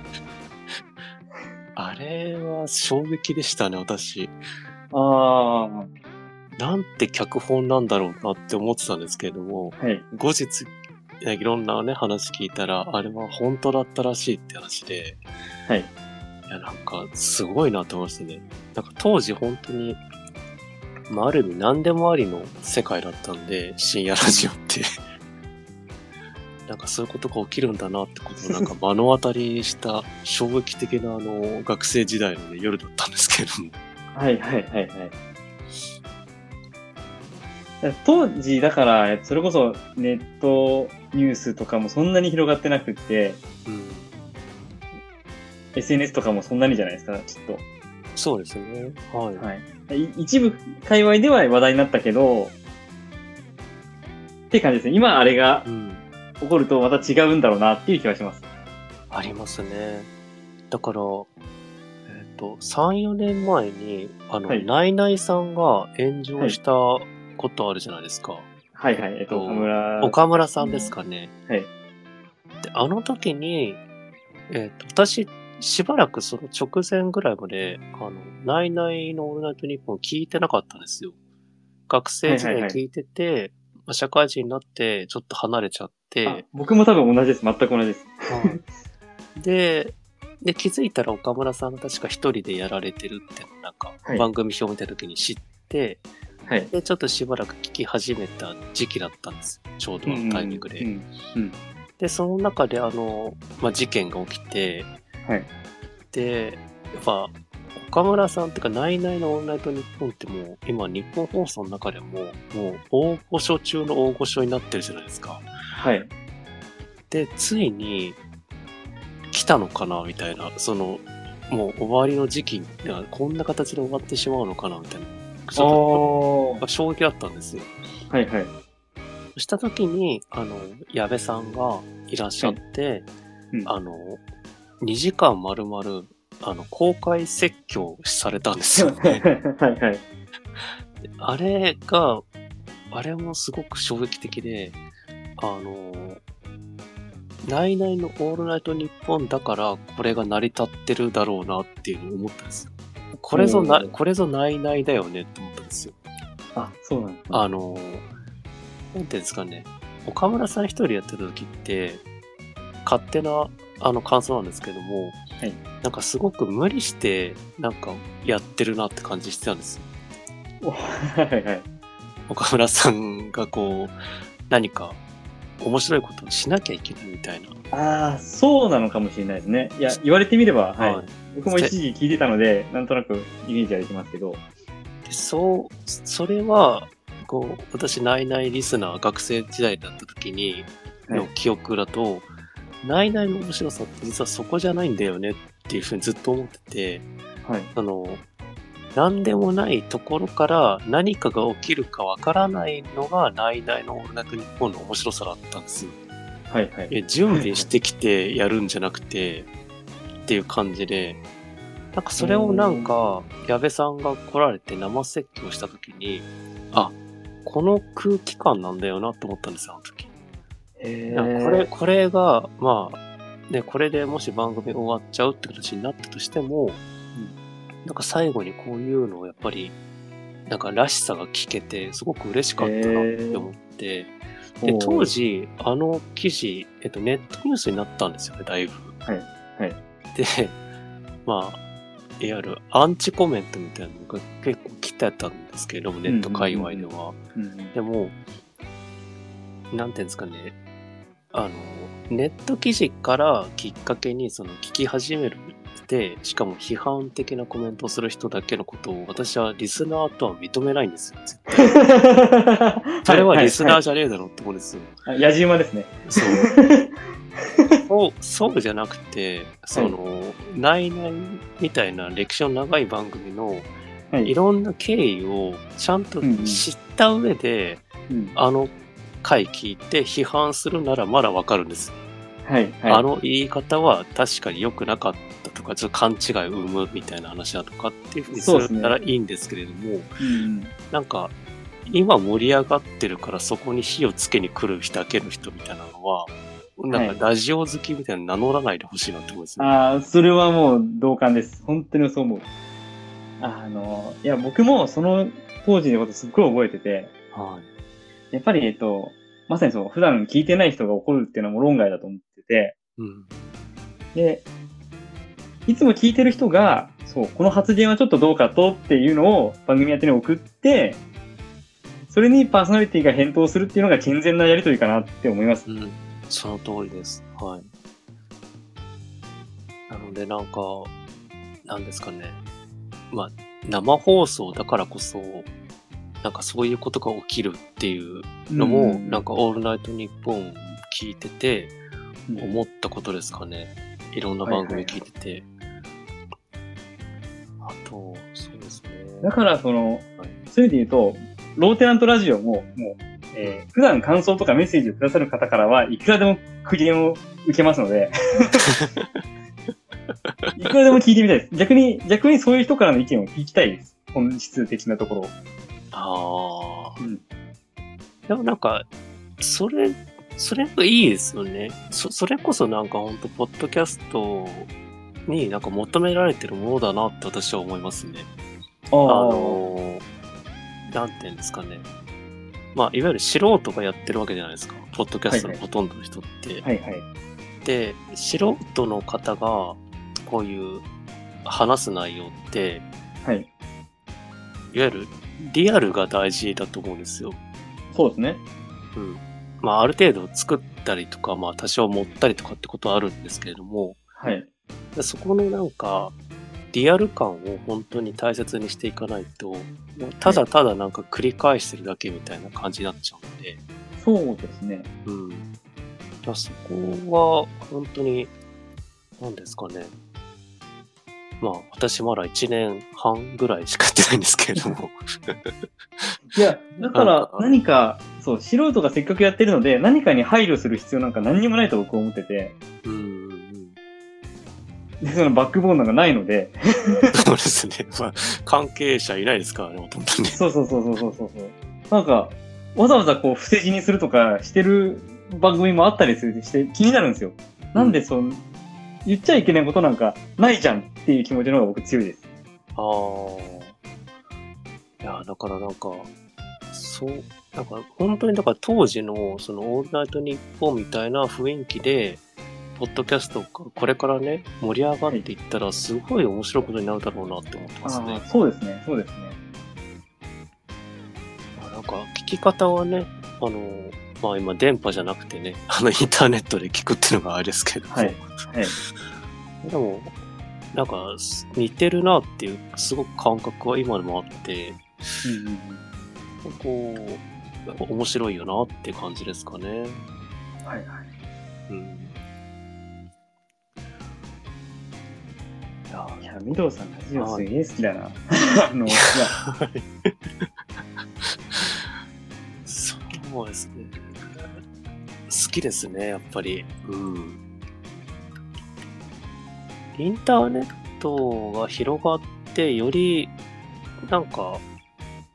A: あれは衝撃でしたね、私。
C: ああ、は
A: なんて脚本なんだろうなって思ってたんですけれども、
C: い。
A: 後日、いやいろんなね、話聞いたら、あれは本当だったらしいって話で、
C: はい。
A: いや、なんか、すごいなと思いましたね。なんか当時本当に、まあ、ある意味何でもありの世界だったんで、深夜ラジオって。 なんかそういうことが起きるんだなってことをなんか目の当たりにした衝撃的なあの学生時代の、ね、夜だったんですけれども。
C: はい、はい、はい、はい。当時、だから、それこそネットニュースとかもそんなに広がってなくって、
A: うん。
C: SNS とかもそんなにじゃないですか、きっと。
A: そうですね。はい。
C: はい、い一部界隈では話題になったけど、って感じですね。今あれが
A: うん。
C: 起こるとまた違うんだろうなっていう気はします。
A: ありますね。だから、えっ、と、3、4年前に、あの、
C: はい
A: ナイナイさんが炎上したことあるじゃないですか。
C: はいはい。えっと、
A: お
C: 岡村。
A: 岡村さんですかね。
C: はい。
A: で、あの時に、えっ、と、私、しばらくその直前ぐらいまで、あの、ナイナイのオールナイトニッポン聞いてなかったんですよ。学生時
C: は
A: 代
C: いはいはい
A: 聞いてて、まあ社会人になって、ちょっと離れちゃって、
C: あ僕も多分同じです。全く同じです。
A: で、で、気づいたら岡村さんが確か一人でやられてるって、なんか
C: はい
A: 番組表を見た時に知って、
C: はい。
A: で、ちょっとしばらく聞き始めた時期だったんですよ。ちょうどあのタイミングで。
C: うん
A: で、その中で、あの、まあ、事件が起きて、
C: はい
A: で、やっぱ、岡村さんっていうか、ナイナイのオンライト日本ってもう、今、日本放送の中でも、もう、大御所中の大御所になってるじゃないですか。
C: はい。
A: で、ついに、来たのかなみたいな、その、もう終わりの時期がこんな形で終わってしまうのかなみたいな、ちょ
C: お
A: っ
C: ー
A: と衝撃だったんですよ。
C: はいはい。
A: したときに、あの、矢部さんがいらっしゃって、
C: うん
A: あの、2時間丸々、あの、公開説教されたんです よね。
C: はいはい。
A: あれが、あれもすごく衝撃的で、あの、ナイナイのオールナイトニッポンだから、これが成り立ってるだろうなっていうのを思ったんですよ。これぞな
C: う、ん
A: これぞないないだよねって思ったんですよ。
C: あ、そうなんだ。
A: あの、なんていうんですかね、岡村さん一人でやってた時って、勝手なあの感想なんですけども、
C: はい
A: なんかすごく無理して、なんかやってるなって感じしてたんですよ。
C: はいはい。
A: 岡村さんがこう、何か面白いことをしなきゃいけないみたいな。
C: ああ、そうなのかもしれないですね。いや、言われてみれば、はい。
A: はい
C: 僕も一時聞いてたので、なんとなくイメージはできますけど。
A: でそう、それは、こう、私、ナイナイリスナー、学生時代だった時に、の記憶だと、ナイナイの面白さって実はそこじゃないんだよねっていうふうにずっと思ってて、
C: はい。
A: あの、何でもないところから何かが起きるかわからないのが、ナイナイのオールナイトニッポンの面白さだったんですよ。
C: はいはい。
A: え準備してきてやるんじゃなくてっていう感じでなんかそれをなんか矢部さんが来られて生説教した時にあこの空気感なんだよなと思ったんですよあの時
C: へ
A: なん
C: ー
A: かこれこれがまあねこれでもし番組終わっちゃうって形になったとしても、なんか最後にこういうのをやっぱりなんからしさが聞けてすごく嬉しかったなって思って。で
C: おー
A: 当時あの記事、えっと、ネットニュースになったんですよねだいぶ
C: はいはい
A: でまあいわゆるアンチコメントみたいなのが結構来てたんですけれどもネット界隈では、
C: うん うん
A: でもなんていうんですかねあのネット記事からきっかけにその聞き始めるでしかも批判的なコメントをする人だけのことを私はリスナーとは認めないんですよ絶対それはリスナー
C: じ
A: じゃねえだろうって思うんですよ、
C: ゃ。はいはいあ野じ馬ですね。
A: そう。そうそうじゃなくて、その、内々みたいな歴史の長い番組の
C: はい
A: いろんな経緯をちゃんと
C: うんうん
A: 知った上で、
C: うん
A: あの回聞いて批判するならまだわかるんです。
C: はいはい。
A: あの言い方は確かに良くなかったとか、ちょっと勘違いを生むみたいな話だとかっていうふうにす
C: そうです
A: る
C: ね
A: ならいいんですけれども、
C: うん
A: なんか、今盛り上がってるからそこに火をつけに来るだけの人みたいなのは、なんか
C: はい
A: ラジオ好きみたいなの名乗らないでほしいなって思うんですよね。
C: ああ、それはもう同感です。本当にそう思う。あの、いや、僕もその当時のことすっごい覚えてて、
A: はい。
C: やっぱり、えっと、まさにそう、普段聞いてない人が怒るっていうのはもう論外だと思ってて、
A: うん。
C: で、いつも聞いてる人が、そう、この発言はちょっとどうかとっていうのを番組宛てに送って、それにパーソナリティが返答するっていうのが健全なやりとりかなって思います。
A: うん。その通りです。はい。なのでなんか、なんですかね。まあ、生放送だからこそ、なんかそういうことが起きるっていうのも、なんかオールナイトニッポン聞いてて、
C: うん、
A: 思ったことですかね。いろんな番組聞いてて。あと、そうですね。
C: だから、その
A: はい、
C: そういう意味で言うと、ローテナントラジオも、もう、えー普段感想とかメッセージをくださる方からはいくらでも苦言を受けます ので、いくらでも聞いてみたいです。逆に、逆にそういう人からの意見を聞きたいです。本質的なところを。
A: ああ、
C: うん
A: でもなんか、それ、それがいいですよね。そ、それこそなんかほんと、ポッドキャストになんか求められてるものだなって私は思いますね。あのー、なんていうんですかね。まあ、いわゆる素人がやってるわけじゃないですか。ポッドキャストの
C: はいは
A: ほとんどの人って。
C: はいはい。
A: で素人の方がこういう話す内容って
C: はい。
A: いわゆるリアルが大事だと思うんですよ。
C: そうですね。
A: うん。まあある程度作ったりとかまあ多少持ったりとかってことはあるんですけれども
C: はい。
A: そこのなんかリアル感を本当に大切にしていかないともうただただなんか繰り返してるだけみたいな感じになっちゃうので。
C: そうですね。
A: うん。だからそこは、本当に、何ですかね。まあ、私まだ1年半ぐらいしかやってないんですけれども。
C: いや、だか
A: なん
C: ら
A: か
C: 何か、そう、素人がせっかくやってるので、何かに配慮する必要なんか何にもないと僕は思ってて、
A: うんうんうん。
C: でそのバックボーンなんかないので、
A: そうですね。まあ、関係者いないですからね、ほとんどね。
C: そうそうそうそうそうそうそう。なんか、わざわざこう、不正字にするとかしてる番組もあったりするして気になるんですよ。なんでその、言っちゃいけないことなんかないじゃんっていう気持ちの方が僕強いです。
A: ああ。いや、だからなんか、そう、なんか本当にだから当時のそのオールナイトニッポンみたいな雰囲気で、ポッドキャストがこれからね、盛り上がっていったらすごい面白いことになるだろうなって思ってますね
C: あ。ーそうですね、そうですね。
A: まあなんか聞き方はね、あの、まあ今電波じゃなくてね、あのインターネットで聞くっていうのがあれですけど、
C: はい。はい。
A: でも、なんかす似てるなっていう、すごく感覚は今でもあって、
C: うんうんうん
A: こう、やっぱ面白いよなって感じですかね。
C: はいはい。
A: うん。いや
C: いや、ミドウさん、ラジオすげえ好きだな。 あの、いや、
A: そうですね。好きですね、やっぱり。うん。インターネットが広がって、より、なんか、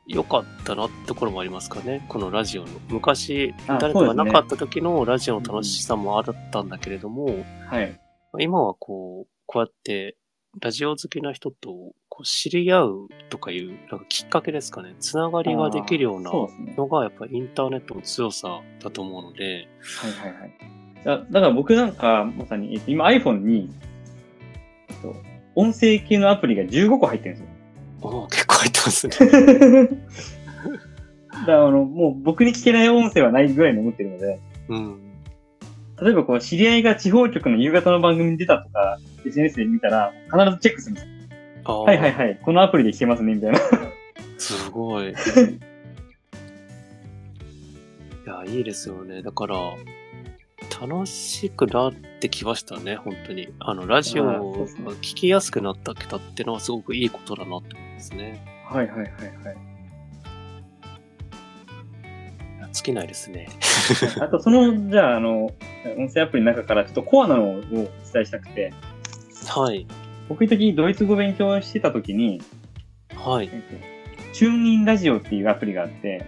A: 良かったなってところもありますかね。このラジオの。昔、インターネットがなかった時のラジオの楽しさもあったんだけれども、
C: はい。
A: 今はこう、こうやって、ラジオ好きな人とこう知り合うとかいう、なんかきっかけですかね。つながりができるような
C: あーそうですね。
A: のがやっぱりインターネットの強さだと思うので、
C: はいはいはい。だだから僕なんか、まさに、えっと今 iPhone に、えっと、音声系のアプリが15個入ってるんですよ。
A: お お結構入ってますね。
C: だからあの、もう僕に聞けない音声はないぐらいに思ってるので、
A: うん。
C: 例えばこう、知り合いが地方局の夕方の番組に出たとか、SNS で見たら、必ずチェックするんですよ。
A: ああ、
C: はいはいはい、このアプリで聞けますね、みたいな。
A: すご い。いや、いいですよね。だから、楽しくなってきましたね、本当に。あの、ラジオ
C: あーそう
A: が
C: ですね
A: 聞きやすくなったけたってのはすごくいいことだなって思いますね。
C: はいはいはいはい。
A: いや尽きないですね。
C: あと、その、じゃあ、あの、音声アプリの中からちょっとコアなのをお伝えしたくて、
A: はい。
C: 僕一時ドイツ語勉強してた時に、
A: はい。
C: えっとチューンインラジオっていうアプリがあって、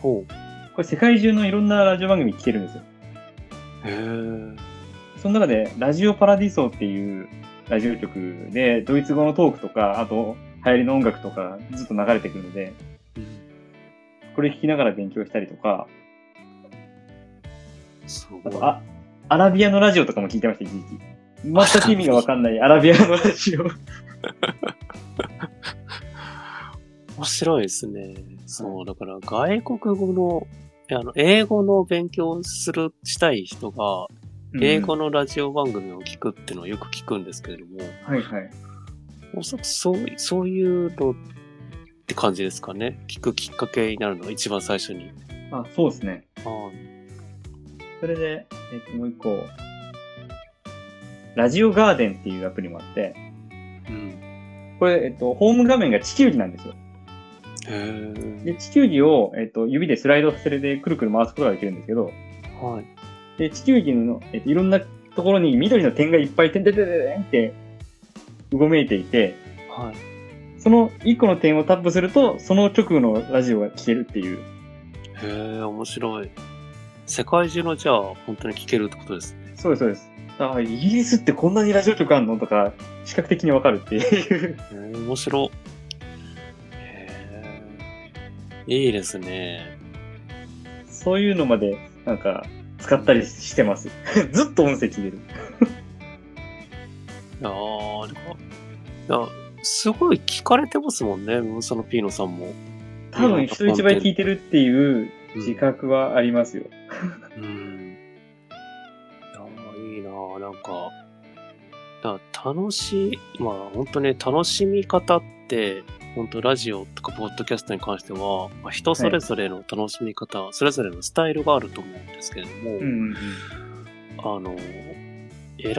A: ほう。
C: これ世界中のいろんなラジオ番組聞けるんですよ。
A: へえ。
C: その中で、ラジオパラディソっていうラジオ局で、ドイツ語のトークとか、あと、流行りの音楽とか、ずっと流れてくるので、これ聞きながら勉強したりとか、
A: す
C: あ
A: ごい。
C: と、あ、アラビアのラジオとかも聞いてました、一時期。全く意味がわかんないアラビアのラジオ。
A: 面白いですね。そう、だから外国語の、いやあの、英語の勉強をする、したい人が、英語
C: の。
A: のラジオ番組を聞くっていうのをよく聞くんですけれども、
C: はいはい。
A: おそらくそう、そういうのって感じですかね。聞くきっかけになるのが一番最初に。
C: あ、そうですね。
A: はい。
C: それで、えっと、もう一個。ラジオガーデンっていうアプリもあって、
A: うん。
C: これ、えっと、ホーム画面が地球儀なんですよ。
A: へえ。
C: で、地球儀を、えっと、指でスライドさせてくるくる回すことができるんですけど、
A: はい。
C: で、地球儀の、えっと、いろんなところに緑の点がいっぱい、点々点々点々って、うごめいていて、
A: はい。
C: その1個の点をタップすると、その直後のラジオが聴けるっていう。
A: へえ、面白い。世界中のじゃあ、本当に聞けるってことですね。
C: そうです、そうです。ああ、イギリスってこんなにラジオ局あんのとか、視覚的にわかるってい
A: へ
C: う。
A: え、面白。へえ。いいですね。
C: そういうのまで、なんか、使ったりしてます。 ずっと音声聞いてる。
A: いやー、なんか、いや、すごい聞かれてますもんね、ムーサのピーノさんも。
C: 多分人一倍聞いてるっていう
A: うん
C: 自覚はありますよ。
A: うん。いやー、いいなー、なんか、だから楽しい、まあ本当ね、楽しみ方って、本当ラジオとかポッドキャストに関しては、まあ、人それぞれの楽しみ方、それぞれのスタイルがあると思うんですけれども、
C: うんうんうん。
A: あの、選、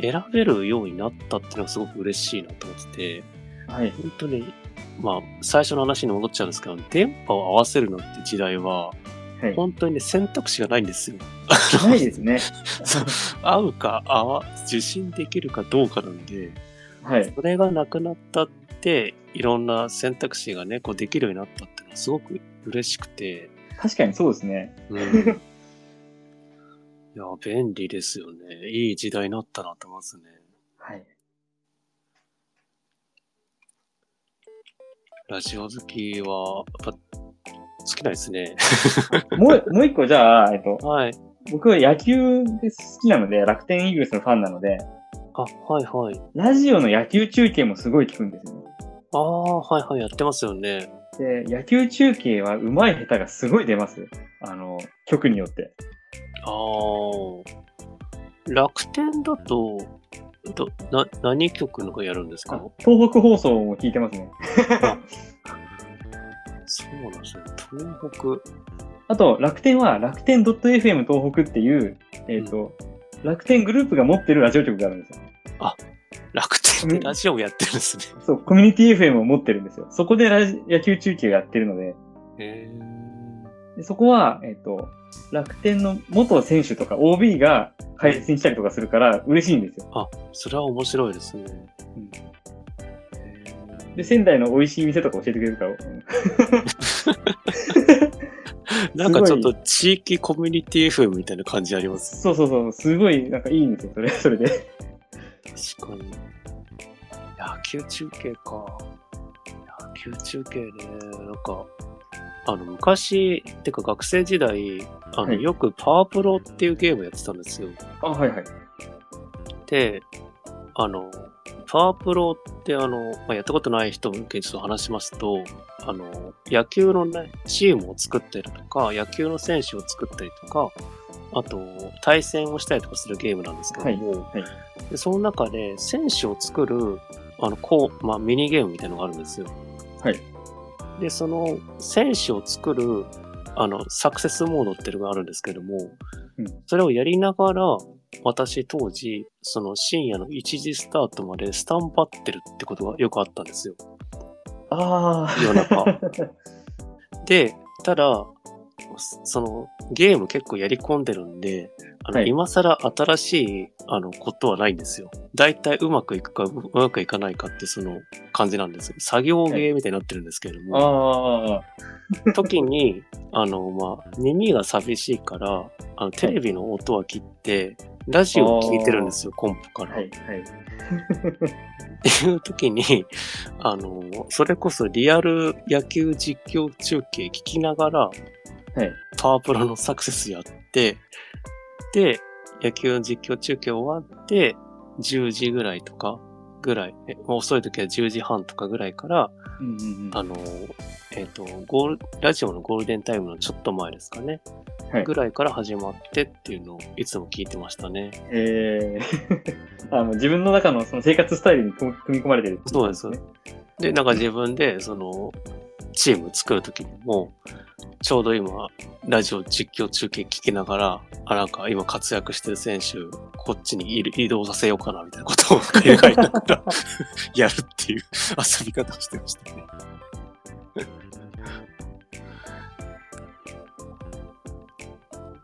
A: 選べるようになったっていうのがすごく嬉しいなと思ってて、
C: はい。
A: 本当に、まあ、最初の話に戻っちゃうんですけど、電波を合わせるのって時代は、
C: はい。
A: 本当にね、選択肢がないんですよ。
C: ないですね。
A: そう合うか合わ、受信できるかどうかなんで、
C: はい。
A: それがなくなったって、いろんな選択肢がね、こうできるようになったっていうのはすごく嬉しくて、
C: 確かにそうですね。
A: うん。い や、便利ですよね。いい時代になったなと思いますね。
C: はい。
A: ラジオ好きは、やっぱ、好きなんですね。
C: もう、 もう一個じゃあ、えっと、
A: はい。
C: 僕は野球で好きなので、楽天イーグルスのファンなので、
A: あ、はいはい。
C: ラジオの野球中継もすごい聞くんですよ。
A: ああ、はいはい、やってますよね。
C: で、野球中継は上手い下手がすごい出ます。あの、曲によって。
A: ああ。楽天だと、どな何曲のがやるんですか
C: あ東北放送も聞いてますね。
A: そうなんですね。東
C: あと、楽天は楽天 .fm 東北っていう、えっ、と、楽天グループが持ってるラジオ局があるんですよ。
A: 北、楽天でラジオやってるんですね。
C: そう、コミュニティ FM を持ってるんですよ。そこでラジ野球中継をやってるので、
A: へえ。
C: でそこは、えっ、と、楽天の元選手とか OB が解説にしたりとかするから嬉しいんですよ。
A: あ、それは面白いですね。
C: うんで、仙台の美味しい店とか教えてくれるから、うん
A: なんかちょっと地域コミュニティ FM みたいな感じあります。
C: そうそうそう、すごい、なんかいいんですよ、それはそれで。
A: 確かに。野球中継か。野球中継ね。なんか、あの、昔、てか学生時代、あの、
C: はい
A: よくパワープロっていうゲームやってたんですよ。
C: あ、はいはい。
A: で、あの、パワープロってあの、まあ、やったことない人向けにちょっと話しますと、あの、野球のね、チームを作ったりとか、野球の選手を作ったりとか、あと、対戦をしたりとかするゲームなんですけども、
C: はい。
A: でその中で選手を作るあのこう、まあ、ミニゲームみたいなのがあるんですよ。
C: はい。
A: で、その選手を作るあのサクセスモードっていうのがあるんですけども、
C: うん
A: それをやりながら、私当時、その深夜の1時スタートまでスタンバってるってことがよくあったんです よ。
C: ああ。
A: 夜 中。で、ただ、そのゲーム結構やり込んでるんで、あの、
C: はい
A: 今更新しいあのことはないんですよ。だいたいうまくいくかうまくいかないかってその感じなんですよ。作業ゲーみたいになってるんですけれども、
C: ああ。
A: 時に、あの、まあ、耳が寂しいから、あのテレビの音は切って、ラジオを聞いてるんですよ、コンポから。
C: はいはい。
A: っていう時に、 あの、それこそリアル野球実況中継聞きながら、
C: はい。
A: パワープロのサクセスやって、で、野球の実況中継終わって、10時ぐらいとか、ぐらい、え遅い時は10時半とかぐらいから、
C: うんうんうん。
A: あの、えっ、と、ゴール、ラジオのゴールデンタイムのちょっと前ですかね。
C: はい
A: ぐらいから始まってっていうのをいつも聞いてましたね。
C: えー、 あの自分の中のその生活スタイルに組み組み込まれてるっていことね
A: で、なんか自分で、その、チーム作るときにも、ちょうど今、ラジオ実況中継聞きながら、あ、なんか今活躍してる選手、こっちに移移動させようかな、みたいなことを考えなが ら、やるっていう遊び方をしてましたね。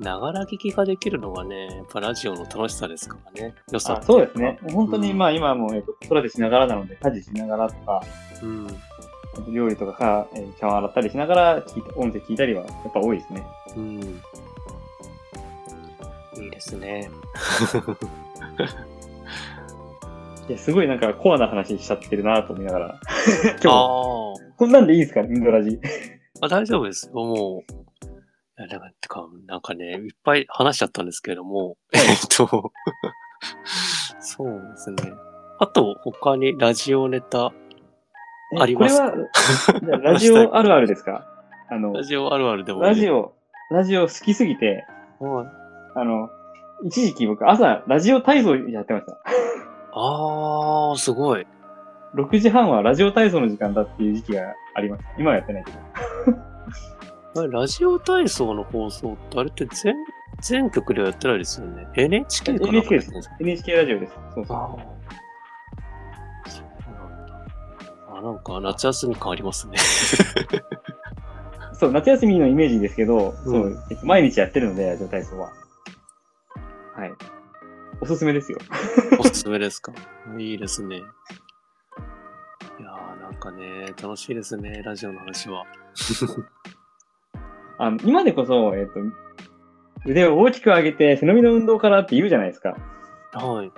A: ながら聞きができるのがね、やっぱラジオの楽しさですからね。良さ
C: あそうですね。本当に、
A: うん
C: まあ今はもう、えっと、子育てしながらなので、家事しながらとか、
A: うん。
C: 料理とかさ、えー茶碗洗ったりしながら聞いた、音声聞いたりは、やっぱ多いですね。
A: うん。いいですね。
C: いや、すごいなんかコアな話しちゃってるなと思いな がら。
A: あ
C: 今日、こんなんでいいですかインドラジ。
A: ーあ。大丈夫ですよ、もう。いや、なんか、てか、なんかね、いっぱい話しちゃったんですけれども、えっと、 そうですね。あと、他にラジオネタ、
C: え
A: あります
C: これは、じ ゃあラジオあるあるですかあの
A: ラ、ジオあるあるでもいい
C: ラジオ、ラジオ好きすぎて、
A: はい。
C: あの、一時期僕朝、ラジオ体操やってました。
A: あー、すごい。
C: 6時半はラジオ体操の時間だっていう時期があります。今はやってないけど。
A: あれラジオ体操の放送って、あれって全、全局ではやってないですよね。NHK かなんかや
C: NHK で
A: ってない
C: す
A: ですか。
C: NHK ラジオです。そうそう。
A: ああ。そうなんだ。あ、なんか夏休み感ありますね。
C: そう、夏休みのイメージですけ
A: う
C: ど、
A: ん
C: そう、えっと毎日やってるので、ラジオ体操は。はい。おすすめですよ。
A: おすすめですか。いいですね。いやー、なんかね、楽しいですね、ラジオの話は。
C: あの、今でこそ、えっ、と、腕を大きく上げて背伸びの運動からって言うじゃないですか。
A: はい。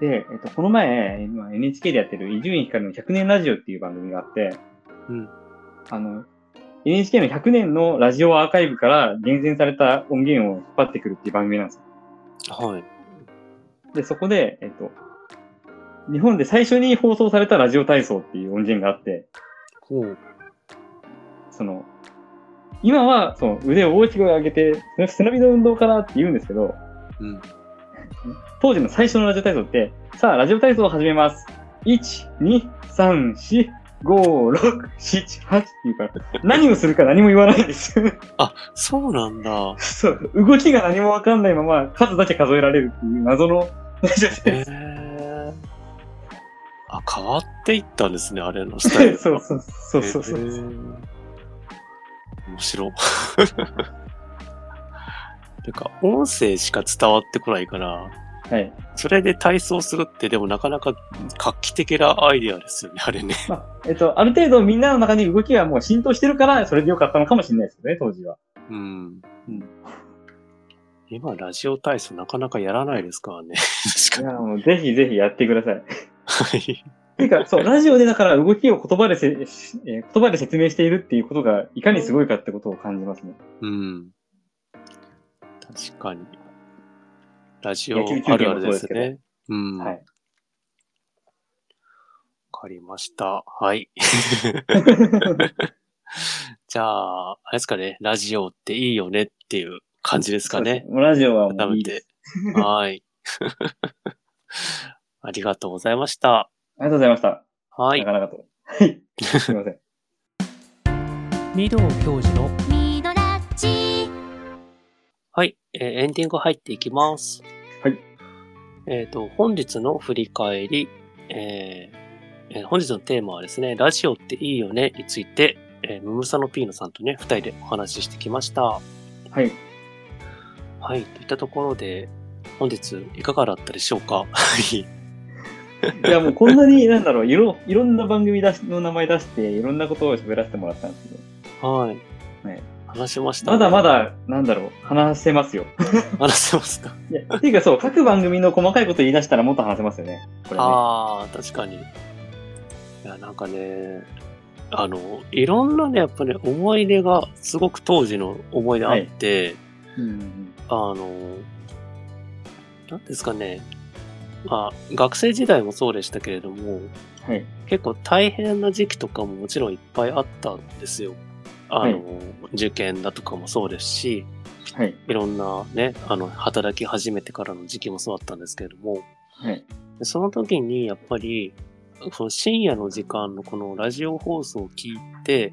C: で、えっ、と、この前、今 NHK でやってる伊集院光の100年ラジオっていう番組があって、
A: うん。
C: あの、NHK の100年のラジオアーカイブから厳選された音源を引っ張ってくるっていう番組なんですよ。
A: はい。
C: で、そこで、えっと、日本で最初に放送されたラジオ体操っていう音源があって、
A: ほう。
C: その、今はその腕を大きく上げて、背伸びの運動からって言うんですけど、
A: うん。
C: 当時の最初のラジオ体操って、さあ、ラジオ体操を始めます。1、2、3、4、5、6、7、8っていうから、何をするか何も言わないんです よ。
A: そうなんだ。
C: そう、動きが何もわかんないまま、数だけ数えられるっていう謎のラジオ体
A: へ
C: 操
A: え。あ、変わっていったんですね、あれのスタイルが。
C: そうそうそうそうそう。
A: へえ面白。 てか、音声しか伝わってこないから、
C: はい。
A: それで体操するって、でもなかなか画期的なアイデアですよね、あれね。
C: まあ、えっと、ある程度みんなの中に動きがもう浸透してるから、それでよかったのかもしれないですよね、当時は。
A: うん。
C: うん
A: 今、ラジオ体操なかなかやらないですからね。
C: い
A: 確か
C: や、もうぜひぜひやってください。
A: に。はい。
C: ていうか、そう、ラジオでだから動きを言葉でせ、しえー言葉で説明しているっていうことが、いかにすごいかってことを感じますね。
A: うん。確かに。ラジオ
C: 野球中継も
A: あるあるです
C: そうで
A: ね。うん。
C: はい。
A: わかりました。 はい。じゃあ、あれですかね。ラジオっていいよねっていう感じですかね。
C: もうラジオは
A: 改
C: もうい
A: め
C: いで
A: て
C: す。。
A: はい。ありがとうございました。
C: ありがとうございました。
A: はい
C: な。かなかと。はい。すいません。
A: 御堂教授の。
B: ミドラジ
A: はい。えーエンディング入っていきます。
C: はい。
A: えっ、と、本日の振り返り、えーえー本日のテーマはですね、ラジオっていいよねについて、えームムサノピーノさんとね、二人でお話ししてきました。
C: はい。
A: はい、といったところで、本日いかがだったでしょうか はい。
C: いや、もうこんなに、なんだろう、いろ、いろんな番組出しの名前出して、いろんなことを喋らせてもらったんですけど、
A: はい。
C: ね
A: 話しました、
C: まだま
A: だ。
C: だ、なんだろう、話せますよ。
A: 話せますか、
C: いや、っていうかそう、各番組の細かいこと言い出したらもっと話せますよね。これね。
A: ああ、確かに。いや、なんかね、あの、いろんなね、やっぱね、思い出が、すごく当時の思い出あって、
C: うん。
A: あの、なんですかね、まあ、学生時代もそうでしたけれども、
C: はい。
A: 結構大変な時期とかももちろんいっぱいあったんですよ。あの、受験だとかもそうですし、
C: はい。
A: いろんなね、あの、働き始めてからの時期もそうだったんですけれども、
C: はい。
A: でその時にやっぱり、その深夜の時間のこのラジオ放送を聞いて、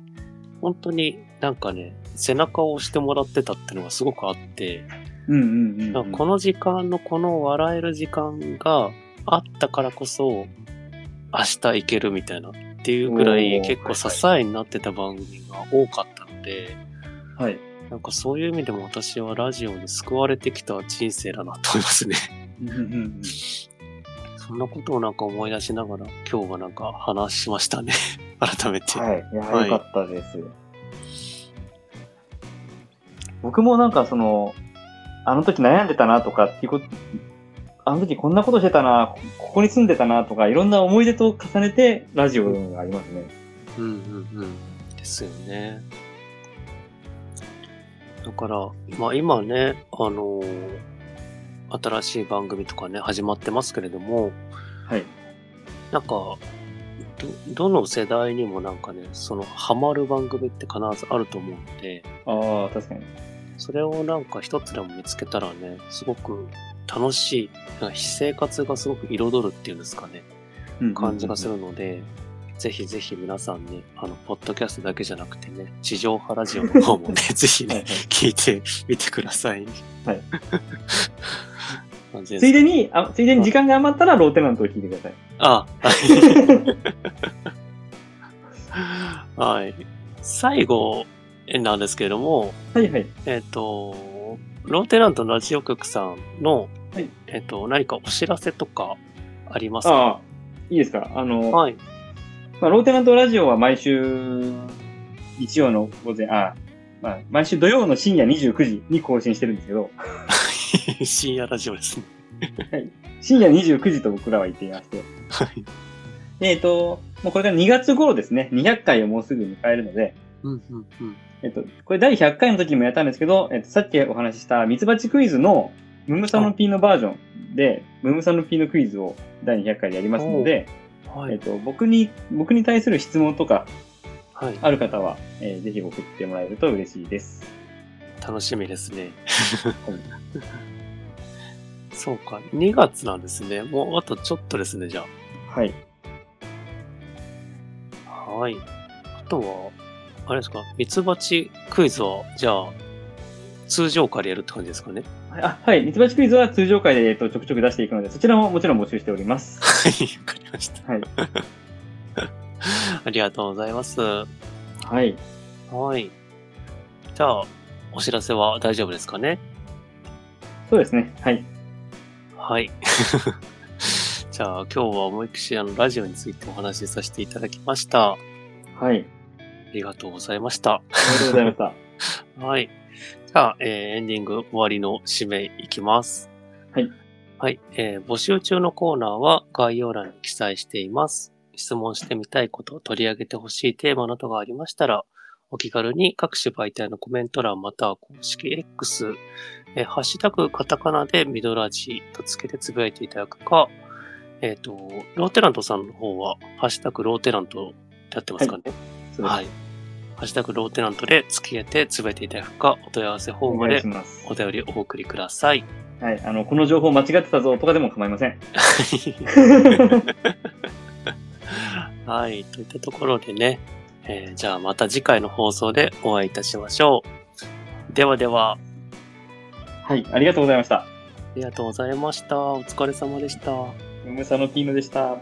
A: 本当になんかね、背中を押してもらってたっていうのがすごくあって、
C: うんうんうん、
A: だ
C: う
A: か
C: ん。
A: らこの時間のこの笑える時間があったからこそ、明日行けるみたいなっていうぐらい
C: おー
A: 結構支えになってた番組が多かったので、
C: はい。
A: なんかそういう意味でも私はラジオに救われてきた人生だなと思いますね。
C: うんうんうん
A: そんなことをなんか思い出しながら今日はなんか話しましたね。 改めて。
C: はい。いや、
A: はい
C: よかったです。僕もなんかその、あの時悩んでたなとかっていうこと、あの時こんなことしてたな、こここに住んでたなとか、いろんな思い出と重ねてラジオがありますね。
A: うんうんうん。ですよね。だから、まあ今ね、あのー新しい番組とかね、始まってますけれども、
C: はい。
A: なんか、ど、どの世代にもなんかね、その、ハマる番組って必ずあると思うので、
C: ああ、確かに。
A: それをなんか一つでも見つけたらね、すごく楽しい、なんか非生活がすごく彩るっていうんですかね、
C: うん
A: 感じがするので、ぜひぜひ皆さんね、あの、ポッドキャストだけじゃなくてね、地上波ラジオの方もね、ぜひ
C: はいは
A: ね
C: い、
A: 聞いてみてください。
C: はい。
A: 感じ
C: つい
A: です。
C: でに、あついでに時間が余ったらローテナントを聞いてください。
A: あ、はい。 はい。最後なんですけれども、
C: はいはい。
A: えっ、と、ローテナントラジオ局さんの、
C: はい
A: えっ、と、何かお知らせとかありますか
C: ああ、いいですか。あの、
A: はい。
C: まあ、ローテナントラジオは毎週、日曜の午前、あ、まあ、毎週土曜の深夜29時に更新してるんですけど、
A: 深夜ラジオですね。
C: 深夜29時と僕らは言っていまして、
A: はい。
C: でえっ、と、もうこれが2月頃ですね、200回をもうすぐ迎えるので、
A: うんうんうん。
C: えっと、これ第100回の時もやったんですけど、えっと、さっきお話ししたミツバチクイズのムムサノピーのバージョンで、ムムサノピーのクイズを第200回でやりますので、
A: は
C: えっ
A: い。
C: と、僕に、僕に対する質問とか
A: はい。
C: ある方は、えーぜひ送ってもらえると嬉しいです。
A: 楽しみですね。 そうか。2月なんですね。もうあとちょっとですね、じゃあ。
C: はい。
A: はい。あとは、あれですか、ミツバチクイズは、じゃあ、通常回でやるって感じですかね。
C: あ、はい。ミツバチクイズは通常回で、えっと、ちょくちょく出していくので、そちらももちろん募集しており ます。
A: はい、わかりました。
C: はい。
A: ありがとうございます。
C: はい。
A: はい。じゃあ、お知らせは大丈夫ですかね
C: そうですね。はい。
A: はい。じゃあ、今日は思いっきしあのラジオについてお話しさせていただきました。あ
C: はい。
A: りがとうございました。
C: ありがとうございま した。
A: はい。じゃあ、えーエンディング終わりの締めいきます。
C: はい。
A: はい、えー募集中のコーナーは概要欄に記載しています。質問してみたいこと、取り上げてほしいテーマなどがありましたら、お気軽に各種媒体のコメント欄または公式 X、えーハッシュタグカタカナでミドラジとつけてつぶやいていただくか、えっ、と、ローテラントさんの方は、ハッシュタグローテラントってやってますかね。
C: そうです
A: はい。ハッシュタグローテナントでつけてつぶやいていただくか、お問い合わせフォー
C: お
A: ム
C: 願い
A: で
C: します
A: お。便りお送りください。
C: はい。あの、この情報間違ってたぞとかでも構いません。
A: はい。といったところでね、えーじゃあまた次回の放送でお会いいたしましょう。ではでは、
C: はい。ありがとうございました。
A: ありがとうございました。お疲れ様でした。
C: ムムサノピーノでした。